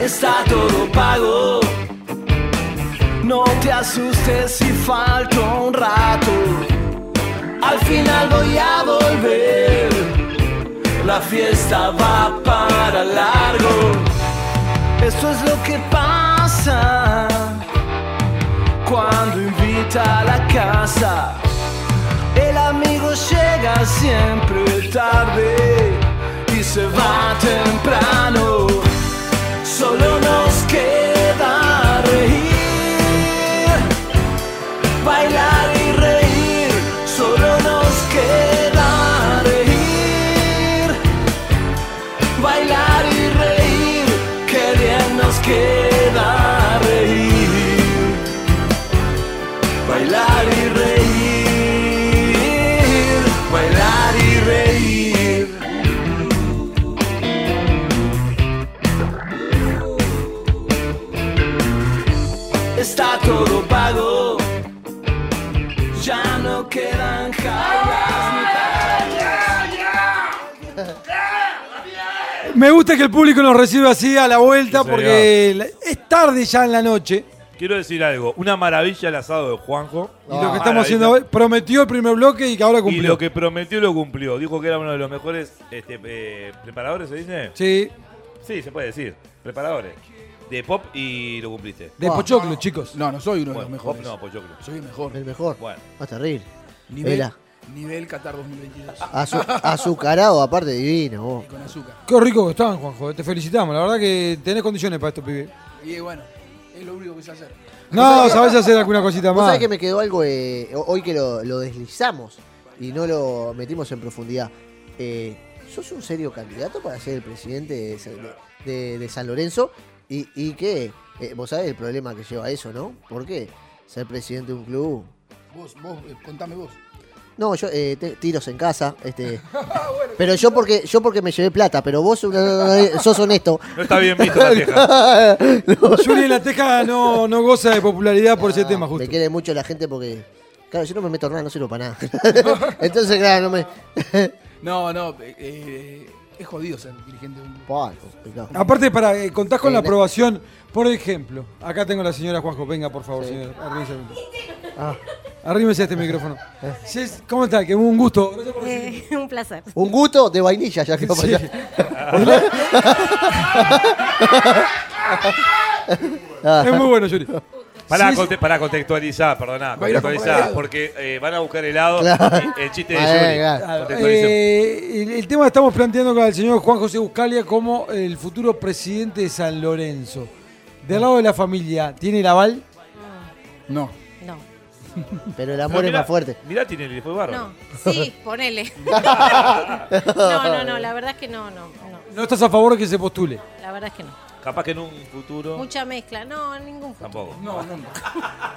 H: Está todo pago. No te asustes si falto un rato. Al final voy a volver. La fiesta va para largo. Esto es lo que pasa cuando invita a la casa. El amigo llega siempre tarde y se va temprano. Solo nos queda reír bailar y reír, solo nos queda reír. Bailar y reír, que bien nos queda reír. Bailar y reír, bailar y reír. Está todo pago. Ya no quedan jaulas ni
A: Me gusta que el público nos reciba así a la vuelta
B: Sí,
A: porque la- es tarde ya en la noche.
B: Quiero decir algo, una maravilla el asado de Juanjo.
A: Y lo que estamos haciendo hoy, prometió el primer bloque y que ahora
B: Y lo
A: cumplió.
B: que prometió lo cumplió. Dijo que era uno de los mejores este, eh, preparadores, ¿se dice?
A: Sí,
B: Sí, se puede decir. Preparadores. De pop y lo cumpliste.
A: de
C: Wow.
A: Pochoclo, chicos.
D: No, no soy uno de
B: Bueno,
D: los
B: pop
D: mejores.
B: no, pues yo creo.
D: Soy el mejor.
C: El mejor.
B: Bueno.
C: Va a terrible.
D: Nivel,
C: Era.
D: nivel Qatar 2022.
C: Azu- azucarado, aparte divino. vos.
D: Con azúcar.
A: Qué rico que estaban, Juanjo. eh. Te felicitamos. La verdad que tenés condiciones para esto, pibe.
D: Y eh, bueno, es lo único que sé hacer.
A: No, sabés hacer alguna cosita
C: Vos
A: más.
C: sabés que me quedó algo eh, hoy que lo, lo deslizamos y no lo metimos en profundidad. Eh, ¿Sos un serio candidato para ser el presidente de, Sa- de- de- de San Lorenzo? ¿Y, y qué? Eh, vos sabés el problema que lleva eso, ¿no? ¿Por qué? Ser presidente de un club.
D: Vos, vos, eh, contame vos.
C: No, yo eh, te- tiros en casa, este.
D: Ah,
C: pero yo porque yo porque me llevé plata, pero vos eh, sos honesto.
B: No está bien visto la teja.
A: Julián La Teja no, no goza de popularidad por ese tema,
C: Me
A: justo.
C: quiere mucho la gente porque. Claro, yo no me meto en nada, no sirvo para nada. Entonces, claro, no me.
D: No, no, eh, eh, es jodido ser dirigente de un
C: Pua, complicado.
A: Aparte, para, eh, contás con
C: Eh,
A: la
C: no.
A: aprobación. Por ejemplo, acá tengo a la señora Juanjo. Venga, por favor, señora. Arrímese.
C: Ah, Eh.
A: Arrímese a este micrófono. Sí, es- ¿Cómo está? Que un gusto. Gracias por recibirme.
I: Eh, un placer.
C: Un gusto de vainilla, ya que vamos
A: Sí.
C: allá.
A: Es muy bueno, Yuri.
B: Pará,
A: Sí, sí.
B: conte- pará, contextualizar, perdoná.
D: Va a ir a
B: Contextualizar,
D: comprar helado.
B: porque eh, van a buscar helado.
C: Claro.
B: y El chiste de
C: Ah, eh,
B: Yuri.
C: claro.
B: Contextualicemos.
A: Eh, el, el tema que estamos planteando con el señor Juan José Buscalia como el futuro presidente de San Lorenzo. Del lado de la familia, ¿tiene el aval?
D: No.
I: No,
C: Pero el
B: Pero
C: amor es
B: mirá-
C: más fuerte.
B: Mirá, tiene el fue barro.
I: no. Sí, ponele. No, no, no, la verdad es que no, no, no.
A: ¿No estás a favor de que se postule?
I: La verdad es que no.
B: Capaz que en un futuro.
I: Mucha mezcla. No, ningún futuro.
B: Tampoco.
A: No,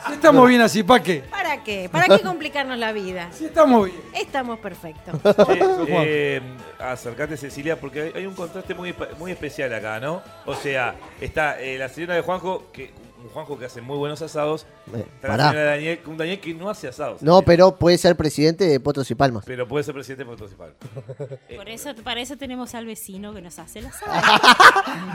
A: Si estamos bien así, ¿para qué?
I: ¿Para qué? ¿Para qué complicarnos la vida?
A: Si estamos bien.
I: Estamos perfectos.
B: Che, eh, acercate Cecilia porque hay, hay un contraste muy, espe- muy especial acá, ¿no? O sea, está eh, la señora de Juanjo, que un Juanjo que hace muy buenos asados,
C: Eh,
B: está la
C: Pará.
B: señora de Daniel, un Daniel que no hace asados.
C: No, pero puede ser presidente de Potros y Palmas.
B: Pero puede ser presidente municipal.
J: Por eso, para eso tenemos al vecino que nos hace la sala.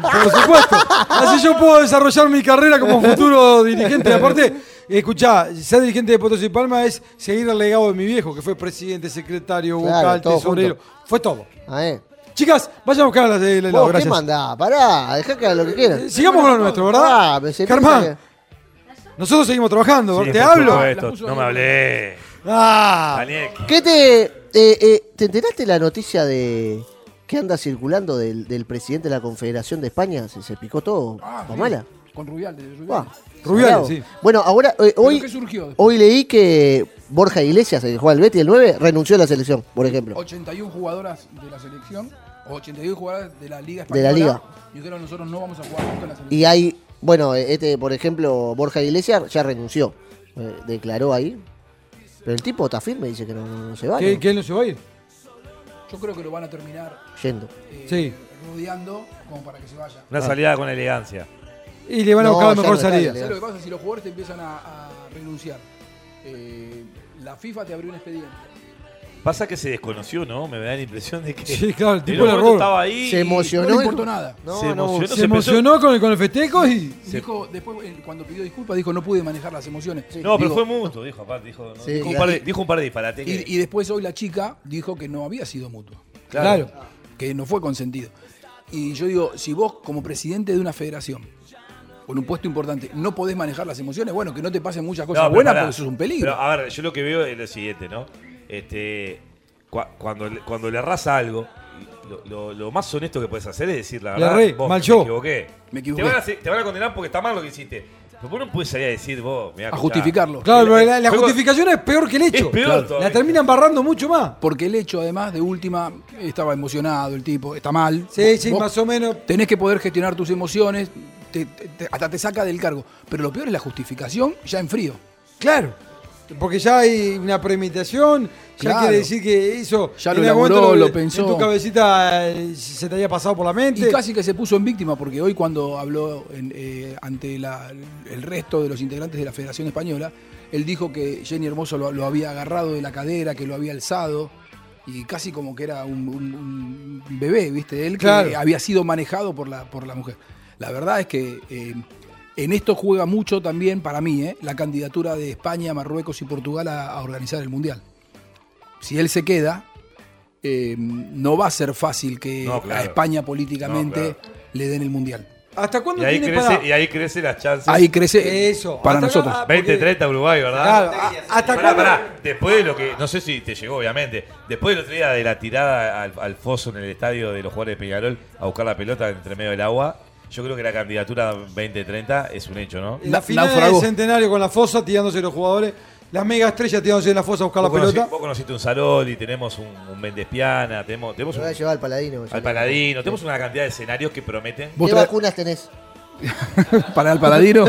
A: Por supuesto. Así yo puedo desarrollar mi carrera como futuro dirigente. Y Aparte, escuchá, ser dirigente de Potosí y Palma es seguir el legado de mi viejo, que fue presidente, secretario,
C: Claro,
A: vocal,
C: todo
A: tesorero.
C: junto.
A: Fue todo.
C: A ver.
A: Chicas, vayan a buscar a las de la
C: Vos, ¿qué
A: gracias.
C: mandá? Pará, dejá que haga lo que quiera.
A: Eh, Sigamos con lo nuestro, ¿verdad?
C: Ah, me se-
A: Germán, nosotros seguimos trabajando,
B: Sí,
A: te
B: por
A: hablo.
B: supuesto. No me hablé.
A: Ah,
B: Daniel,
C: ¿Qué te. eh, eh, ¿Te enteraste la noticia de. que anda circulando del, del presidente de la Confederación de España? Se, se picó todo. Pamala.
D: Ah, Con Rubiales. de Rubiales.
C: Buah,
A: Ah, Rubiales,
C: salado.
A: sí.
C: Bueno, ahora. eh,
D: ¿Pero
C: hoy,
D: qué surgió?
C: hoy leí que Borja Iglesias, el que juega al Betty el 9, renunció a la selección, por ejemplo.
D: 81 jugadoras de la selección, o 81 jugadoras de la Liga Española.
C: la liga.
D: Y dijeron, nosotros no vamos a jugar nunca en la selección.
C: Y hay. Bueno, eh, este, por ejemplo, Borja Iglesias ya renunció. Eh, declaró ahí. Pero el tipo está firme, dice que no, no- no se va.
A: ¿Que,
C: ¿no?
A: que él no se va a ir?
D: Yo creo que lo van a terminar
C: Yendo.
D: eh,
A: Sí.
D: rodeando como para que se vaya.
B: una salida con elegancia.
A: Y le van a
C: No,
A: buscar la
C: ya
A: mejor
C: no está,
A: salida.
C: dale.
D: ¿Sabes lo que pasa? Si los jugadores te empiezan a, a renunciar, eh, la FIFA te abrió un expediente.
B: Pasa que se desconoció, ¿no? Me da la impresión de que.
A: Sí, claro, el
B: en
A: tipo
B: un
A: le
B: momento
A: robó.
B: estaba ahí.
C: Se
B: y
D: No,
C: emocionó.
D: le
C: y-
D: importó nada.
C: No,
B: se
C: no,
B: emocionó.
A: Se
B: empezó-
A: emocionó con el, con el festejo y.
D: Dijo, después, eh, cuando pidió disculpas, dijo, no pude manejar las emociones.
B: No, pero
D: Digo,
B: fue mutuo, dijo aparte. Dijo, ¿no?
C: Sí,
B: dijo, un
C: la-
B: par de, dijo un par de disparates. que-
D: Y, y después hoy la chica dijo que no había sido mutuo,
A: Claro.
D: que no fue consentido. Y yo digo, si vos como presidente de una federación, con un puesto importante, no podés manejar las emociones, bueno, que no te pasen muchas cosas
B: No, pero
D: buenas
B: pará.
D: porque sos un peligro.
B: Pero, ah. a ver, yo lo que veo es lo siguiente, ¿no? Este, cua- cuando, le- cuando le arrasa algo, lo, lo- lo más honesto que puedes hacer es decir la
A: Le
B: verdad.
A: erré,
B: vos,
A: mal
B: me
A: yo.
B: equivoqué.
D: Me equivoqué.
B: Te van, a, hacer- te van a condenar porque está mal lo que hiciste. Pero vos no puedes salir a decir vos, mirá,
D: a
B: escuchá.
D: justificarlo.
A: Claro, pero la, la
B: Fue-
A: justificación es peor que el hecho.
B: peor
A: Claro.
B: todavía.
A: La terminan barrando mucho más.
D: Porque el hecho, además, de última, estaba emocionado el tipo, está mal.
A: Sí,
D: Vos-
A: sí,
D: vos
A: más o menos.
D: Tenés que poder gestionar tus emociones, te- te- te- hasta te saca del cargo. Pero lo peor es la justificación ya en frío.
A: Claro. Porque ya hay una premeditación, ya
D: Claro.
A: quiere decir que hizo.
D: Ya lo
A: en algún
D: elaboró,
A: momento
D: lo pensó.
A: En tu cabecita eh, se te había pasado por la
D: Y
A: mente.
D: casi que se puso en víctima, porque hoy cuando habló en, eh, ante la- el resto de los integrantes de la Federación Española, él dijo que Jenny Hermoso lo, lo había agarrado de la cadera, que lo había alzado, y casi como que era un, un- un bebé, ¿viste? Él que
A: Claro.
D: había sido manejado por la, por la mujer. La verdad es que eh, en esto juega mucho también, para mí, ¿eh? la candidatura de España, Marruecos y Portugal a- a organizar el Mundial. Si él se queda, eh, no va a ser fácil que
B: No, claro.
D: a España políticamente
B: No,
D: le den el mundial.
A: ¿Hasta cuándo
B: Y ahí,
A: tiene
B: crece,
A: para.?
B: y ahí crece las chances.
D: Ahí crece
A: Eso.
D: para
A: Hasta
D: nosotros.
A: acá-
B: 20,
A: porque-
B: 30 Uruguay, ¿verdad?
A: Claro, a- hasta
B: Pará,
A: acá-
B: pará. Después de lo que. No sé si te llegó, obviamente. Después del otro día de la tirada al, al foso en el estadio de los jugadores de Peñarol a buscar la pelota entre medio del agua. Yo creo que la candidatura 2030 es un hecho, ¿no?
A: La
D: Na-
A: final del
D: naufragó.
A: centenario con la fosa tirándose los jugadores. La mega estrella tirándose en la fosa a buscar la
B: Vos conocí-
A: pelota.
B: vos conociste un Saroli, tenemos un, un Mendespiana, tenemos, tenemos
C: Lo
B: un,
C: voy a llevar al paladino.
B: al Paladino, tenemos una cantidad de escenarios que prometen.
D: Vos
C: ¿Qué
D: tra-
C: vacunas tenés?
D: para el paladino.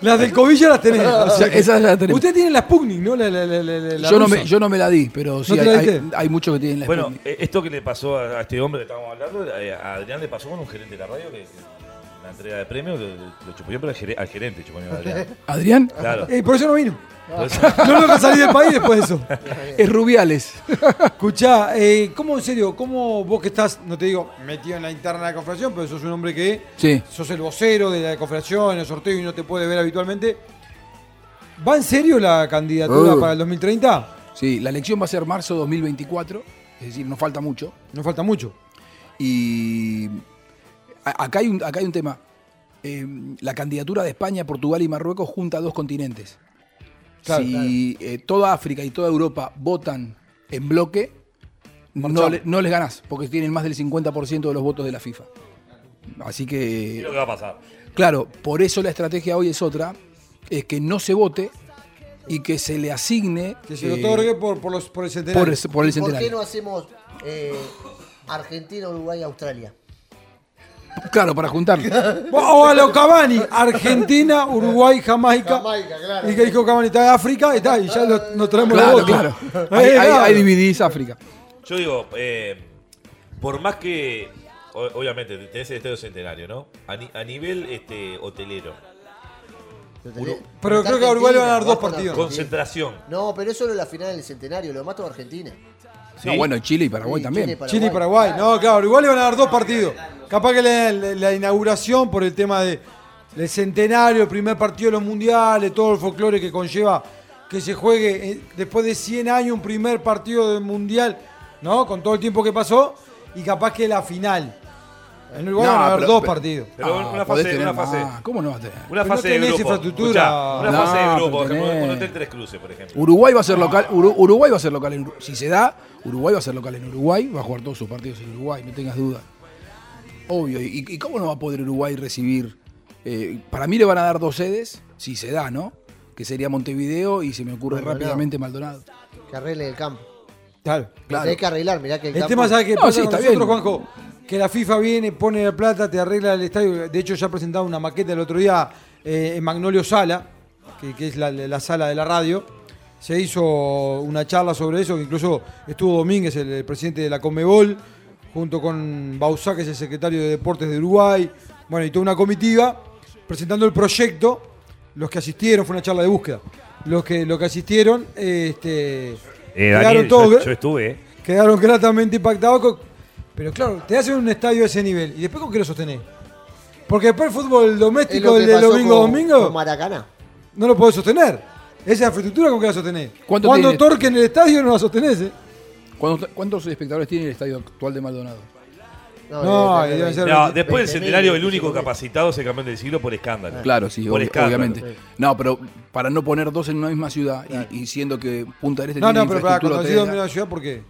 A: Las del cobillo las tenés. o sea que-
D: Esas las tenemos.
A: Usted tiene las Pugni, ¿no? La, la- la- la- la- la
D: yo, no
A: rusa.
D: me, yo no me la di, pero sí
A: ¿No
D: hay,
A: te la
D: hay-
A: diste?
D: hay muchos que tienen la
B: Bueno,
D: Sputnik.
B: eh, esto que le pasó a a este hombre que estábamos hablando, eh, a Adrián le pasó con un gerente de la radio que, que en la entrega de premios lo, lo chuponeó, pero al, gere- al gerente chuponeó a Adrián.
D: Adrián
B: Claro.
A: Eh, por eso no vino.
B: Entonces,
D: Ah.
A: No lo salí del país después de eso.
D: es Rubiales.
A: Escuchá, eh, ¿cómo en serio? ¿Cómo vos que estás, no te digo, metido en la interna de la confederación, pero sos un hombre que
D: Sí.
A: sos el vocero de la confederación, en el sorteo y no te puede ver habitualmente? ¿Va en serio la candidatura
D: Uh.
A: para el 2030?
D: Sí, la elección va a ser marzo 2024, es decir, nos falta mucho.
A: No falta mucho.
D: Y a- acá hay un, acá hay un tema. Eh, la candidatura de España, Portugal y Marruecos junta dos continentes.
A: Claro,
D: si eh, toda África y toda Europa votan en bloque, no, le- no les ganás, porque tienen más del 50% de los votos de la FIFA. Así
B: ¿qué es lo
D: que,
B: que va a pasar?
D: claro, por eso la estrategia hoy es otra, es que no se vote y que se le asigne
A: Que se lo
D: eh,
A: otorgue por, por, los, por el centenario.
D: por, el- por el
C: ¿Por qué
D: centenario.
C: no hacemos eh, Argentina, Uruguay, Australia?
D: Claro, para juntarlo.
A: O a lo Cavani, Argentina, Uruguay, Jamaica. Y que dijo Cavani, está en África, está, y ya lo- nos traemos
D: Claro,
A: la bota.
D: claro.
A: Eh,
D: Ahí, ahí-
A: claro.
D: ahí dividís África.
B: Yo digo, eh, por más que. o- Obviamente, tenés el Estadio Centenario, ¿no? A, ni- a nivel este, hotelero.
A: Pero creo que a Uruguay le van a dar dos partidos.
B: Concentración.
C: No, pero es solo la final del centenario, lo mató Argentina.
D: No, bueno, Chile y Paraguay
C: Sí,
D: también.
C: Chile y
A: Chile y Paraguay. No, claro, Uruguay le van a dar dos partidos. Capaz que la, la- la inauguración por el tema de, del centenario, el primer partido de los mundiales, todo el folclore que conlleva que se juegue eh, después de 100 años un primer partido del mundial, ¿no? Con todo el tiempo que pasó, y capaz que la final. En Uruguay
D: No,
A: van a haber
D: pero-
A: dos
D: pero-
A: partidos.
B: Pero una
D: Ah, podés
B: fase,
D: tener
B: una fase.
D: más. ¿Cómo no vas a tener?
B: Una
A: Pero no
B: fase de
A: tenés
B: grupo.
A: infraestructura.
B: Escuchá, una
D: No,
B: fase de
D: pero
B: grupo. por ejemplo,
D: tenés.
B: Un hotel tres cruces, por ejemplo.
D: Uruguay va a ser local, Uru- Uruguay va a ser local en Uruguay. Si se da, Uruguay va a ser local en Uruguay, va a jugar todos sus partidos en Uruguay, no tengas duda. Obvio, ¿y, y cómo no va a poder Uruguay recibir? eh, para mí le van a dar dos sedes, si se da, ¿no? Que sería Montevideo y se me ocurre
C: Maldonado.
D: rápidamente Maldonado.
C: Que arregle el campo.
A: Claro,
C: Claro. Hay que arreglar, mirá que el,
A: El
C: campo.
A: tema, ¿sabes qué
D: No,
A: pasa
D: sí,
A: con
D: está
A: nosotros,
D: bien.
A: Juanjo? Que la FIFA viene, pone la plata, te arregla el estadio. De hecho, ya presentaba una maqueta el otro día eh, en Magnolio Sala, que, que es la, la sala de la radio. Se hizo una charla sobre eso, que incluso estuvo Domínguez, el, el presidente de la Comebol, junto con Bausá, que es el secretario de Deportes de Uruguay. Bueno, y toda una comitiva presentando el proyecto. Los que asistieron, fue una charla de búsqueda. Los que, los que asistieron, eh, este,
B: Eh,
A: quedaron
B: Daniel,
A: todos-
B: yo, yo estuve, ¿eh?
A: quedaron gratamente impactados. con- Pero claro, te hacen un estadio de ese nivel. ¿Y después con qué lo sostenés? Porque después el fútbol
C: Es
A: doméstico,
C: lo
A: el
C: que
A: de
C: pasó
A: domingo a
C: con-
A: domingo,
C: con Maracaná.
A: no lo podés sostener. Esa infraestructura con qué la sostenés.
D: ¿Cuánto
A: Cuando
D: tiene?
A: torque en el estadio no la sostenés. ¿eh?
D: ¿Cuántos, cuántos espectadores tiene el estadio actual de Maldonado?
A: No,
C: debe tener
A: debe ser-
B: No, después del
C: 20.000,
B: centenario, el único
C: 25.000.
B: capacitado es el campeón del siglo por escándalo.
D: Claro, sí,
B: por
D: ob-
B: escándalo.
D: obviamente. No, pero para no poner dos en una misma ciudad y- y, siendo que Punta del Este
A: No,
D: tiene
A: no, pero para
D: infraestructura
A: cuando decís
D: hotelera,
A: domingo de la ciudad, ¿por qué?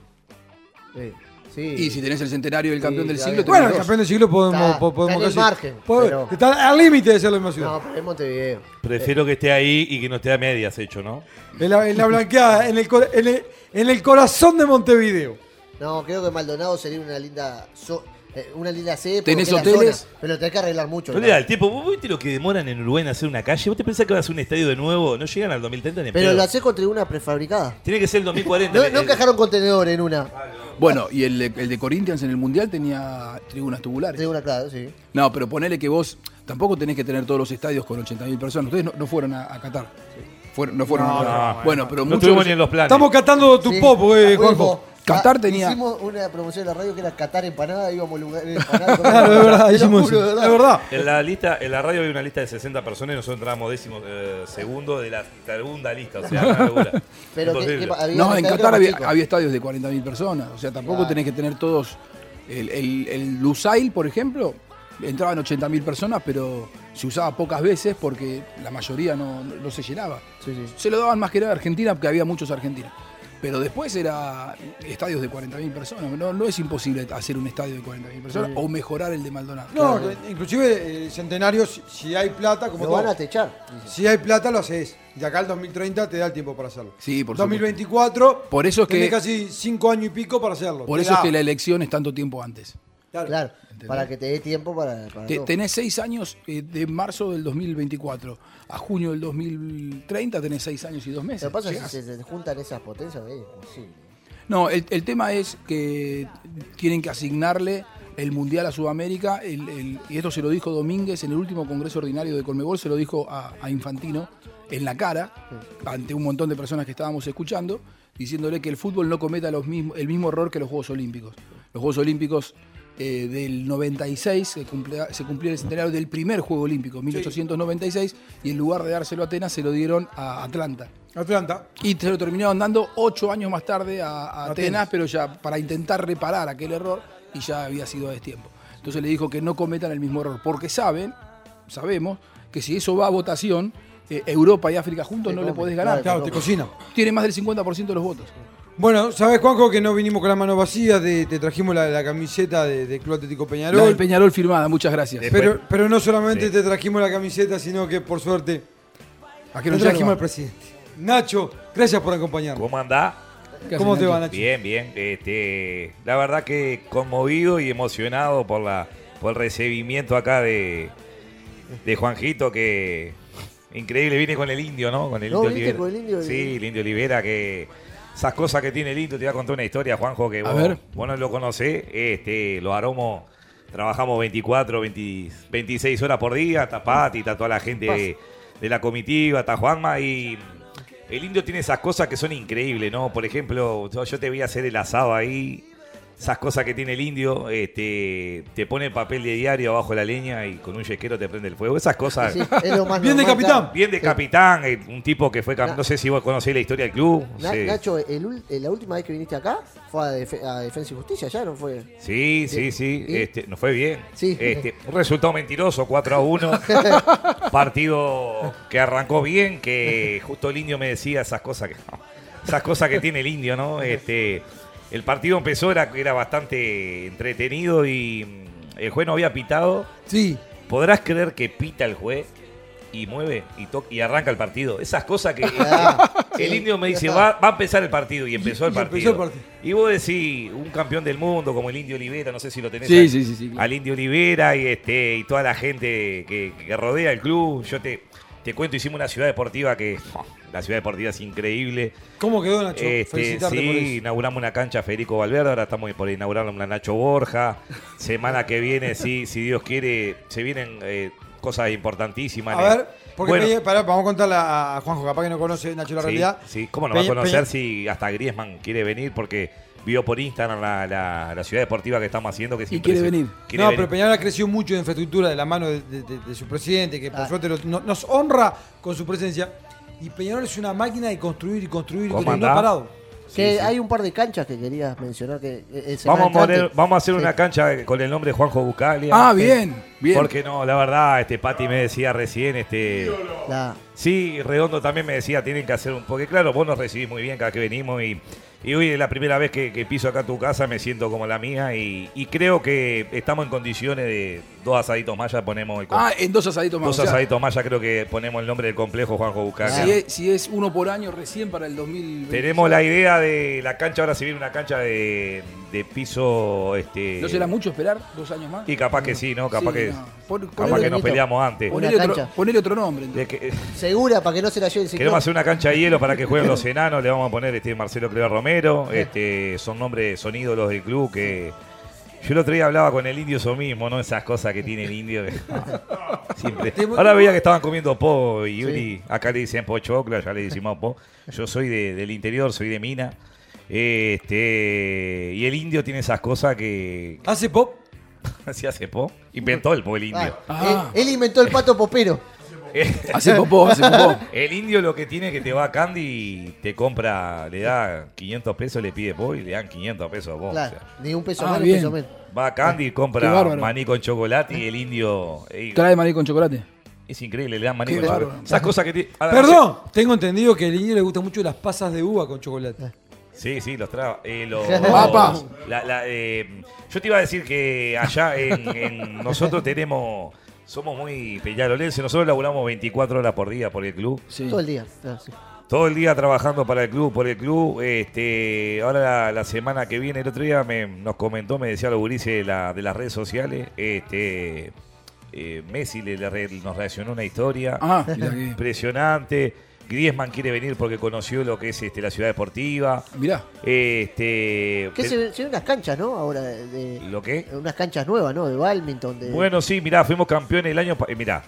C: Sí, sí.
D: y si tenés el centenario del campeón
C: Sí,
D: del
C: ya
D: siglo,
C: bien.
D: tenés
A: Bueno, el
D: dos.
A: campeón del siglo podemos,
C: Está-
A: po- podemos
C: está en el
A: casi-
C: margen,
A: po-
C: pero-
A: Está al límite de ser la misma ciudad.
C: No, pero es Montevideo.
B: Prefiero que esté ahí y que no esté a medias hecho, ¿no?
A: En, la, en la blanqueada, en el, cor- en el- en el corazón de Montevideo.
C: No, creo que Maldonado sería una linda so- eh, una linda sede. porque
D: ¿Tenés
C: es la
D: hoteles?
C: zona, pero tenés que arreglar mucho.
B: No
C: ¿no?
B: le da el tiempo. ¿Vos viste lo que demoran en Uruguay en hacer una calle? ¿Vos te pensás que vas a hacer un estadio de nuevo? No llegan al 2030 ni en
C: Pero
B: pedo.
C: lo haces con tribunas prefabricadas.
B: Tiene que ser el 2040.
C: No,
B: El-
C: no
B: el-
C: encajaron contenedor en una
D: Bueno, y el, de- el de Corinthians en el Mundial tenía tribunas tubulares.
C: tribuna, claro, sí.
D: No, pero ponele que vos tampoco tenés que tener todos los estadios con 80.000 personas. Ustedes no, no fueron a, a Qatar. Fueron- no fueron a Qatar. bueno, pero
B: no
D: muchos.
B: estuvimos ni en los planes.
A: Estamos catando tu
C: Sí.
A: pop, eh,
C: A huevo.
A: Juanjo.
D: Qatar
C: Ah,
D: tenía-
C: Hicimos una promoción en la radio que era Qatar empanada, íbamos a lugares empanadas.
A: Claro, es verdad, hicimos
C: juro, de
A: eso.
C: verdad.
A: Es verdad.
B: En la lista, en la radio había una lista de 60 personas y nosotros entramos décimo eh, segundo de la segunda lista, o sea, una locura.
C: Pero que-
B: Imposible.
C: que había
D: No,
C: un
D: en
C: estadio
D: Qatar
C: más
D: había,
C: chico.
D: había estadios de 40.000 personas. O sea, tampoco
C: Claro.
D: tenés que tener todos. El, el, el Lusail, por ejemplo, entraban 80.000 personas, pero se usaba pocas veces porque la mayoría no, no- no se llenaba.
C: Sí, sí.
D: Se lo daban más que nada a Argentina, porque había muchos argentinos. Pero después era estadios de 40.000 personas. No, no es imposible hacer un estadio de 40.000 personas o mejorar el de Maldonado.
A: No, que- inclusive el centenario, si, si hay plata, como
C: Lo
A: todo,
C: van a techar. dice.
A: si hay plata lo haces. De acá al 2030 te da el tiempo para hacerlo.
D: Sí, por
A: 2024,
D: Por eso es que-
A: tenés casi 5 años y pico para hacerlo.
D: Por
A: Te
D: eso es
A: da.
D: que la elección es tanto tiempo antes.
A: Claro.
C: Claro, para que te dé tiempo para. para
D: Te-
C: todo.
D: tenés seis años eh, de marzo del 2024 a junio del 2030, tenés seis años y dos meses.
C: Lo que pasa es que
D: Llegás.
C: si se te juntan esas potencias, es imposible.
D: No, el, el tema es que tienen que asignarle el Mundial a Sudamérica, el- el- y esto se lo dijo Domínguez en el último Congreso Ordinario de Colmebol, se lo dijo a, a Infantino en la cara, ante un montón de personas que estábamos escuchando, diciéndole que el fútbol no cometa los mismo- el mismo error que los Juegos Olímpicos. Los Juegos Olímpicos eh, del 96 se, cumplía, se cumplía el centenario del primer Juego Olímpico, 1896, y en lugar de dárselo a Atenas, se lo dieron a Atlanta.
A: Atlanta.
D: Y se lo terminaron dando ocho años más tarde a, a Atenas, pero ya para intentar reparar aquel error y ya había sido a destiempo. Entonces le dijo que no cometan el mismo error, porque saben, sabemos, que si eso va a votación, eh, Europa y África juntos
C: Te
D: no le
C: comen,
D: podés ganar.
A: Claro, te cocina.
D: Tiene más del 50% de los votos.
A: Bueno, ¿sabes, Juanjo, que no vinimos con las manos vacías? de- te trajimos la, la camiseta de, de Club Atlético Peñarol.
D: La del Peñarol firmada, muchas gracias.
B: De-
A: pero, pero no solamente te trajimos la camiseta, sino que, por suerte, te
D: Aquí no
A: trajimos
D: yerba.
A: al presidente. Nacho, gracias por acompañarnos.
B: ¿Cómo andás?
D: ¿Qué
A: ¿Cómo
D: hace,
A: te va,
D: Nacho?
A: Nacho?
B: Bien, bien. Este, la verdad que conmovido y emocionado por la por el recibimiento acá de, de Juanjito, que increíble, viene con el indio, ¿no? Con el
C: No,
B: indio
C: viste
B: Olivera.
C: con el Indio
B: Sí,
C: Olivera.
B: el indio Olivera, que esas cosas que tiene el indio, te voy a contar una historia, Juanjo, que
D: A
B: vos,
D: ver.
B: vos no lo conocés, este, los aromos... Trabajamos 24, 20 26 horas por día, está Pati, está toda la gente de, de la comitiva, está Juanma y el indio tiene esas cosas que son increíbles, ¿no? Por ejemplo, yo- yo te voy a hacer el asado ahí, esas cosas que tiene el indio, este, te pone papel de diario abajo de la leña y con un yesquero te prende el fuego, esas cosas.
C: Sí, es lo más
A: Bien de
C: normal,
A: capitán.
C: claro.
B: Bien de capitán, eh, un tipo que fue, cam-
C: Na-
B: no sé si vos conocés la historia del club.
C: Na-
B: sí.
C: Nacho, el ul- eh, la última vez que viniste acá fue a, Defe- a Defensa y Justicia, ya no fue.
B: Sí, sí, sí.
C: Eh, ¿Y?
B: Este, nos fue bien.
C: Sí.
B: Este, un resultado mentiroso, 4 a 1. Partido que arrancó bien, que justo el indio me decía esas cosas que, esas cosas que tiene el indio, ¿no? Este, el partido empezó, era, era bastante entretenido y mm, el juez no había pitado.
A: Sí.
B: ¿Podrás creer que pita el juez? Y mueve y toca y arranca el partido. Esas cosas que
A: Ah,
B: el indio me dice, va, va a empezar el partido. Y empezó el
A: y empezó
B: partido.
A: el partido.
B: Y vos decís, un campeón del mundo como el Indio Olivera, no sé si lo tenés
G: Sí,
B: al,
G: sí, sí, sí, claro.
B: al Indio Olivera y este y toda la gente que, que rodea el club. Yo te, te cuento, hicimos una ciudad deportiva que la ciudad deportiva es increíble.
A: ¿Cómo quedó, Nacho?
B: Este,
A: Felicitarte
B: sí,
A: por eso.
B: inauguramos una cancha Federico Valverde, ahora estamos por inaugurar una Nacho Borja. Semana que viene, sí, si Dios quiere, se vienen eh, cosas importantísimas.
A: A ver, porque
B: Bueno,
A: Peña- pará, vamos a contarle a a Juanjo, capaz que no conoce Nacho la
B: Sí,
A: realidad.
B: Sí, ¿cómo no va a
A: Peña-
B: conocer
A: Peña-
B: si hasta Griezmann quiere venir? Porque vio por Instagram la, la- la ciudad deportiva que estamos haciendo. Que es
D: Y quiere
B: impresionante.
D: venir.
B: Quiere
A: no,
B: venir.
A: pero Peñarol ha crecido mucho en infraestructura de la mano de, de- de- de su presidente, que por suerte lo- no- nos honra con su presencia. Y Peñarol es una máquina de construir y construir y
B: ¿Cómo
A: construir. No ha
B: andá?
A: parado.
C: que
B: sí.
C: hay un par de canchas que querías mencionar que eh, eh, semana
B: Vamos a, poner-
C: entrante.
B: vamos a hacer
C: Sí.
B: una cancha con el nombre de Juanjo Bucalia.
D: Ah,
B: Sí.
D: bien, bien.
B: Porque no, la verdad, este Pati me decía recién, este.
C: La-
B: Sí, Redondo también me decía, tienen que hacer un. Porque claro, vos nos recibís muy bien cada que venimos y, y hoy es la primera vez que, que piso acá tu casa, me siento como la mía y, y creo que estamos en condiciones de dos asaditos más, ya ponemos el
D: Ah, en dos asaditos más.
B: Dos
D: o sea,
B: asaditos más, ya creo que ponemos el nombre del complejo Juanjo Bucaca.
D: si, es, si es uno por año, recién para el 2020.
B: Tenemos la idea de la cancha, ahora se viene una cancha de, de piso. Este,
D: ¿No será mucho esperar dos años más?
B: Y capaz que sí, ¿no? Capaz
D: Sí,
B: que,
D: no. Pon-
B: capaz
D: ponele-
B: que nos peleamos antes.
C: Una
D: Ponele otro,
C: cancha.
D: ponele otro nombre. entonces.
B: De que-
C: Segura, para que no se la lleve el ciclón.
B: queremos hacer una cancha de hielo para que jueguen los enanos. Le vamos a poner este Marcelo Cleo Romero. Este, son nombres, son ídolos del club que. Yo el otro día hablaba con el indio eso mismo, ¿no? Esas cosas que tiene el indio. que- Siempre. Ahora veía que estaban comiendo po y Yuri. Acá le dicen po chocla, ya le decimos po. Yo soy de- del interior, soy de Mina. Este, y el indio tiene esas cosas que
A: Hace pop.
B: se hace po. Inventó el po el
C: Ah,
B: indio.
D: Ah.
C: Él, él inventó el pato popero.
D: Hace popó, hace popó.
B: El indio lo que tiene es que te va a Candy y te compra, le da 500 pesos, le pide po y le dan 500 pesos a po. O sea,
C: Claro, ni un peso
D: Ah,
C: más, ni
D: bien.
C: un peso menos.
B: va a Candy,
D: Qué
B: compra
D: bárbaro.
B: maní con chocolate y el indio. ey,
D: Trae maní con chocolate.
B: es increíble, le dan maní
D: Qué
B: con chocolate.
D: bárbaro.
B: Esas cosas que ah, ti- Ahora,
A: Perdón, tengo entendido que al niño le gustan mucho las pasas de uva con
B: Eh.
A: chocolate.
B: Sí, sí, los traba. Eh, los-
D: Papa.
B: la- la, eh, yo te iba a decir que allá en, en- nosotros tenemos, somos muy peñarolenses, nosotros laburamos 24 horas por día por el club.
D: Sí.
C: Todo el día. Ah, sí.
B: Todo el día trabajando para el club, por el club. Este, ahora la, la semana que viene, el otro día me, nos comentó, me decía los gurises de, la- de las redes sociales, este, eh, Messi le, le re- nos reaccionó una historia
D: Ah, mirá que-
B: impresionante. Griezmann quiere venir porque conoció lo que es este, la ciudad deportiva.
D: mirá.
B: Este, pe-
C: Que se, se ven unas canchas, ¿no? Ahora, de, de-
B: ¿Lo qué?
C: unas canchas nuevas, ¿no? De badminton. De,
B: Bueno, sí, mirá, fuimos campeones el año... pa- eh, mirá,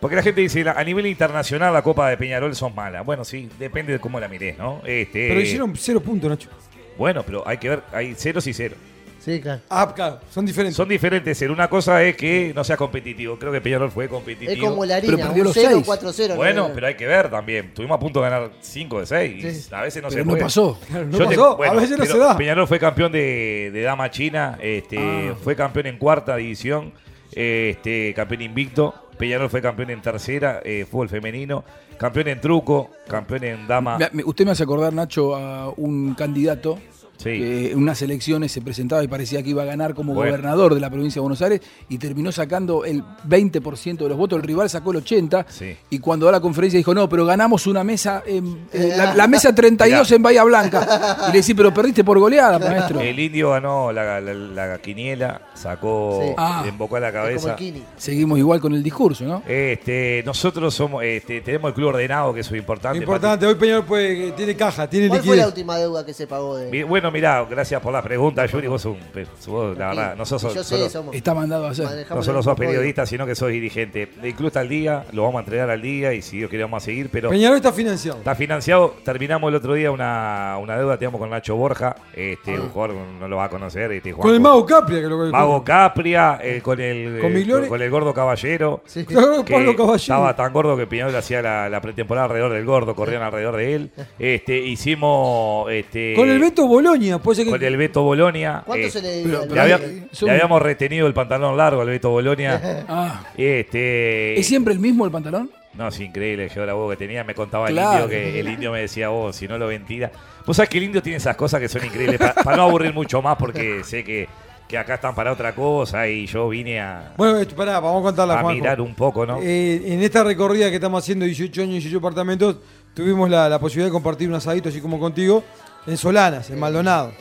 B: porque la gente dice, la- a nivel internacional la Copa de Peñarol son malas. Bueno, sí, depende de cómo la mirés, ¿no? Este,
A: Pero hicieron cero puntos, Nacho.
B: Bueno, pero hay que ver, hay ceros y ceros.
C: Sí, claro.
A: Ah, claro, son diferentes.
B: Son diferentes ceros. Una cosa es que no sea competitivo. Creo que Peñarol fue competitivo.
C: Es como la
D: Pero
C: harina,
D: perdió
C: un
D: los
C: 0,
D: seis.
C: 4, 0.
B: Bueno, pero hay que ver también. Estuvimos a punto de ganar 5 de 6.
C: Sí.
B: A veces no se
D: Pero no
B: puede.
D: pasó.
A: Claro, no
B: Yo te-
A: pasó,
B: bueno,
A: a veces no
B: pero
A: se da.
B: Peñarol fue campeón de, de Dama China, este,
C: Ah.
B: fue campeón en cuarta división, este, campeón invicto. Peñarol fue campeón en tercera, eh, fútbol femenino, campeón en truco, campeón en Dama.
D: Me- me- usted me hace acordar, Nacho, a un candidato que en unas elecciones se presentaba y parecía que iba a ganar como
B: Bueno.
D: gobernador de la provincia de Buenos Aires y terminó sacando el 20% de los votos, el rival sacó el 80% y cuando da la conferencia dijo, no, pero ganamos una mesa, en- eh, la, la mesa 32 en Bahía Blanca. Y le decís, pero perdiste por goleada, maestro.
B: El indio ganó la, la- la quiniela, sacó,
D: Sí. Ah.
B: le embocó a la cabeza.
D: Seguimos igual con el discurso, ¿no?
B: Este, nosotros somos, este, tenemos el club ordenado, que eso es importante.
A: Importante, hoy Peñarol puede- eh, tiene caja, tiene
C: ¿Cuál fue la
A: liquidez.
C: última deuda que se pagó de.?
B: Mi- Bueno, mirá, gracias por las preguntas, Yuri. Vos, sos un pe- vos, la verdad, no sos,
C: Yo sé,
B: solo-
C: somos.
D: Está mandado a hacer.
B: no solo sos periodista, sino que sos dirigente. El club está al día, lo vamos a entregar al día y si Dios quiere vamos a seguir, pero...
A: Peñarol está financiado.
B: Está financiado. Terminamos el otro día una, una deuda, teníamos con Nacho Borja, este, un jugador no lo va a conocer. Este,
A: Ah. Con el
B: Juanjo.
A: Mago Capria, que lo
B: Mago Capria, eh, con el eh,
A: Con Migliore.
B: con el gordo caballero.
A: Con el gordo
B: que
A: Pablo Caballero.
B: Estaba tan gordo que Peñarol hacía la, la pretemporada alrededor del gordo, corrían alrededor de él. Este, hicimos este,
A: Con el Beto Boloña, puede ser que.
B: con el Beto Bolonia.
A: ¿Cuánto se le debe al
B: Eh, le, había-
A: Beto?
D: eh,
B: le
A: Son-
B: habíamos retenido el pantalón largo al Beto Bolonia.
D: Ah.
B: Este,
D: ¿Es siempre el mismo el pantalón?
B: no, es increíble yo la voz que tenía. Me contaba
D: Claro.
B: el indio que el indio me decía, vos, si no lo ventila. Vos sabés que el indio tiene esas cosas que son increíbles. Para no aburrir mucho más, porque sé que, que acá están para otra cosa y yo vine a,
A: Bueno, esto, pará, vamos a contarla,
B: a
A: Juanjo.
B: mirar un poco, ¿no?
A: Eh, en esta recorrida que estamos haciendo, 18 años, 18 apartamentos, tuvimos la, la posibilidad de compartir un asadito, así como contigo, en Solanas, en Maldonado.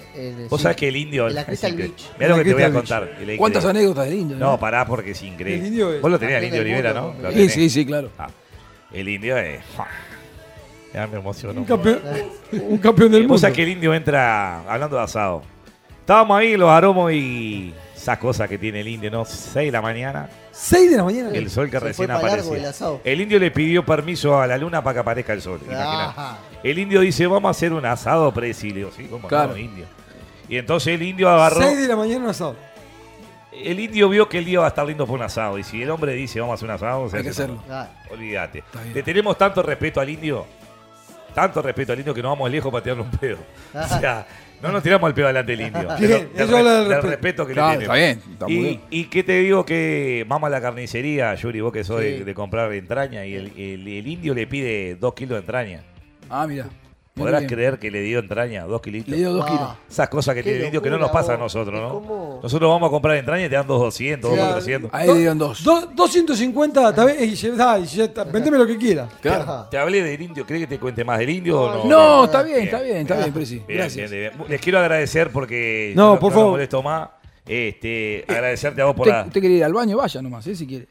B: Vos sabés que el indio.
A: en la Crystal Beach.
B: Mira lo
A: En la
B: que te voy a
A: Crystal
B: contar.
A: Beach.
B: el indio.
D: ¿Cuántas anécdotas del indio?
B: No, pará, porque es increíble.
D: El indio es-
B: Vos lo tenías, el indio
D: Campeón del
B: Olivera, ¿no?
D: mundo,
B: Lo
D: Sí,
B: tenés.
D: sí, sí, claro.
B: Ah, el indio es. ¡fua! Ya me emocionó.
A: Un campeón, un campeón del
B: Eh, Vos
A: mundo.
B: sabés que el indio entra hablando de asado. Estábamos ahí, los aromos y esas cosas que tiene el indio, ¿no? 6 de la mañana.
A: 6 de la mañana.
B: El sol
A: Se
B: que recién
A: fue pa' largo
B: aparecía.
A: el asado.
B: El indio le pidió permiso a la luna para que aparezca el sol. imaginate. El indio dice, vamos a hacer un asado presidio. ¿sí? ¿Cómo no,
A: Claro.
B: indio? Y entonces el indio agarró...
A: 6 de la mañana un asado.
B: El indio vio que el día va a estar lindo por un asado. Y si el hombre dice vamos a hacer un asado, se
D: Hay que
B: hace
D: hacerlo.
B: todo. Olvídate. Le tenemos tanto respeto al indio, tanto respeto al indio que no vamos lejos para tirarle un pedo. O sea, no nos tiramos el pedo delante del indio.
A: Bien,
B: Del- del
A: eso habla del
B: del
A: respeto.
B: respeto que
D: Claro,
B: le
D: está
B: tenemos.
D: bien, está muy
B: y,
D: bien.
B: y qué te digo que vamos a la carnicería, Yuri, vos que sos de-
D: Sí.
B: de, comprar entraña, y el, el- el indio le pide dos kilos de entraña.
D: Ah, mira.
B: ¿Podrás
D: bien.
B: creer que le dio entraña? Dos kilitos.
D: Le dio dos Ah. kilos.
B: Esas cosas que
D: Qué
B: tiene el indio que no nos
D: locura,
B: pasa a
D: vos.
B: nosotros,
D: Es
B: ¿no?
D: como-
B: Nosotros vamos a comprar entraña y te dan dos 200, dos
A: Claro.
B: 400.
A: Do- 2- 250, está bien, y ya está, y ya está, vendeme lo que quieras.
B: Claro. Te hablé del indio, ¿crees que te cuente más del indio o no? Ah,
D: No, está bien, está bien, está bien, Presi.
B: Bien,
D: Gracias.
B: bien, bien. Les quiero agradecer porque
A: No, por
B: los
A: favor.
B: molesto más.
D: Eh,
B: Este, agradecerte a vos por
D: Usted,
B: la.
D: usted quiere ir al baño, vaya nomás, eh, si quiere.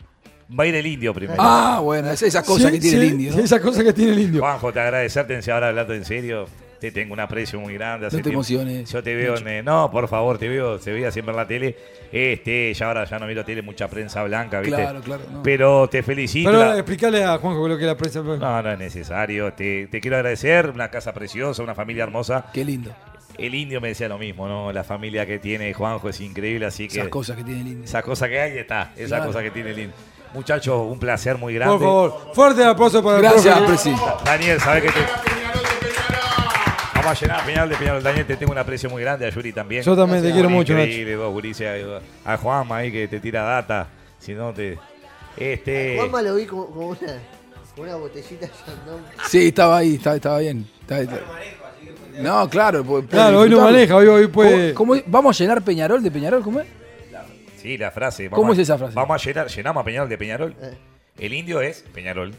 B: Va a ir el indio primero.
D: Ah, bueno, es esas cosas que tiene el indio. ¿no?
A: Esas cosas que tiene el indio.
B: Juanjo, te agradecerte, si ahora hablando en serio. Te tengo un aprecio muy grande. hace
D: te
B: tiempo.
D: emociones,
B: Yo te veo en. eh, No, por favor, te veo. Se veía siempre en la tele. Este, ya ahora ya no miro tele, mucha prensa blanca, ¿viste?
D: Claro, claro, no.
B: Pero te felicito.
A: Pero
B: la-
A: explícale a Juanjo lo que es la prensa.
B: No, no es necesario. Te, te quiero agradecer. Una casa preciosa, una familia hermosa.
D: Qué lindo.
B: El indio me decía lo mismo, ¿no? La familia que tiene Juanjo es increíble, así que.
D: Esas cosas que tiene el indio.
B: Esa cosa que hay está. Esa
D: Claro.
B: cosa que tiene el indio. Muchachos, un placer muy grande.
A: Por favor, fuerte el aplauso para el profe.
B: Daniel, sabes que te. Vamos a llenar a Peñarol de Peñarol. Daniel, te tengo un aprecio muy grande. A Yuri también.
A: Yo también te
B: Yuri,
A: quiero mucho,
B: increíble, vos, gurises. A a Juanma ahí que te tira data. Si no te. Este.
C: Juanma lo vi como, como una, como una botellita de Chandon.
D: Sí, estaba ahí, está- estaba, bien. está- está- No, claro. pues, puede- puede
A: Claro, hoy no
D: disfrutarlo.
A: maneja, hoy- hoy puede-
D: ¿Cómo- cómo- ¿Vamos a llenar Peñarol de Peñarol? ¿Cómo es?
B: Sí, la frase.
D: ¿Cómo
B: Vamos a-
D: es esa frase?
B: Vamos a llenar, llenamos a Peñarol de Peñarol.
C: Eh.
B: El indio es Peñarol.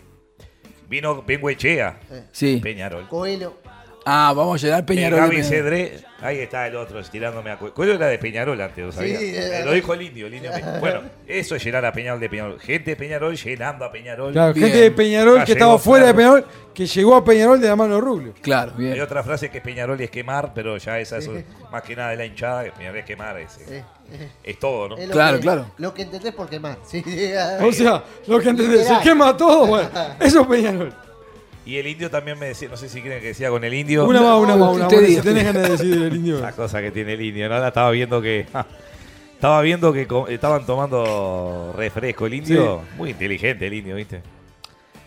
B: Vino Benguechea.
C: Eh.
D: Sí.
B: Peñarol.
C: Coelho.
D: Ah, vamos a llenar Peñarol.
B: Eh,
D: de
B: Gaby
D: Peñarol.
B: Cedré, ahí está el otro estirándome a Coelho. Coelho era de Peñarol antes, ¿lo sabías?
C: Sí,
B: Eh,
C: eh.
B: Lo dijo el indio. el indio Peñarol. bueno, eso es llenar a Peñarol de Peñarol. Gente de Peñarol llenando a Peñarol.
A: Claro, gente de Peñarol que estaba fuera de Peñarol, que llegó a Peñarol de la mano de Rubio.
D: Claro,
B: Hay otra frase que es Peñarol es quemar, pero ya esa es más que nada de la hinchada, que Peñarol es quemar. Es,
C: Eh, eh.
B: es todo, ¿no?
C: Es lo que- Lo que entendés por quemar. Sí. ah,
A: O sea, lo que antes de se
C: Literal.
A: quema todo, bueno, eso es Peñarol.
B: Y el indio también me decía, no sé si quieren que decía con el indio.
A: Una más, una más, una más. Si tenés ganas de decir el indio.
B: La cosa que tiene el indio, ¿no? Ahora estaba viendo que. ja, estaba viendo que co- estaban tomando refresco. El indio,
A: Sí.
B: muy inteligente el indio, ¿viste?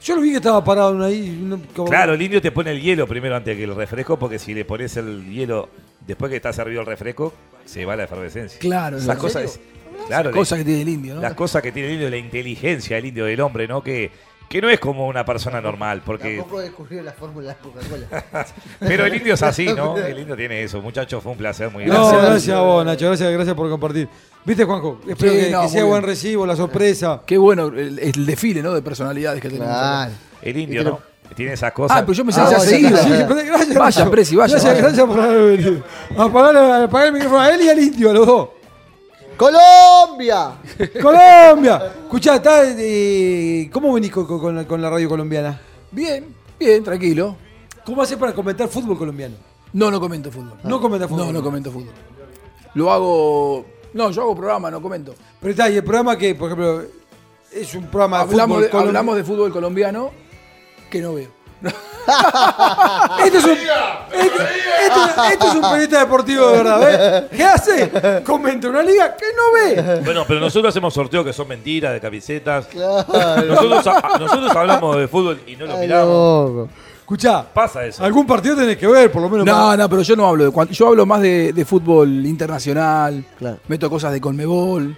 A: Yo lo vi que estaba parado uno ahí. uno
D: Oh.
A: como-
B: Claro, el indio te pone el hielo primero antes que el refresco, porque si le pones el hielo después que está servido el refresco, se va la efervescencia.
D: Claro,
B: Esas
D: ¿en
B: cosas
D: serio?
B: es- claro,
D: Cosas
B: le-
D: que tiene el indio, ¿no?
B: Las cosas que tiene el indio, la inteligencia del indio, del hombre, ¿no? Que, que no es como una persona normal, porque
C: Tampoco descubrió la fórmula de Coca-Cola.
B: Pero el indio es así, ¿no? El indio tiene eso. Muchachos, fue un placer muy
A: No,
B: grande.
A: gracias a vos, Nacho. Gracias, gracias por compartir. ¿Viste, Juanjo? Espero
D: Sí,
A: que,
D: no,
A: que
D: muy
A: sea
D: bien.
A: buen recibo, la sorpresa.
D: Qué bueno el, el desfile, ¿no? De personalidades que tenemos.
A: Claro.
B: El indio, ¿no? Tiene esas cosas.
D: Ah, pero yo me
A: Ah,
D: sentía
A: bueno,
D: seguido.
A: sí, pero gracias,
D: vaya,
A: Nacho.
D: Presi, vaya.
A: Gracias,
D: vaya.
A: gracias por haber venido. Apagale- apagale el micrófono a él y al indio, a los dos.
C: ¡Colombia!
A: ¡Colombia! Escuchá, está, eh, ¿cómo venís con, con- con la, con la radio colombiana?
D: Bien, bien, tranquilo.
A: ¿Cómo haces para comentar fútbol colombiano?
D: No, no comento fútbol.
A: No comentas fútbol.
D: No, no comento fútbol. Lo hago. No, yo hago programa, no comento.
A: Pero está, y el programa que, por ejemplo, es un programa
D: Hablamos
A: de
D: de,
A: Ah, fútbol colombiano.
D: hablamos de fútbol colombiano que no veo.
A: Esto Ah, este es un, esto, esto- esto es un periodista deportivo de verdad, ¿ves? ¿Qué hace? Comenta una liga que no ve.
B: Bueno, pero nosotros hacemos sorteos que son mentiras, de camisetas. Nosotros, a- nosotros hablamos de fútbol y no lo miramos.
A: Escuchá,
B: Pasa eso.
A: algún partido tenés que ver, por lo menos.
D: No,
A: para-
D: no, pero yo no hablo de cuan- Yo hablo más de, de fútbol internacional.
C: Claro.
D: Meto cosas de Colmebol.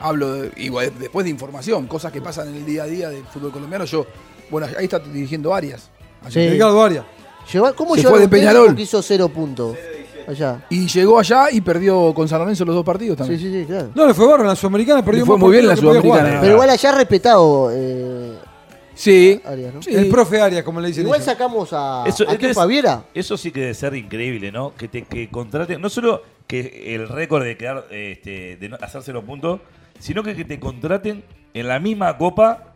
D: Hablo de- y bueno, después de información, cosas que pasan en el día a día del fútbol colombiano. Yo, bueno, ahí está dirigiendo Arias.
C: Sí.
A: Ricardo Arias.
C: Lleva- ¿Cómo
D: Se
C: llegó
D: fue de
C: un técnico
D: Peñarol.
C: que hizo cero puntos? Allá.
D: Y llegó allá y perdió con San Lorenzo los dos partidos
C: Sí,
D: también.
C: sí, sí, claro.
D: Ah.
A: No, le fue bárbaro en la Sudamericana,
D: Le
A: perdió
D: fue
A: más
D: muy bien en la
A: partidos que podía
D: Sudamericana.
C: Pero igual allá respetado eh,
D: Sí.
C: Arias, ¿no?
D: Sí.
A: jugar. El profe Arias, como le dicen
C: Igual
A: ellos.
C: sacamos a,
B: Eso,
C: a
B: este es-
C: Kepa Viera.
B: Eso sí que debe ser increíble, ¿no? Que te que contraten, no solo que el récord de quedar, eh, este, de no hacerse los puntos, sino que, que te contraten en la misma copa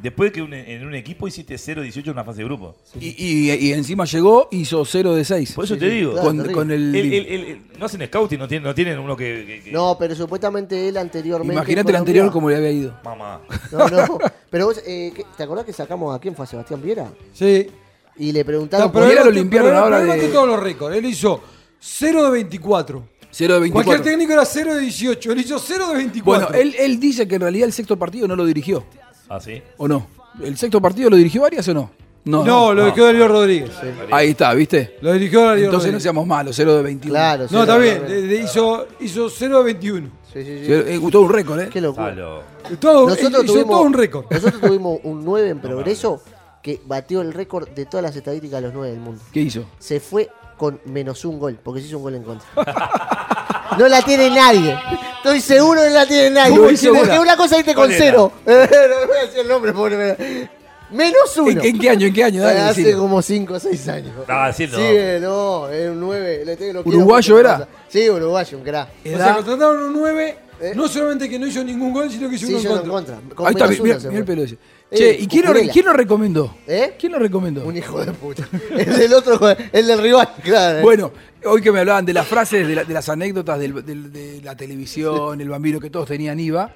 B: después de que un- en un equipo hiciste 0-18 en una fase de grupo.
D: Y, y- y encima llegó, hizo 0 de 6.
B: Por eso te digo.
C: claro.
D: con,
C: terrible.
D: con el.
B: El- el- el- el- no hacen scouting, no tienen, no tienen uno que. que- que-
C: No, pero supuestamente él anteriormente.
D: Imagínate el
C: Colombia-
D: anterior como le había ido.
B: Mamá.
C: No, no. Pero vos, eh, ¿qué- ¿te acordás que sacamos a quién fue? ¿A Sebastián Viera?
A: Sí.
C: Y le
A: No,
C: preguntaron.
D: pero
C: por-
D: él
A: él
D: lo
A: bate-
D: limpiaron
A: pero él-
D: ahora
A: pero él
D: de-
A: bate todos los récords. Él hizo 0 de 24.
D: 0 de 24.
A: Cualquier técnico era 0 de 18. Él hizo 0 de 24.
D: Bueno, él, él dice que en realidad el sexto partido no lo dirigió,
B: ¿Ah, sí?
D: ¿o no? ¿El sexto partido lo dirigió Arias o no? No. Ah,
A: No, lo dirigió Darío Rodríguez.
D: Ahí está, ¿viste?
A: Lo dirigió Darío
D: Entonces no
A: Rodríguez.
D: seamos malos, 0 de 21.
C: Claro, sí,
A: No, está
C: sí,
A: bien.
C: sí,
A: le- le hizo, hizo 0 de 21.
C: Sí, sí, sí.
D: Cero- eh, todo un récord, ¿eh?
C: Qué locura.
B: Palo.
A: Todo,
C: Nosotros
A: hizo
C: tuvimos,
A: todo un récord.
C: Nosotros tuvimos un 9 en progreso que batió el récord de todas las estadísticas de los 9 del mundo.
D: ¿Qué hizo?
C: Se fue con menos un gol, porque se hizo un gol en contra. No la tiene nadie. Estoy seguro que no la tiene nadie.
D: ¿Cómo hizo
C: Porque
D: una?
C: una cosa dice con
B: ¿Cuál era?
C: cero. no voy a decir el nombre, pobre. me- Menos
D: ¿En,
C: uno.
D: en qué año? ¿En qué año? Dale,
C: Hace
D: decilo.
C: como 5 o 6 años.
B: No, decilo.
C: Sí, eh, no, era un 9. le tengo- lo quiero
D: ¿Uruguayo
C: mucho.
D: era?
C: Sí, uruguayo, un crack.
A: O
D: Edad.
A: sea, contrataron un 9.
C: Eh.
A: No solamente que no hizo ningún gol, sino que hizo
C: Sí,
A: uno en
C: yo no
A: contra.
C: encontra. Con
D: Ahí está,
C: menos
D: mira,
C: uno
D: mira
C: se
D: el
C: fue.
D: pelo ese.
C: Eh,
D: Che, ¿y quién lo,
C: Cucurella.
D: quién lo recomendó?
C: ¿Eh?
D: ¿Quién lo recomendó?
C: Un hijo de puta. El del otro, jue- el del rival, claro.
D: Bueno, hoy que me hablaban de las frases, de, la- de las anécdotas del- del- de la televisión, el bambino que todos tenían IVA,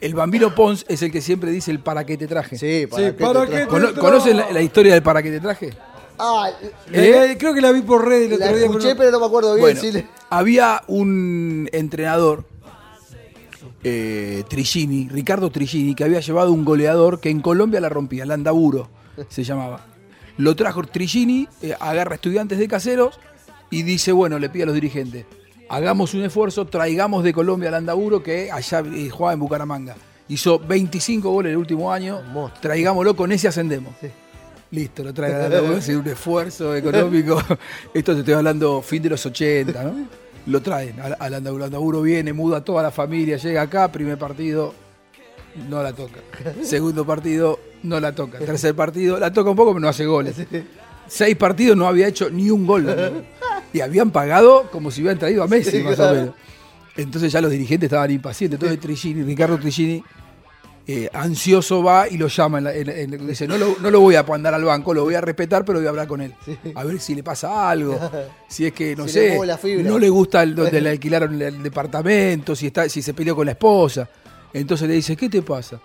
D: el bambino Pons es el que siempre dice el para qué te traje.
C: Sí, para
A: Sí,
C: qué te
A: ¿para
C: trajo?
A: qué
D: Cono- ¿Conocen la, la historia del para qué te traje?
C: Ah,
A: Eh, eh, creo que la vi por red el
C: la
A: otro día. pero
C: escuché,
A: no-
C: pero no me acuerdo bien.
D: Bueno,
C: sí le-
D: había un entrenador, eh, Trigini, Ricardo Trigini, que había llevado un goleador que en Colombia la rompía, Landaburo se llamaba. Lo trajo Trigini, eh, agarra estudiantes de caseros y dice, bueno, le pide a los dirigentes, hagamos un esfuerzo, traigamos de Colombia a Landaburo que allá eh, jugaba en Bucaramanga. Hizo 25 goles el último año,
C: Monstruo.
D: traigámoslo, con ese ascendemos. Listo, lo trae a la labor, hace un esfuerzo económico. Esto te estoy hablando fin de los 80, ¿no? Lo traen al, al Andaburo. Andaburo viene, muda toda la familia, llega acá, primer partido, no la toca. Segundo partido, no la toca. Tercer partido, la toca un poco, pero no hace goles. Seis partidos no había hecho ni un gol. ¿no? Y habían pagado como si hubieran traído a Messi, más o menos. Entonces ya los dirigentes estaban impacientes. Entonces Trigini, Ricardo Trigini, eh, ansioso va y lo llama. en la- en- en- dice, no lo, no lo voy a mandar al banco, lo voy a respetar, pero voy a hablar con él. A ver si le pasa algo. Si es que, no
C: Si le
D: sé,
C: mueve la fibra.
D: no le gusta el- donde le alquilaron el departamento, si, está, si se peleó con la esposa. Entonces le dice, ¿qué te pasa?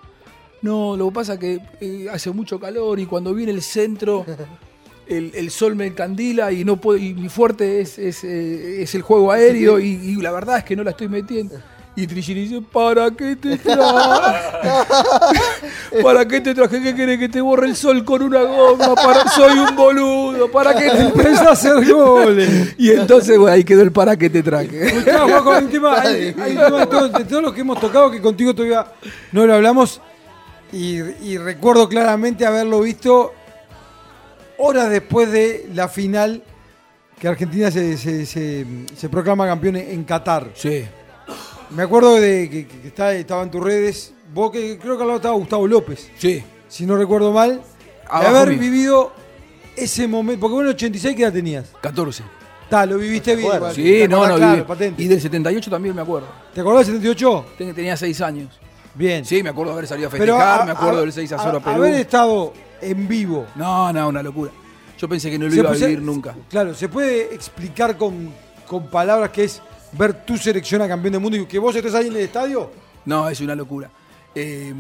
D: No, lo que pasa es que eh, hace mucho calor y cuando viene el centro, el, el sol me encandila y no puedo, y mi fuerte es, es, eh, es el juego aéreo y, y la verdad es que no la estoy metiendo. Y Trigini dice, ¿para qué te traje? ¿Para qué te traje? ¿Qué querés que te borre el sol con una goma? Para- Soy un boludo, ¿para qué te
A: Empezó a hacer goles.
D: Y entonces, bueno, ahí quedó el para que te traje.
A: Escuchá, Juaco, hay un tema, hay- hay un tema de, todo- de todos los que hemos tocado que contigo todavía no lo hablamos. Y, y recuerdo claramente haberlo visto horas después de la final que Argentina se, se- se- se proclama campeón en en Qatar.
D: Sí.
A: Me acuerdo de que, que- que está- estaba en tus redes, vos que creo que al lado estaba Gustavo López.
D: Sí.
A: Si no recuerdo mal,
D: Abajo
A: de haber
D: mío.
A: vivido ese momento. Porque vos en el 86, ¿qué edad tenías?
D: 14.
A: Está, lo viviste bien. igual.
D: Sí,
A: Te
D: no, no.
A: acordás, claro,
D: viví.
A: patente.
D: y del 78 también me acuerdo.
A: ¿Te acordás del 78?
D: Ten- Tenía 6 años.
A: Bien.
D: Sí, me acuerdo de haber salido a festejar, me acuerdo del 6 a 0 a, Perú.
A: Haber estado en vivo.
D: No, no, una locura. Yo pensé que no lo
A: Se
D: iba a
A: puse-
D: vivir nunca.
A: Claro, se puede explicar con, con palabras que es ver tu selección a campeón del mundo y que vos estés ahí en el estadio.
D: No, es una locura. Eh,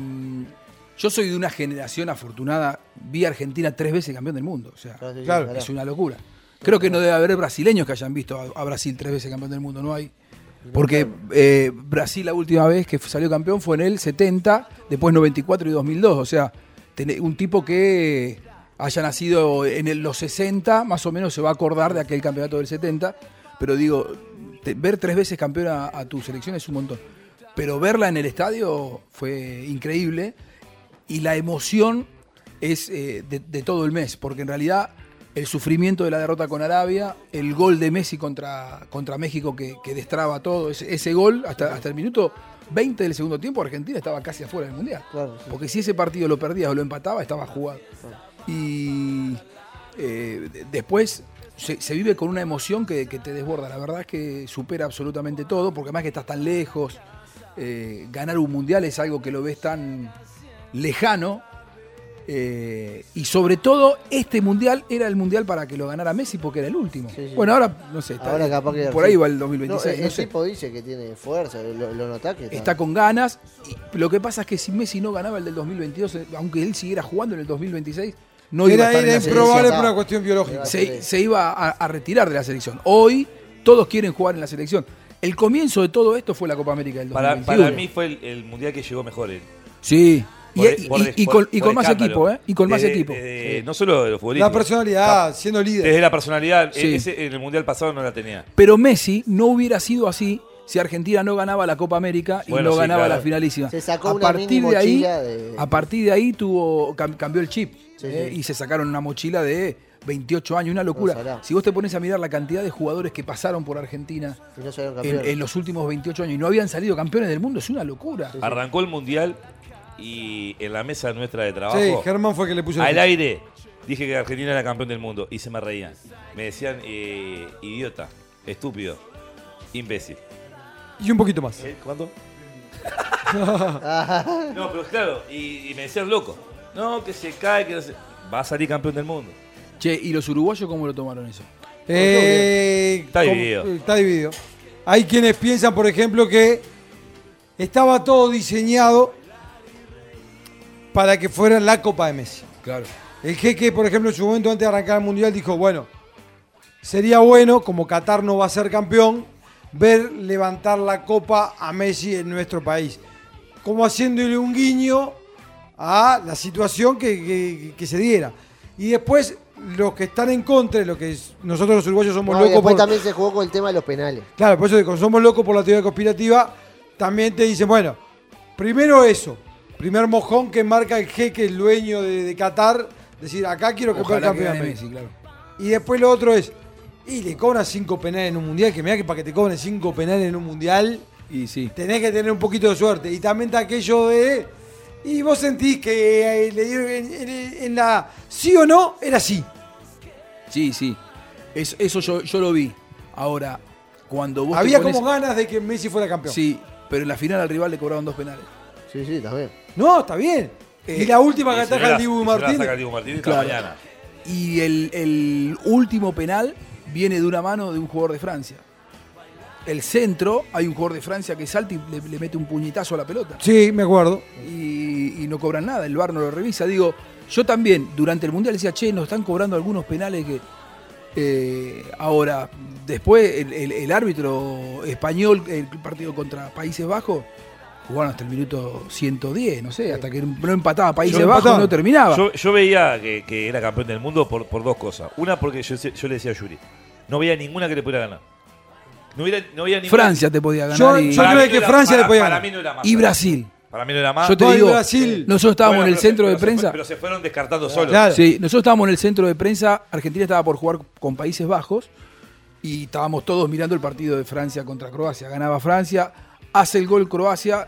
D: yo soy de una generación afortunada. Vi a Argentina tres veces campeón del mundo. O sea,
A: Claro.
D: es una locura. Creo que no debe haber brasileños que hayan visto a, a Brasil tres veces campeón del mundo. No hay. Porque eh, Brasil la última vez que salió campeón fue en el 70, después 94 y 2002. O sea, tené- un tipo que haya nacido en el- los 60, más o menos se va a acordar de aquel campeonato del 70. Pero digo, te- ver tres veces campeón a, a tu selección es un montón. Pero verla en el estadio fue increíble y la emoción es eh, de, de todo el mes, porque en realidad el sufrimiento de la derrota con Arabia, el gol de Messi contra, contra México que, que destraba todo, ese, ese gol hasta, hasta el minuto 20 del segundo tiempo, Argentina estaba casi afuera del Mundial. Porque si ese partido lo perdías o lo empataba, estaba jugado. Y eh, de- después se, se vive con una emoción que, que te desborda. La verdad es que supera absolutamente todo, porque además que estás tan lejos, eh, ganar un mundial es algo que lo ves tan lejano. eh, y sobre todo, este mundial era el mundial para que lo ganara Messi porque era el último. Bueno, ahora no sé. está-
C: Ahora capaz que-
D: por ahí va el
C: No,
D: 2026.
C: el
D: no sé.
C: tipo dice que tiene fuerza, lo, lo notás que
D: Está con ganas. y lo que pasa es que si Messi no ganaba el del 2022, eh, aunque él siguiera jugando en el 2026, no iba a
A: era
D: estar en
A: era
D: la selección.
A: improbable por una cuestión biológica.
D: se, se iba a, a retirar de la selección. Hoy todos quieren jugar en la selección. El comienzo de todo esto fue la Copa América del
B: Para,
D: 2021.
B: para mí fue el, el mundial que llegó mejor eh. él.
D: Sí.
B: Por- e-
D: Y- y-
B: por-
D: y- y
B: por-
D: con- y
B: por
D: con más
B: escándalo.
D: equipo, ¿eh? Y con más
B: Desde-
D: equipo.
B: desde- No solo de los futbolistas.
A: La personalidad, siendo líder.
B: Desde la personalidad.
D: Sí.
B: e- ese en el mundial pasado no la tenía.
D: Pero Messi no hubiera sido así si Argentina no ganaba la Copa América y
B: Bueno,
D: no
B: sí,
D: ganaba
B: claro.
D: la finalísima.
C: Se sacó
D: a
C: una mini
D: partir de ahí,
C: mochila de-
D: a partir de ahí tuvo cam- cambió el chip ¿eh?
C: sí.
D: y se sacaron una mochila de 28 años, una locura.
C: Ojalá.
D: si vos te pones a mirar la cantidad de jugadores que pasaron por Argentina
C: Y no salieron
D: en,
C: campeones.
D: en los últimos 28 años y no habían salido campeones del mundo, es una locura.
B: Arrancó el mundial y en la mesa nuestra de trabajo.
A: Sí, Germán fue el que le puso la
B: Al
A: ficha.
B: aire dije que Argentina era campeón del mundo y se me reían. Me decían eh, idiota, estúpido, imbécil.
A: Y un poquito más.
B: ¿Cuánto? No, pero claro, y, y me decían loco. No, que se cae, que no se... Va a salir campeón del mundo.
D: Che, ¿y los uruguayos cómo lo tomaron eso?
A: Eh,
B: Está
A: como-
B: dividido.
A: eh, Está dividido. Hay quienes piensan, por ejemplo, que estaba todo diseñado para que fuera la Copa de Messi.
D: Claro.
A: El jeque, por ejemplo, en su momento antes de arrancar el Mundial dijo, bueno, sería bueno, como Qatar no va a ser campeón, ver levantar la copa a Messi en nuestro país. Como haciéndole un guiño a la situación que, que- que se diera. Y después, los que están en contra, los que es- nosotros los uruguayos somos
C: No, y
A: locos
C: después
A: por...
C: también se jugó con el tema de los penales.
A: Claro, por eso digo, somos locos por la teoría conspirativa, también te dicen, bueno, primero eso, primer mojón que marca el jeque, el dueño de, de Qatar, decir, acá quiero comprar
D: Ojalá que
A: campeón.
D: gane Messi, claro.
A: Y después lo otro es, y le cobran cinco penales en un mundial, que mirá que para que te cobren cinco penales en un mundial,
D: Y sí.
A: tenés que tener un poquito de suerte. Y también está aquello de, y vos sentís que eh, le dieron en, en- en la sí o no, era sí.
D: Sí, sí. Es- eso yo, yo lo vi. Ahora, cuando vos te
A: Había
D: pones-
A: como ganas de que Messi fuera campeón.
D: Sí, pero en la final al rival le cobraron dos penales.
C: Sí, sí, también.
A: No, está bien. y la última que
B: Eh, Y si no
A: ataja
B: la-
A: el
B: y
A: Dibu
B: si no la
A: Martínez.
B: saca el Dibu Martínez esta
D: Claro.
B: mañana.
D: Y el, el último penal viene de una mano de un jugador de Francia. El centro, hay un jugador de Francia que salta y le, le mete un puñetazo a la pelota.
A: Sí, me acuerdo.
D: Y, y no cobran nada, el VAR no lo revisa. Digo, yo también durante el Mundial decía, che, nos están cobrando algunos penales que... Eh, ahora, después el, el- el árbitro español, el partido contra Países Bajos, jugaron hasta el minuto 110, no sé, hasta que no empataba Países
A: Yo-
D: Bajos,
A: empataban.
D: no terminaba.
B: Yo, yo veía que, que era campeón del mundo por, por dos cosas. Una, porque yo, se- yo le decía a Yuri, no veía ninguna que le pudiera ganar. No, hubiera- no veía ninguna.
D: Francia te podía ganar.
A: Yo-
D: y-
A: yo-
B: Para
A: creo
B: mí
A: que
B: no
A: Francia
B: para-
A: le podía
B: para
A: ganar.
B: mí no era más.
D: y Brasil.
B: Para mí no era más.
D: Yo te digo, nosotros estábamos
B: Bueno,
D: en el
B: pero se-
D: centro de
B: pero se fue-
D: prensa. Ah,
B: pero se fueron descartando solos.
D: Sí, nosotros estábamos en el centro de prensa, Argentina estaba por jugar con Países Bajos y estábamos todos mirando el partido de Francia contra Croacia. Ganaba Francia, hace el gol Croacia.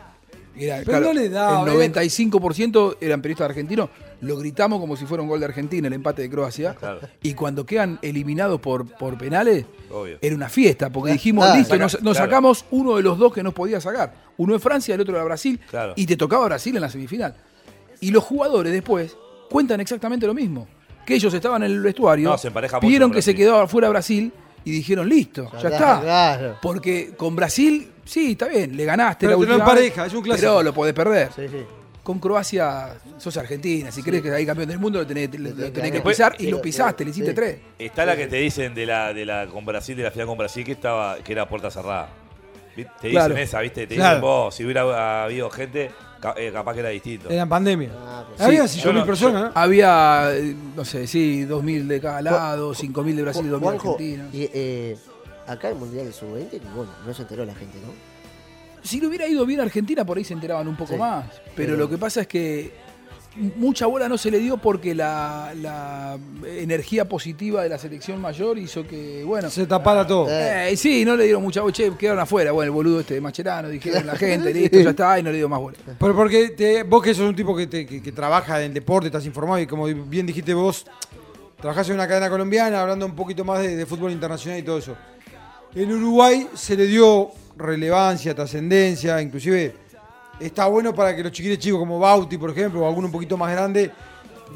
D: Era,
A: Pero no le eh. da,
D: el
A: boludo.
D: 95% eran periodistas argentinos. Lo gritamos como si fuera un gol de Argentina, el empate de Croacia. Y cuando quedan eliminados por, por penales,
B: Obvio.
D: era una fiesta, porque dijimos,
B: Ah,
D: listo,
B: saca-
D: nos, nos
B: claro.
D: sacamos uno de los dos que nos podía sacar. Uno de Francia, el otro de Brasil,
B: Claro.
D: y te tocaba Brasil en la semifinal. Y los jugadores después cuentan exactamente lo mismo. Que ellos estaban en el vestuario,
B: No, se empareja mucho
D: vieron
B: con
D: que se
B: Brasil.
D: quedaba fuera Brasil y dijeron, listo, ya, está.
C: Claro.
D: Porque con Brasil, sí, está bien, le ganaste
A: Pero
D: la
A: te lo
D: última vez,
A: empareja, es un clásico.
D: Pero lo podés perder.
C: Sí, sí.
D: Con Croacia sos argentina, si crees que hay campeón del mundo lo tenés, lo tenés que
B: Después-
D: pisar y lo pisaste, le hiciste tres.
B: Está la que te dicen de la, de la con Brasil, de la final con Brasil, que estaba, que era puerta cerrada. Vi- Te dicen
D: Claro.
B: esa, viste, te
A: Claro.
B: dicen vos, si hubiera habido gente, ca- eh, capaz que era distinto.
A: Era en pandemia.
D: Sí.
A: Había 5.000
B: Ah, Yo no-
A: personas, ¿no?
D: Había, eh, no sé, sí, 2.000 de cada lado, 5.000 de Brasil y 2.000 de
C: Juanjo,
D: Argentina.
C: y, eh, acá el Mundial del Sub-20, que bueno, no se enteró la gente, ¿no?
D: Si le hubiera ido bien a Argentina, por ahí se enteraban un poco
C: Sí,
D: más. Pero,
C: pero-
D: lo que pasa es que mucha bola no se le dio porque la, la energía positiva de la selección mayor hizo que, bueno.
A: Se tapara todo.
D: eh, sí, no le dieron mucha bola. Che, quedaron afuera. Bueno, el boludo este de Macherano, dijeron la gente, listo, ya está, y no le dio más bola.
A: Pero porque te- vos que sos un tipo que, te- que- que trabaja en el deporte, estás informado y como bien dijiste vos, trabajás en una cadena colombiana, hablando un poquito más de, de fútbol internacional y todo eso. En Uruguay se le dio relevancia, trascendencia, inclusive está bueno para que los chiquiles chicos como Bauti, por ejemplo, o alguno un poquito más grande,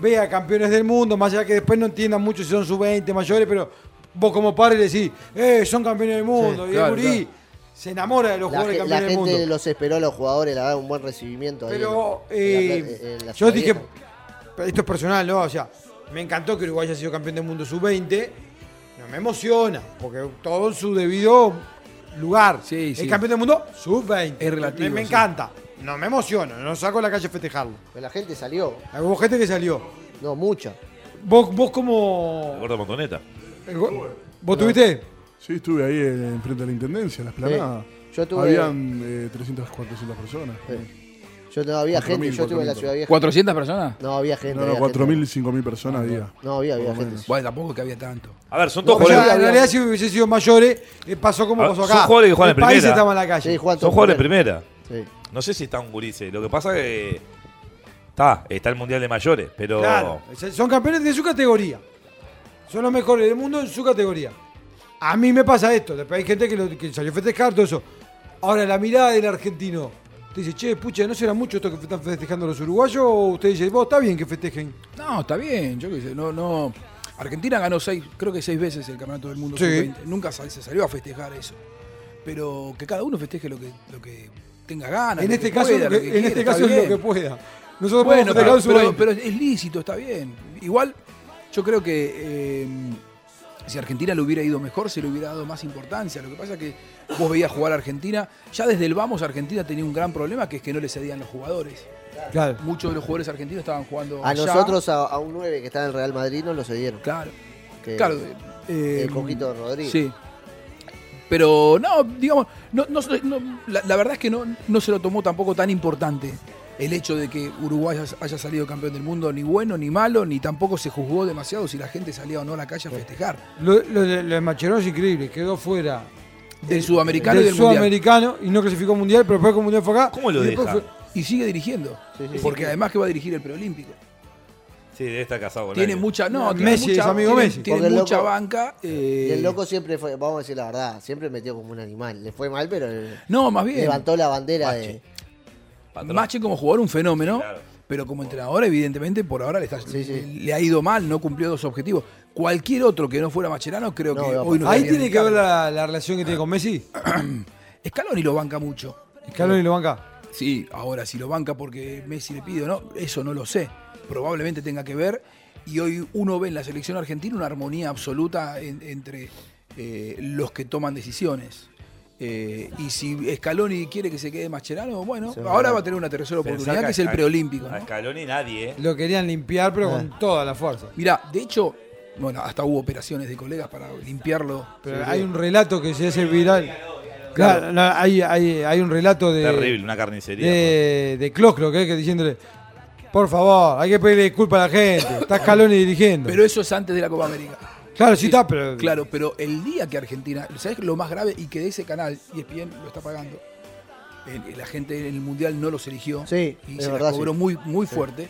A: vea campeones del mundo, más allá que después no entiendan mucho si son sub-20 mayores, pero vos como padre le decís, eh, son campeones del mundo,
D: Sí,
A: y
D: claro,
A: el gurí se enamora de los
C: La,
A: jugadores
C: ge- la
A: campeones
C: gente
A: del mundo.
C: los esperó a los jugadores, la verdad, un buen recibimiento. ahí
A: Pero
C: en la-
A: eh,
C: en la- en la
A: yo
C: ciudad
A: dije,
C: vieja.
A: esto es personal, ¿no? O sea, me encantó que Uruguay haya sido campeón del mundo sub-20. No me emociona, porque todo en su debido lugar.
D: Sí, sí.
A: El campeón del mundo sub-20.
D: Es relativo,
A: Me, me
D: sí.
A: encanta. No me emociona, no saco a la calle a festejarlo.
C: Pero la gente salió,
A: Hubo gente que salió.
C: no, mucha.
A: Vos, vos como...
B: Gordo Montoneta.
A: el go- ¿Vos tuviste?
E: Sí, estuve ahí eh, frente a la intendencia, en la esplanada.
C: Yo tuve-
E: Habían eh, 300, 400 personas.
C: Yo no había
E: Cuatro
C: gente,
E: mil,
C: yo estuve en la
E: cuatro mil.
C: ciudad vieja.
D: ¿400 personas?
C: No, había gente.
E: No, no,
C: había
E: 4.000,
C: gente.
E: 5.000 personas había.
C: No, había, había
E: Por lo
C: gente.
E: menos.
D: Bueno, tampoco es que había tanto.
B: A ver, son todos
A: O sea,
B: jugadores.
A: en realidad, si hubiese sido mayores, eh, pasó como
B: Ah,
A: pasó
B: son
A: acá.
B: jugadores que juegan
A: el
B: en
A: país
B: primera.
A: estaba en la calle.
C: Sí, Juan,
B: Son
C: todo
B: jugadores de
C: primero.
B: primera.
C: Sí.
B: No sé si están gurises. Lo que pasa que. Está, está el Mundial de Mayores, pero.
A: Claro, son campeones de su categoría. Son los mejores del mundo en su categoría. A mí me pasa esto. Después hay gente que, lo- que salió a festejar, todo eso. Ahora, la mirada del argentino. Te dice, che, pucha, ¿no será mucho esto que están festejando los uruguayos? O usted dice, vos, está bien que festejen.
D: No, está bien, yo qué sé, no, no. Argentina ganó seis, creo que seis veces el Campeonato del Mundo
A: Sí.
D: sub-20. Nunca sal- se salió a festejar eso. Pero que cada uno festeje lo que, lo que tenga ganas.
A: en
D: lo
A: este
D: que
A: caso,
D: pueda,
A: lo que-
D: lo que
A: en
D: quiera,
A: este
D: está
A: caso es lo
D: bien.
A: que pueda. Nosotros
D: Bueno,
A: podemos festejar
D: pero,
A: en su
D: pero-
A: veinte.
D: pero es lícito, está bien. Igual, yo creo que eh, si Argentina le hubiera ido mejor, se le hubiera dado más importancia. Lo que pasa es que vos veías jugar a Argentina. Ya desde el vamos, Argentina tenía un gran problema, que es que no le cedían los jugadores.
A: Claro.
D: Muchos de los jugadores argentinos estaban jugando
C: A
D: allá.
C: nosotros, a, a un 9 que está en el Real Madrid, no lo cedieron.
D: Claro.
C: Que-
D: Claro. eh,
C: el Coquito Rodríguez.
D: Sí. Pero no, digamos, no, no se- no- la, la verdad es que no, no se lo tomó tampoco tan importante el hecho de que Uruguay haya- haya salido campeón del mundo, ni bueno, ni malo, ni tampoco se juzgó demasiado si la gente salía o no a la calle a festejar.
A: Lo, lo de- lo de Macherón es increíble. Quedó fuera
D: Del sudamericano
A: del
D: y del mundial.
A: sudamericano y no clasificó al mundial, pero después que el mundial fue acá.
B: ¿Cómo lo
A: y después
B: deja?
A: fue-
D: Y sigue dirigiendo. porque además que va a dirigir el preolímpico.
B: Sí, debe estar casado con
D: Tiene
B: alguien.
D: mucha, no,
A: No,
D: tiene
A: Messi
D: mucha-
A: es amigo
D: tiene-
A: Messi.
D: Tiene
C: Porque el
D: mucha
C: loco-
D: banca. eh,
C: Y el loco siempre fue, vamos a decir la verdad, siempre metió como un animal. Le fue mal, pero le-
D: No, más bien.
C: levantó la bandera de.
B: Patrón.
D: Mache como jugador un fenómeno,
B: Sí, claro.
D: pero como entrenador evidentemente por ahora le, está-
C: sí.
D: le ha ido mal, no cumplió dos objetivos. Cualquier otro que no fuera Macherano creo
C: No,
D: que
C: no,
D: hoy no
A: Ahí
D: estaría en
A: tiene
D: el
A: que ver
D: cargo.
A: la, la relación que tiene con Messi.
D: Scaloni lo banca mucho.
A: Escalón y lo banca.
D: Sí, ahora si lo banca porque Messi le pide o no, eso no lo sé. Probablemente tenga que ver. Y hoy uno ve en la selección argentina una armonía absoluta en- entre eh, los que toman decisiones. Eh, y si Scaloni quiere que se quede Mascherano, bueno, ahora va a tener una tercera
B: Pensá
D: oportunidad
B: a-
D: que es el
B: a-
D: preolímpico.
B: A
D: ¿no?
B: Scaloni nadie, ¿eh?
A: Lo querían limpiar, pero con
C: Ah.
A: toda la fuerza.
D: Mirá, de hecho, bueno, hasta hubo operaciones de colegas para limpiarlo.
A: Pero hay un relato que se hace viral. Claro, no, hay, hay- hay un relato de.
B: Terrible, una carnicería,
A: De, de Clos, creo que, que diciéndole: Por favor, hay que pedirle disculpas a la gente. Está Scaloni dirigiendo.
D: Pero eso es antes de la Copa América.
A: Claro, sí está, pero-
D: Claro, pero el día que Argentina. ¿Sabes lo más grave? Y que de ese canal, E ESPN lo está pagando. el- la gente en el Mundial no los eligió.
C: Sí,
D: Y
C: es
D: se la
C: verdad,
D: cobró
C: sí.
D: muy, muy
C: Sí.
D: fuerte.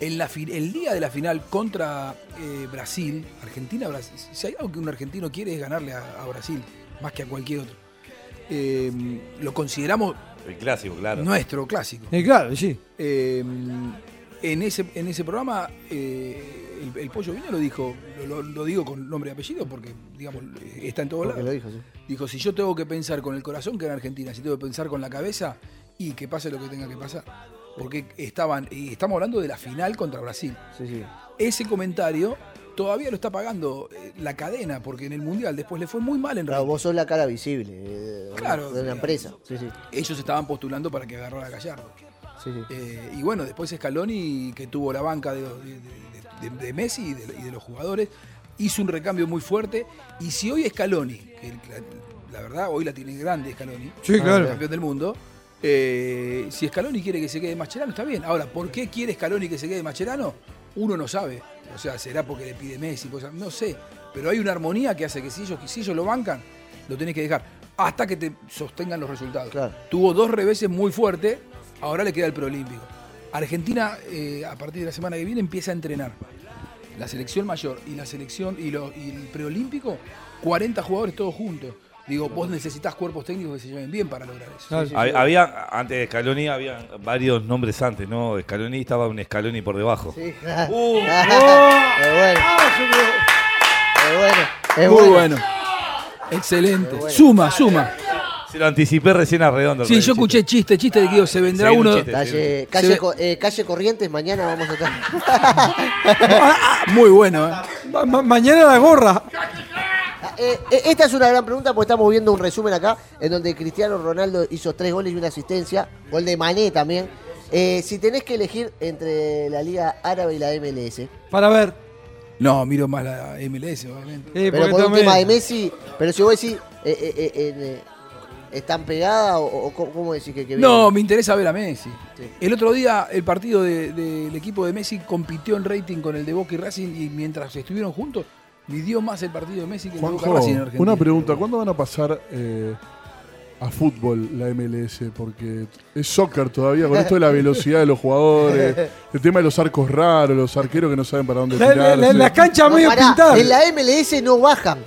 D: En la, fi- el día de la final contra eh, Brasil, Argentina-Brasil. Si hay algo que un argentino quiere es ganarle a, a Brasil, más que a cualquier otro. Eh, lo consideramos
B: El clásico, claro.
D: nuestro clásico.
A: Eh, claro, sí.
D: Eh, en, ese, en ese programa, eh, el, el Pollo Vino lo dijo, lo, lo- lo digo con nombre y apellido porque, digamos, está en todos
C: Porque
D: lados.
C: lo dijo, sí.
D: Dijo, si yo tengo que pensar con el corazón, que en Argentina, si tengo que pensar con la cabeza, y que pase lo que tenga que pasar. Porque estaban, y estamos hablando de la final contra Brasil.
C: Sí, sí.
D: Ese comentario todavía lo está pagando eh, la cadena, porque en el Mundial después le fue muy mal en
C: Claro,
D: realidad.
C: vos sos la cara visible eh, de,
D: Claro,
C: de una
D: digamos.
C: empresa. Sí, sí.
D: Ellos estaban postulando para que agarrara a Gallardo.
C: sí, sí.
D: Eh, y bueno, después Scaloni, que tuvo la banca de, de- de- de Messi y de, y de los jugadores, hizo un recambio muy fuerte. Y si hoy Scaloni, que la, la verdad hoy la tiene grande Scaloni,
A: Sí, claro.
D: campeón del mundo, eh, si Scaloni quiere que se quede Mascherano, está bien. Ahora, ¿por qué quiere Scaloni que se quede Mascherano? Uno no sabe. O sea, será porque le pide Messi, cosas- no sé. Pero hay una armonía que hace que si ellos, si ellos lo bancan, lo tenés que dejar hasta que te sostengan los resultados.
C: Claro.
D: Tuvo dos reveses muy fuertes, ahora le queda el preolímpico. Argentina, eh, a partir de la semana que viene, empieza a entrenar. La selección mayor y la selección y, lo- y el preolímpico, 40 jugadores todos juntos. Digo, vos necesitas cuerpos técnicos que se lleven bien para lograr eso.
A: Claro.
B: Hab- Había, antes de Scaloni, había varios nombres antes, ¿no? Scaloni estaba un Scaloni por debajo.
C: Sí.
F: Uh,
C: Es bueno. Es bueno. Es
D: Muy
C: bueno.
D: bueno. Excelente.
C: Muy bueno.
D: Suma, suma.
B: Se lo anticipé recién a Redondo.
D: Sí,
B: con el
D: yo
B: chiste.
D: escuché chiste, chiste de que digo, se vendrá
B: Seguí un
D: uno.
B: chiste, seguí
C: Calle,
B: un
C: calle,
D: Se ve-
C: Co- eh, calle Corrientes, mañana vamos a estar.
D: Ah, Muy bueno, ¿eh?
A: Ma- ma- mañana la gorra.
C: Eh, eh, esta es una gran pregunta porque estamos viendo un resumen acá en donde Cristiano Ronaldo hizo tres goles y una asistencia, gol de Mané también. Eh, si tenés que elegir entre la Liga Árabe y la MLS,
A: Para ver.
D: No, miro más la MLS, obviamente.
A: Eh,
C: pero
A: porque
C: por un
A: también-
C: tema de Messi, pero si vos decís, eh, eh, eh, en, eh, ¿están pegadas o, o cómo- cómo decís que, que
D: No,
C: vienen?
D: me interesa ver a Messi.
C: Sí.
D: El otro día el partido de- del equipo de Messi compitió en rating con el de Boca y Racing y mientras estuvieron juntos midió más el partido de Messi que el de Boca
E: Juanjo,
D: Racing en Argentina.
E: una pregunta. ¿Cuándo van a pasar eh, a fútbol la MLS? Porque es soccer todavía, con esto de la velocidad de los jugadores, el tema de los arcos raros, los arqueros que no saben para dónde
A: La, la-
E: tirarse.
A: la- la cancha
C: No,
A: medio
C: pará,
A: pintada.
C: en la MLS no bajan,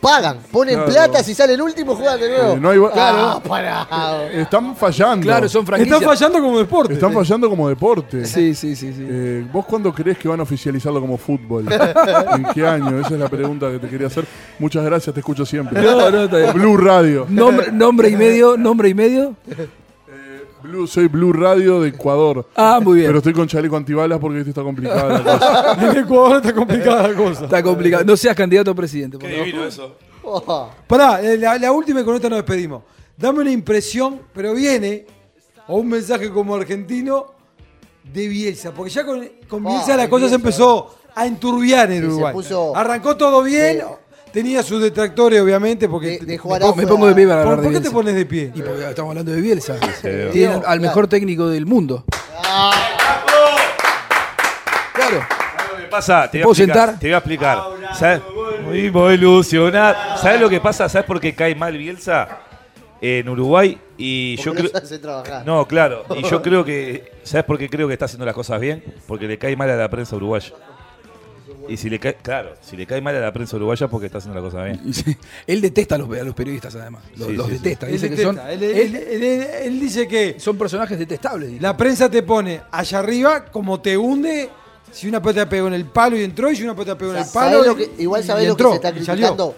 C: pagan, ponen
E: Claro.
C: plata, si salen último juegan de nuevo.
E: Eh, no hay ba-
C: Ah,
E: claro.
C: pará.
E: Están fallando.
D: Claro, son franquicias.
A: Están fallando como deporte.
E: Están fallando como deporte.
D: Sí, sí, sí, sí.
E: Eh, ¿Vos cuándo crees que van a oficializarlo como fútbol? ¿En qué año? Esa es la pregunta que te quería hacer. Muchas gracias, te escucho siempre.
D: No, no, está bien.
E: Blue Radio.
D: Nombre, nombre y medio, nombre y medio.
E: Blue- soy Blue Radio de Ecuador.
D: Ah, muy
E: Pero
D: bien.
E: estoy con chaleco antibalas porque esto está complicado. la cosa.
A: En Ecuador está complicada la cosa.
D: Está complicado. No seas candidato a presidente. por
B: Qué
D: favor.
B: divino eso.
C: Oh.
A: Pará, eh, la, la última y con esta nos despedimos. Dame una impresión, pero viene, o un mensaje como argentino, de Bielsa. Porque ya con, con
C: Ah,
A: Bielsa la cosa
C: Bielsa.
A: se empezó a enturbiar en
C: Sí, se
A: Uruguay.
C: puso-
A: Arrancó todo bien, tenía sus detractores, obviamente, porque.
C: De- de
A: ¿Por,
C: jugar
D: Me pongo de pie para hablar
A: por
D: de
A: qué te
D: Bielsa.
A: pones de pie?
D: Y porque estamos hablando de Bielsa.
B: veo.
D: Tiene al, al mejor técnico del mundo. Claro.
B: ¿Sabes lo que pasa? Te
D: puedo
B: voy a explicar.
D: sentar?
B: Te voy a explicar. ¿Sabes? Muy ilusionar. ¿Sabes lo que pasa? ¿Sabes por qué cae mal Bielsa en Uruguay? Y yo
C: Porque
B: creo.
C: los hace trabajar.
B: No, claro. Y yo creo que. ¿Sabes por qué creo que está haciendo las cosas bien? Porque le cae mal a la prensa uruguaya. Y si le cae. Claro, si le cae mal a la prensa uruguaya es porque está haciendo las cosas bien.
D: Sí. Él detesta a los, a los periodistas, además. Los,
B: Sí,
D: los
B: sí, sí.
D: detesta.
A: Él,
D: Dice que
A: detesta,
D: son,
A: él- él- él- él- él dice que
D: son personajes detestables. dice.
A: la prensa te pone allá arriba como te hunde. Si una pelota pegó en el palo y entró, y si una pelota pegó en
C: Sa-
A: el palo.
C: ¿sabés lo
A: y-
C: que- igual
A: y
C: sabés lo que
A: entró,
C: se está
A: y salió.
C: criticando.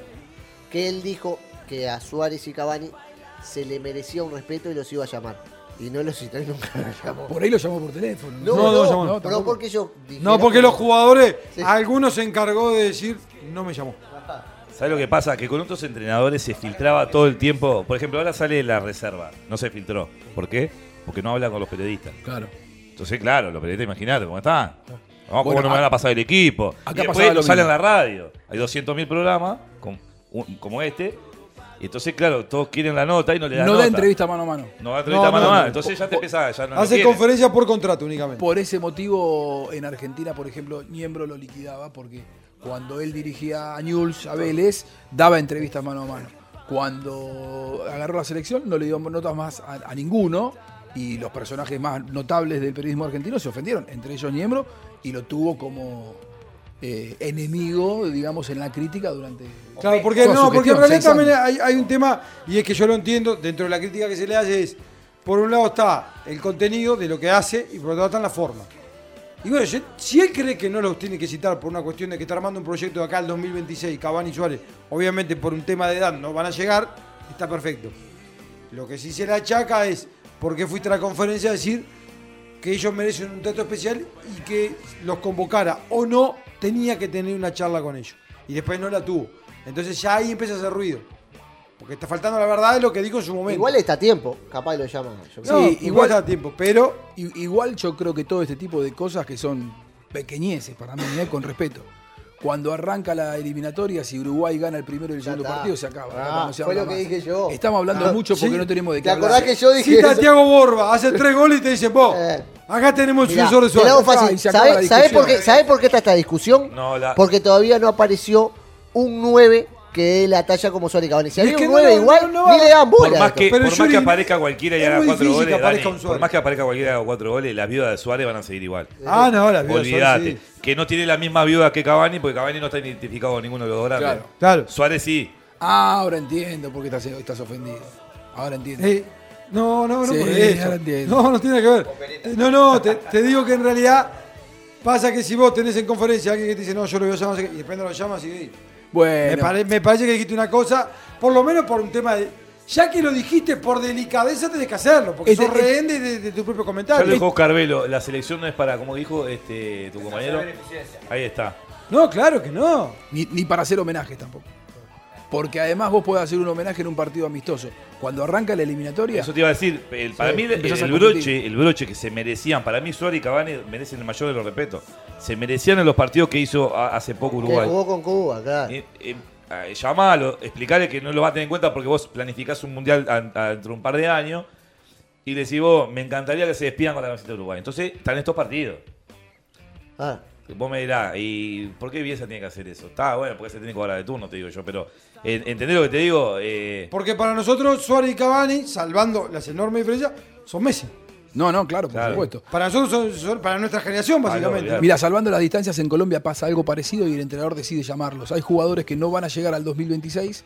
C: Que él dijo que a Suárez y Cavani se le merecía un respeto y los iba a llamar. Y no los citó y nunca los llamó.
D: Por ahí lo llamó por teléfono.
C: No,
A: no,
C: no,
A: llamó.
C: no,
D: No, tampoco.
C: pero porque yo dije.
A: No, porque los jugadores,
C: Sí.
A: algunos se encargó de decir, no me llamó.
B: ¿Sabes lo que pasa? Que con otros entrenadores se filtraba todo el tiempo. Por ejemplo, ahora sale de la reserva. No se filtró. ¿Por qué? Porque no habla con los periodistas.
D: Claro.
B: Entonces, claro, los periodistas, imagínate cómo están. No, ¿Cómo
D: Bueno,
B: no me
D: a-
B: van a pasar el equipo?
D: acá
B: Y después
D: pasaba lo
B: no sale en la
D: mismo.
B: radio. Hay 200.000 programas com- un- como este Y entonces, claro, todos quieren la nota y no le dan
D: No
B: nota.
D: da entrevista mano a mano.
B: No da entrevista
D: No,
B: mano
D: no,
B: a mano.
D: no.
B: Entonces ya te
D: Po-
B: empezás, ya no lo
A: Hace
B: quieres.
A: conferencias por contrato únicamente.
D: Por ese motivo, en Argentina, por ejemplo, Niembro lo liquidaba porque cuando él dirigía a Newell's, a Vélez, daba entrevistas mano a mano. Cuando agarró la selección, no le dio notas más a, a ninguno y los personajes más notables del periodismo argentino se ofendieron, entre ellos Niembro, y lo tuvo como eh, enemigo, digamos, en la crítica durante.
A: Claro, porque
D: toda su
A: no, porque en
D: gestión,
A: realidad
D: seis
A: también
D: años.
A: hay, hay un tema, y es que yo lo entiendo, dentro de la crítica que se le hace es, por un lado está el contenido de lo que hace y por otro lado está la forma. Y bueno, yo- si él cree que no los tiene que citar por una cuestión de que está armando un proyecto de acá al 2026, Cavani y Suárez, obviamente por un tema de edad no van a llegar, está perfecto. Lo que sí se le achaca es por qué fuiste a la conferencia a decir que ellos merecen un trato especial y que los convocara o no, tenía que tener una charla con ellos. Y después no la tuvo. Entonces ya ahí empieza a hacer ruido. Porque está faltando la verdad de lo que dijo en su momento.
C: Igual está a tiempo, capaz lo llaman. yo
A: No,
C: creo.
A: igual, está a tiempo, pero
D: I- Igual yo creo que todo este tipo de cosas que son pequeñeces para mí, ¿eh? con respeto. Cuando arranca la eliminatoria, si Uruguay gana el primero y el segundo
C: está.
D: partido, se acaba.
C: Ah,
D: Acá no se
C: fue
D: habla
C: lo que
D: más.
C: dije yo.
D: Estamos hablando
C: Ah,
D: mucho porque
A: sí.
D: no tenemos de qué
C: ¿Te
D: hablar.
C: acordás que yo dije
A: cita a
C: eso?
A: Tiago Borba, hace tres goles y te dice, vos,
C: Eh.
A: acá tenemos un
C: Mirá,
A: sucesor de
C: te la hago
A: Suárez.
D: Ah, y
C: fácil.
D: se acaba
C: ¿Sabés
D: la
C: sabés
D: discusión.
C: por, qué, sabés por qué está esta discusión?
B: No, la-
C: Porque todavía no apareció un 9 que dé la talla como Suárez y Cavani. Si
A: Es
C: había
A: que
C: un
A: no
C: 9
A: lo-
C: igual,
A: no lo va-
C: ni le dan bola.
B: Por más,
C: esto.
B: que,
A: Pero
B: por más
A: Yuri,
B: que aparezca cualquiera y
A: es
B: haga
A: muy
B: cuatro
A: difícil que
B: goles,
A: aparezca
B: Dani,
A: un Suárez.
B: por más que aparezca cualquiera y haga cuatro goles, las viudas de Suárez van a seguir igual.
A: Ah, no, la vio Suárez,
B: Olvídate.
A: sí.
B: Que no tiene la misma viuda que Cavani, porque Cavani no está identificado con ninguno de los dos grandes.
D: Claro.
A: Claro.
B: Suárez sí.
D: Ah, ahora entiendo por qué estás, estás ofendido. Ahora entiendo.
A: Eh, no, no, no
D: Sí,
A: por eso.
D: ahora entiendo.
A: No, no tiene que ver. Eh, No, no, te, te digo que en realidad pasa que si vos tenés en conferencia a alguien que te dice, no, yo lo voy a llamar, no sé qué", y después no lo llamas y... Me,
D: Bueno,
A: pare- me parece que dijiste una cosa, por lo menos por un tema de... Ya que lo dijiste por delicadeza tenés que hacerlo, porque
D: Este-
A: sos rehén de, de- de tu propio
B: Ya
A: comentario.
B: lo dijo Carvelo, la selección no es para, como dijo este, tu compañero. Ahí está.
A: No, claro que no.
D: ni, ni para hacer homenajes tampoco. Porque además vos podés hacer un homenaje en un partido amistoso. Cuando arranca la eliminatoria,
B: Eso te iba a decir, el- para
D: Sí,
B: mí el,
D: empezás a
B: el
D: competir.
B: broche, el broche que se merecían, para mí Suárez y Cavani merecen el mayor de los respetos. Se merecían en los partidos que hizo a- hace poco
C: Que
B: Uruguay.
C: jugó con Cuba, claro.
B: Eh, eh, eh, llamalo, explicale que no lo va a tener en cuenta porque vos planificás un mundial an- a- dentro de un par de años y le decís vos, me encantaría que se despidan con la camiseta de Uruguay. Entonces, están estos partidos.
C: Ah,
B: Vos me dirás, ¿y por qué Bielsa tiene que hacer eso? Está bueno, porque es el técnico ahora de turno, te digo yo, pero eh, ¿entendés lo que te digo? Eh,
A: Porque para nosotros Suárez y Cavani, salvando las enormes diferencias, son Messi.
D: no, no, claro, por
B: Claro.
D: supuesto.
A: Para nosotros, son- son- para nuestra generación, básicamente.
B: Ah, no,
D: Mira, salvando las distancias en Colombia pasa algo parecido y el entrenador decide llamarlos. Hay jugadores que no van a llegar al 2026,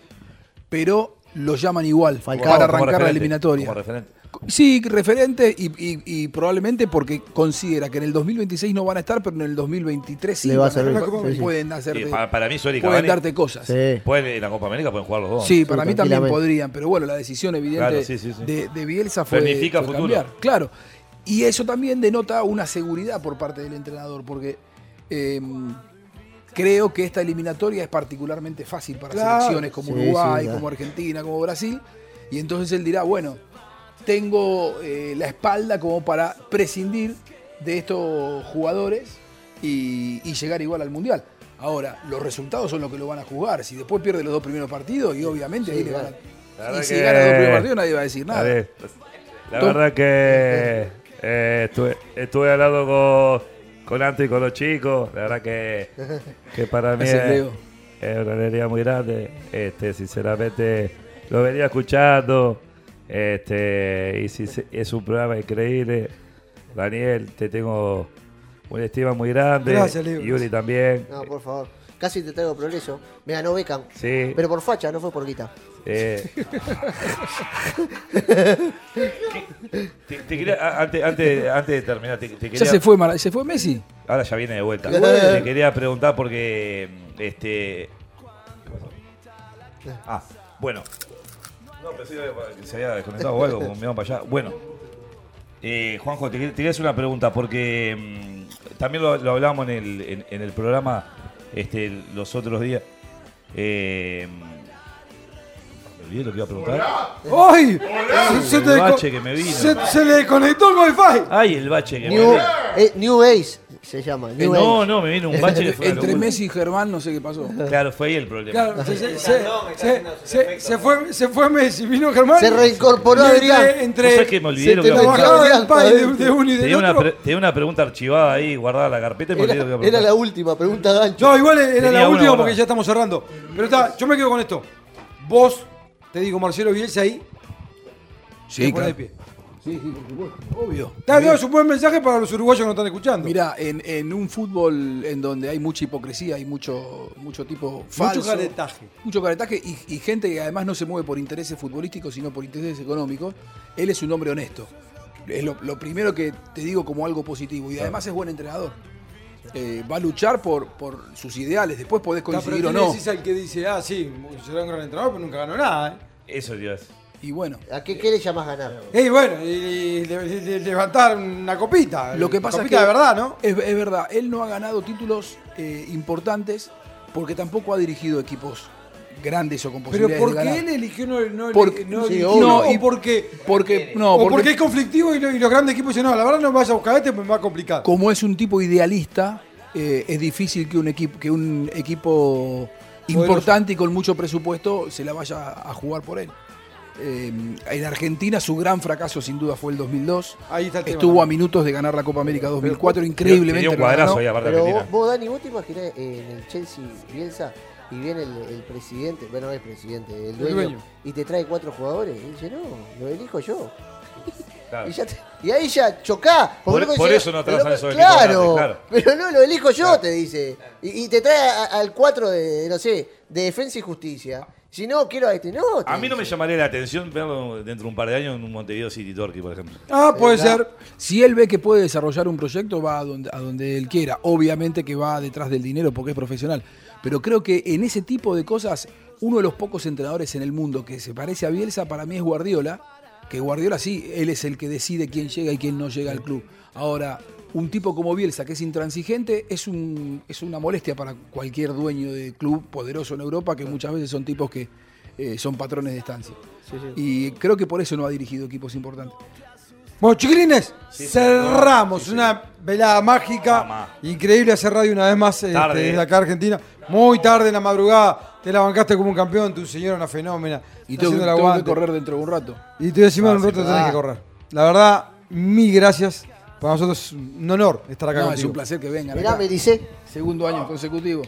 D: pero los llaman igual
C: Falcao,
D: para
B: como
D: arrancar la
B: referente,
D: eliminatoria.
B: como referente.
D: Sí, referente y, y- y probablemente porque considera que en el 2026 no van a estar, pero en el 2023 sí.
C: Le va a
D: van
C: servir.
D: estar.
C: Sí, sí.
D: Pueden,
B: Sí,
D: hacerte,
B: para, para mí Suárez y
D: pueden
B: Cavani
D: darte cosas. Sí.
C: sí.
B: pueden- en la Copa América pueden jugar los dos.
D: para mí también
C: tranquilamente.
D: podrían, pero bueno, la decisión evidente
B: Claro, sí, sí, sí.
D: De, de Bielsa fue,
B: Planifica
D: fue
B: futuro.
D: cambiar. Claro. Y eso también denota una seguridad por parte del entrenador, porque eh, creo que esta eliminatoria es particularmente fácil para
A: Claro.
D: selecciones como
C: Sí,
D: Uruguay,
C: sí, ya.
D: como Argentina, como Brasil. Y entonces él dirá, bueno, tengo eh, la espalda como para prescindir de estos jugadores y, y llegar igual al Mundial. Ahora, los resultados son los que lo van a jugar. Si después pierde los dos primeros partidos, y obviamente ahí le van a-
B: La verdad
D: Y si
B: que-
D: gana los dos primeros partidos, nadie va a decir nada.
B: A ver, la
D: Tú-
B: verdad que eh, estuve, estuve hablando con, con Anto y con los chicos. La verdad que, que para mí es,
D: Gracias, Leo.
B: es una alegría muy grande. Este, sinceramente, lo venía escuchando. Este, y si se- es un programa increíble. Daniel, te tengo una estima muy grande.
A: Gracias, Leo.
B: Yuri también.
C: No, por favor. Casi te traigo progreso. Me ganó Beckham.
B: Sí.
C: Pero por facha, no fue por guita.
B: Eh, te, te quería- a- antes, antes, antes de terminar, te, te
D: Ya
B: quería,
D: se fue, Mara- se fue Messi.
B: ahora ya viene de vuelta.
C: Bueno.
B: Te quería preguntar porque este Ah, bueno. No, pensé que se había desconectado o algo, como me iba para allá. Bueno. Eh, Juanjo, te, quer- te quería hacer una pregunta, porque mm, también lo, lo hablábamos en el, en- en el programa este, los otros días. Eh, me olvidé lo que iba a preguntar.
A: ¡Ay! Se,
B: El
A: desco-
B: bache que me vino.
A: se- se le desconectó el wifi.
B: Ay, el bache que me
C: New,
B: dio.
C: Eh, New Age se llama. New
A: Eh,
C: Age.
D: Entre Messi y Germán, no sé qué pasó.
B: Claro, fue ahí el problema.
A: Claro, se, se- se- se- se- se fue, se fue Messi, vino Germán.
C: Se reincorporó
A: Y
C: Adrián.
A: entre, entre
B: ¿Vos sabés que me olvidé lo que
A: la
B: iba a
A: bajada
B: preguntar?
A: del país de, de uno y del
B: Tenía una,
A: otro.
B: pre- tenía una pregunta archivada ahí, guardada en la carpeta y me olvidé lo que iba a
C: Era,
B: preguntar.
C: era la última pregunta, Gancho.
A: No, igual era
B: Tenía
A: la
B: una
A: última
B: guardada.
A: porque ya estamos cerrando. Pero está, yo me quedo con esto. Vos, te digo, Marcelo Bielsa ahí.
D: Sí,
A: te pone de
D: claro.
A: pie.
D: Sí, sí, por supuesto. Obvio.
A: Está, no, es un buen mensaje para los uruguayos que no están escuchando.
D: Mira, en, en un fútbol en donde hay mucha hipocresía, hay mucho, mucho tipo falso.
A: Mucho caretaje.
D: Mucho caretaje y, y gente que además no se mueve por intereses futbolísticos, sino por intereses económicos. Él es un hombre honesto. Es lo, lo primero que te digo como algo positivo. Y además es buen entrenador. Eh, va a luchar por, por sus ideales. Después podés
A: Está, pero
D: coincidir
A: ¿qué
D: o
A: le
D: no.
A: decís al que dice, ah, sí, será un gran entrenador, pero nunca ganó nada.
B: Eso, Dios.
D: Y bueno.
C: ¿A qué, qué le llamas ganar?
A: ¿eh? Y bueno, y, y le- le- le- levantar una copita.
D: Lo que pasa es que.
A: copita de verdad, ¿no?
D: Es, es verdad. Él no ha ganado títulos eh, importantes porque tampoco ha dirigido equipos grandes o con
A: Pero
D: posibilidades de
A: ¿por
D: ganar.
A: qué él eligió no, no,
D: Porque-
A: no
D: sí,
A: eligió?
D: obvio.
A: No,
D: No, y-
A: ¿O porque,
D: Porque, no,
A: o porque,
D: porque,
A: es conflictivo y, lo- y los grandes equipos dicen, no, la verdad no me vas a buscar este, me va a complicar.
D: como es un tipo idealista, eh, es difícil que un equipo, que un equipo importante y con mucho presupuesto se la vaya a jugar por él. Eh, en Argentina su gran fracaso sin duda fue el 2002.
A: Ahí está el tema.
D: Estuvo a
A: ¿no?
D: minutos de ganar la Copa América 2004, increíblemente.
B: Tenía un
D: no la
B: cuadrazo
D: ganó.
B: ahí, aparte
C: Pero
B: Argentina.
C: vos, vos, Dani, vos te imaginás eh, en el Chelsea Bielsa y viene el, el presidente, bueno, no es presidente, el dueño,
A: dueño.
C: y te trae cuatro jugadores. Y dice, no, lo elijo yo.
B: Claro.
C: Y, ya te- y ahí ya chocá.
B: Por-
C: luego
B: por
C: decía,
B: eso no traes a esos equipos
C: claro,
B: grandes, claro.
C: Pero no, lo elijo yo, te dice. Y, y te trae a- al cuatro de, no sé, de Defensa y Justicia. Si no, quiero a este. No, te
B: A mí no me
C: dice.
B: llamaría la atención verlo dentro de un par de años en un Montevideo City Torque, por ejemplo.
A: Ah, puede
C: ¿Verdad?
A: ser.
D: Si él ve que puede desarrollar un proyecto, va a donde, a donde él quiera. Obviamente que va detrás del dinero porque es profesional. Pero creo que en ese tipo de cosas, uno de los pocos entrenadores en el mundo que se parece a Bielsa para mí es Guardiola. Que Guardiola sí, él es el que decide quién llega y quién no llega al club. Ahora, un tipo como Bielsa, que es intransigente, es, un, es una molestia para cualquier dueño de club poderoso en Europa, que muchas veces son tipos que eh, son patrones de estancia. Y creo que por eso no ha dirigido equipos importantes.
A: Bueno, chiquilines, cerramos una velada mágica.
B: Mamá.
A: Increíble hacer radio una vez más este,
B: Tarde,
A: desde
B: eh.
A: acá Argentina. Muy tarde en la madrugada. Te la bancaste como un campeón, tu señora una fenómena.
D: Y
A: está
D: tengo,
A: haciendo el
D: tengo que
A: aguante.
D: correr dentro de un rato.
A: Y te voy a decir,
B: Ah,
A: un
B: sí,
A: rato tenés
C: verdad.
A: que correr. La verdad, mil gracias. Para nosotros es un honor estar acá
D: No, es
A: contigo.
D: un placer que vengan.
C: Mirá,
D: acá.
C: me dice.
D: Segundo año consecutivo.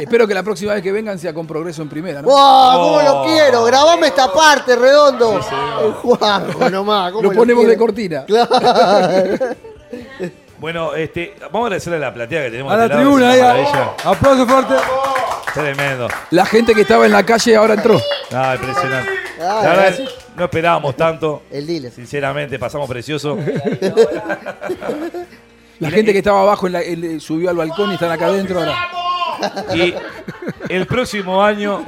D: Espero que la próxima vez que vengan sea con progreso en primera, ¿no?
C: ¡Wow! ¿Cómo lo quiero? Grabame esta parte, redondo. El Juanjo nomás. ¿cómo
D: Lo ponemos
C: quiero?
D: de cortina.
B: Bueno, este, vamos a agradecerle a la platea que tenemos
A: A
B: de
A: la
B: este lado,
A: tribuna,
B: es
A: ahí. ah.
B: una
A: a-
B: maravilla.
A: Aplauso fuerte.
B: Tremendo.
D: La gente que estaba en la calle ahora entró.
B: Ah, impresionante.
C: Ah,
B: La verdad,
C: gracias.
B: no esperábamos tanto.
C: El dealer.
B: Sinceramente, pasamos precioso.
D: La gente que estaba abajo en la- en- eh, subió al balcón y están acá adentro ahora.
B: Y el próximo año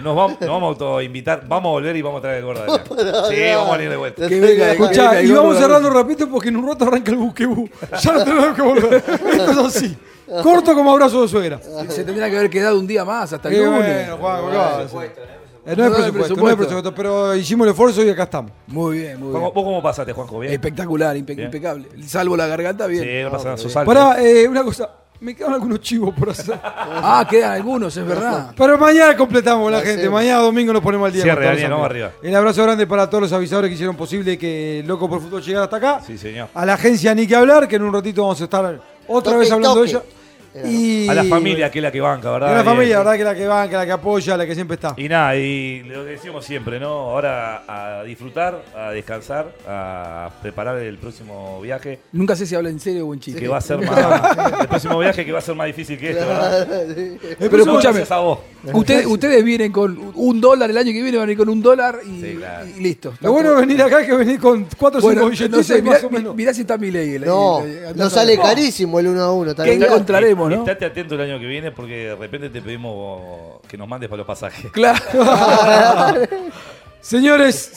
B: nos vamos, nos vamos a autoinvitar, vamos a volver y vamos a traer el gordo de acá. Sí, vamos a venir de vuelta.
D: Que venga, que venga
A: Escuchá,
D: el
A: y vamos
D: gordo
A: cerrando rápido porque en un rato arranca el buquebú. Ya no tenemos que volver. Esto es así. Corto como abrazo de suegra.
D: Se tendría que haber quedado un día más hasta el
A: Qué
D: lunes.
A: bueno, Juan, ¿qué vas a hacer? Eh, no hay
D: No hay
A: presupuesto, no hay
D: presupuesto.
A: presupuesto, pero hicimos el esfuerzo y acá estamos.
D: Muy bien, muy
B: ¿Vos
D: bien.
B: vos cómo pasaste, Juanjo? ¿Bien?
D: Espectacular, impe-
B: Bien.
D: impecable. Salvo la garganta, bien.
B: Sí, no pasa nada, sos alto.
A: Pará, Eh, eh, una cosa, me quedan algunos chivos por hacer.
D: Ah, quedan algunos, es verdad.
A: Pero mañana completamos la
C: Así
A: gente,
C: es.
A: mañana domingo nos ponemos al día.
B: Cierre,
A: con todos
B: Daniel,
A: los
B: vamos
A: amigos.
B: arriba.
A: El abrazo grande para todos los avisadores que hicieron posible que Loco por Fútbol llegara hasta acá.
B: Sí, señor.
A: A la agencia Ni que hablar, que en un ratito vamos a estar otra
C: Toque,
A: vez hablando
C: toque.
A: de ella. Y
B: A la familia, que es la que banca,
A: Y
B: ¿verdad?
A: a la
B: Bien.
A: familia, la verdad que la que van, que la que apoya, la que siempre está.
B: Y nada, y lo que decimos siempre, ¿no? Ahora a disfrutar, a descansar, a preparar el próximo viaje,
D: Nunca sé si habla en serio o en chiste.
B: que va a ser más. el próximo viaje que va a ser más difícil que este, ¿verdad?
D: Pero
B: Eso
D: escúchame.
B: gracias a vos.
D: Ustedes, ustedes vienen con un dólar el año que viene, van a ir con un dólar y,
B: Sí, claro.
D: y listo.
A: Lo bueno es venir acá es que venir con 4 o 5
D: Bueno,
A: billetitos
D: no sé,
A: y más
D: mirá,
A: o menos.
D: mirá si está mi ley.
C: No,
D: eh,
C: no sale carísimo el uno a uno. tal
D: ¿Qué
C: vez.
D: encontrás? Encontraremos, ¿no?
B: Estate atento el año que viene porque de repente te pedimos que nos mandes para los pasajes.
D: Claro.
A: Señores,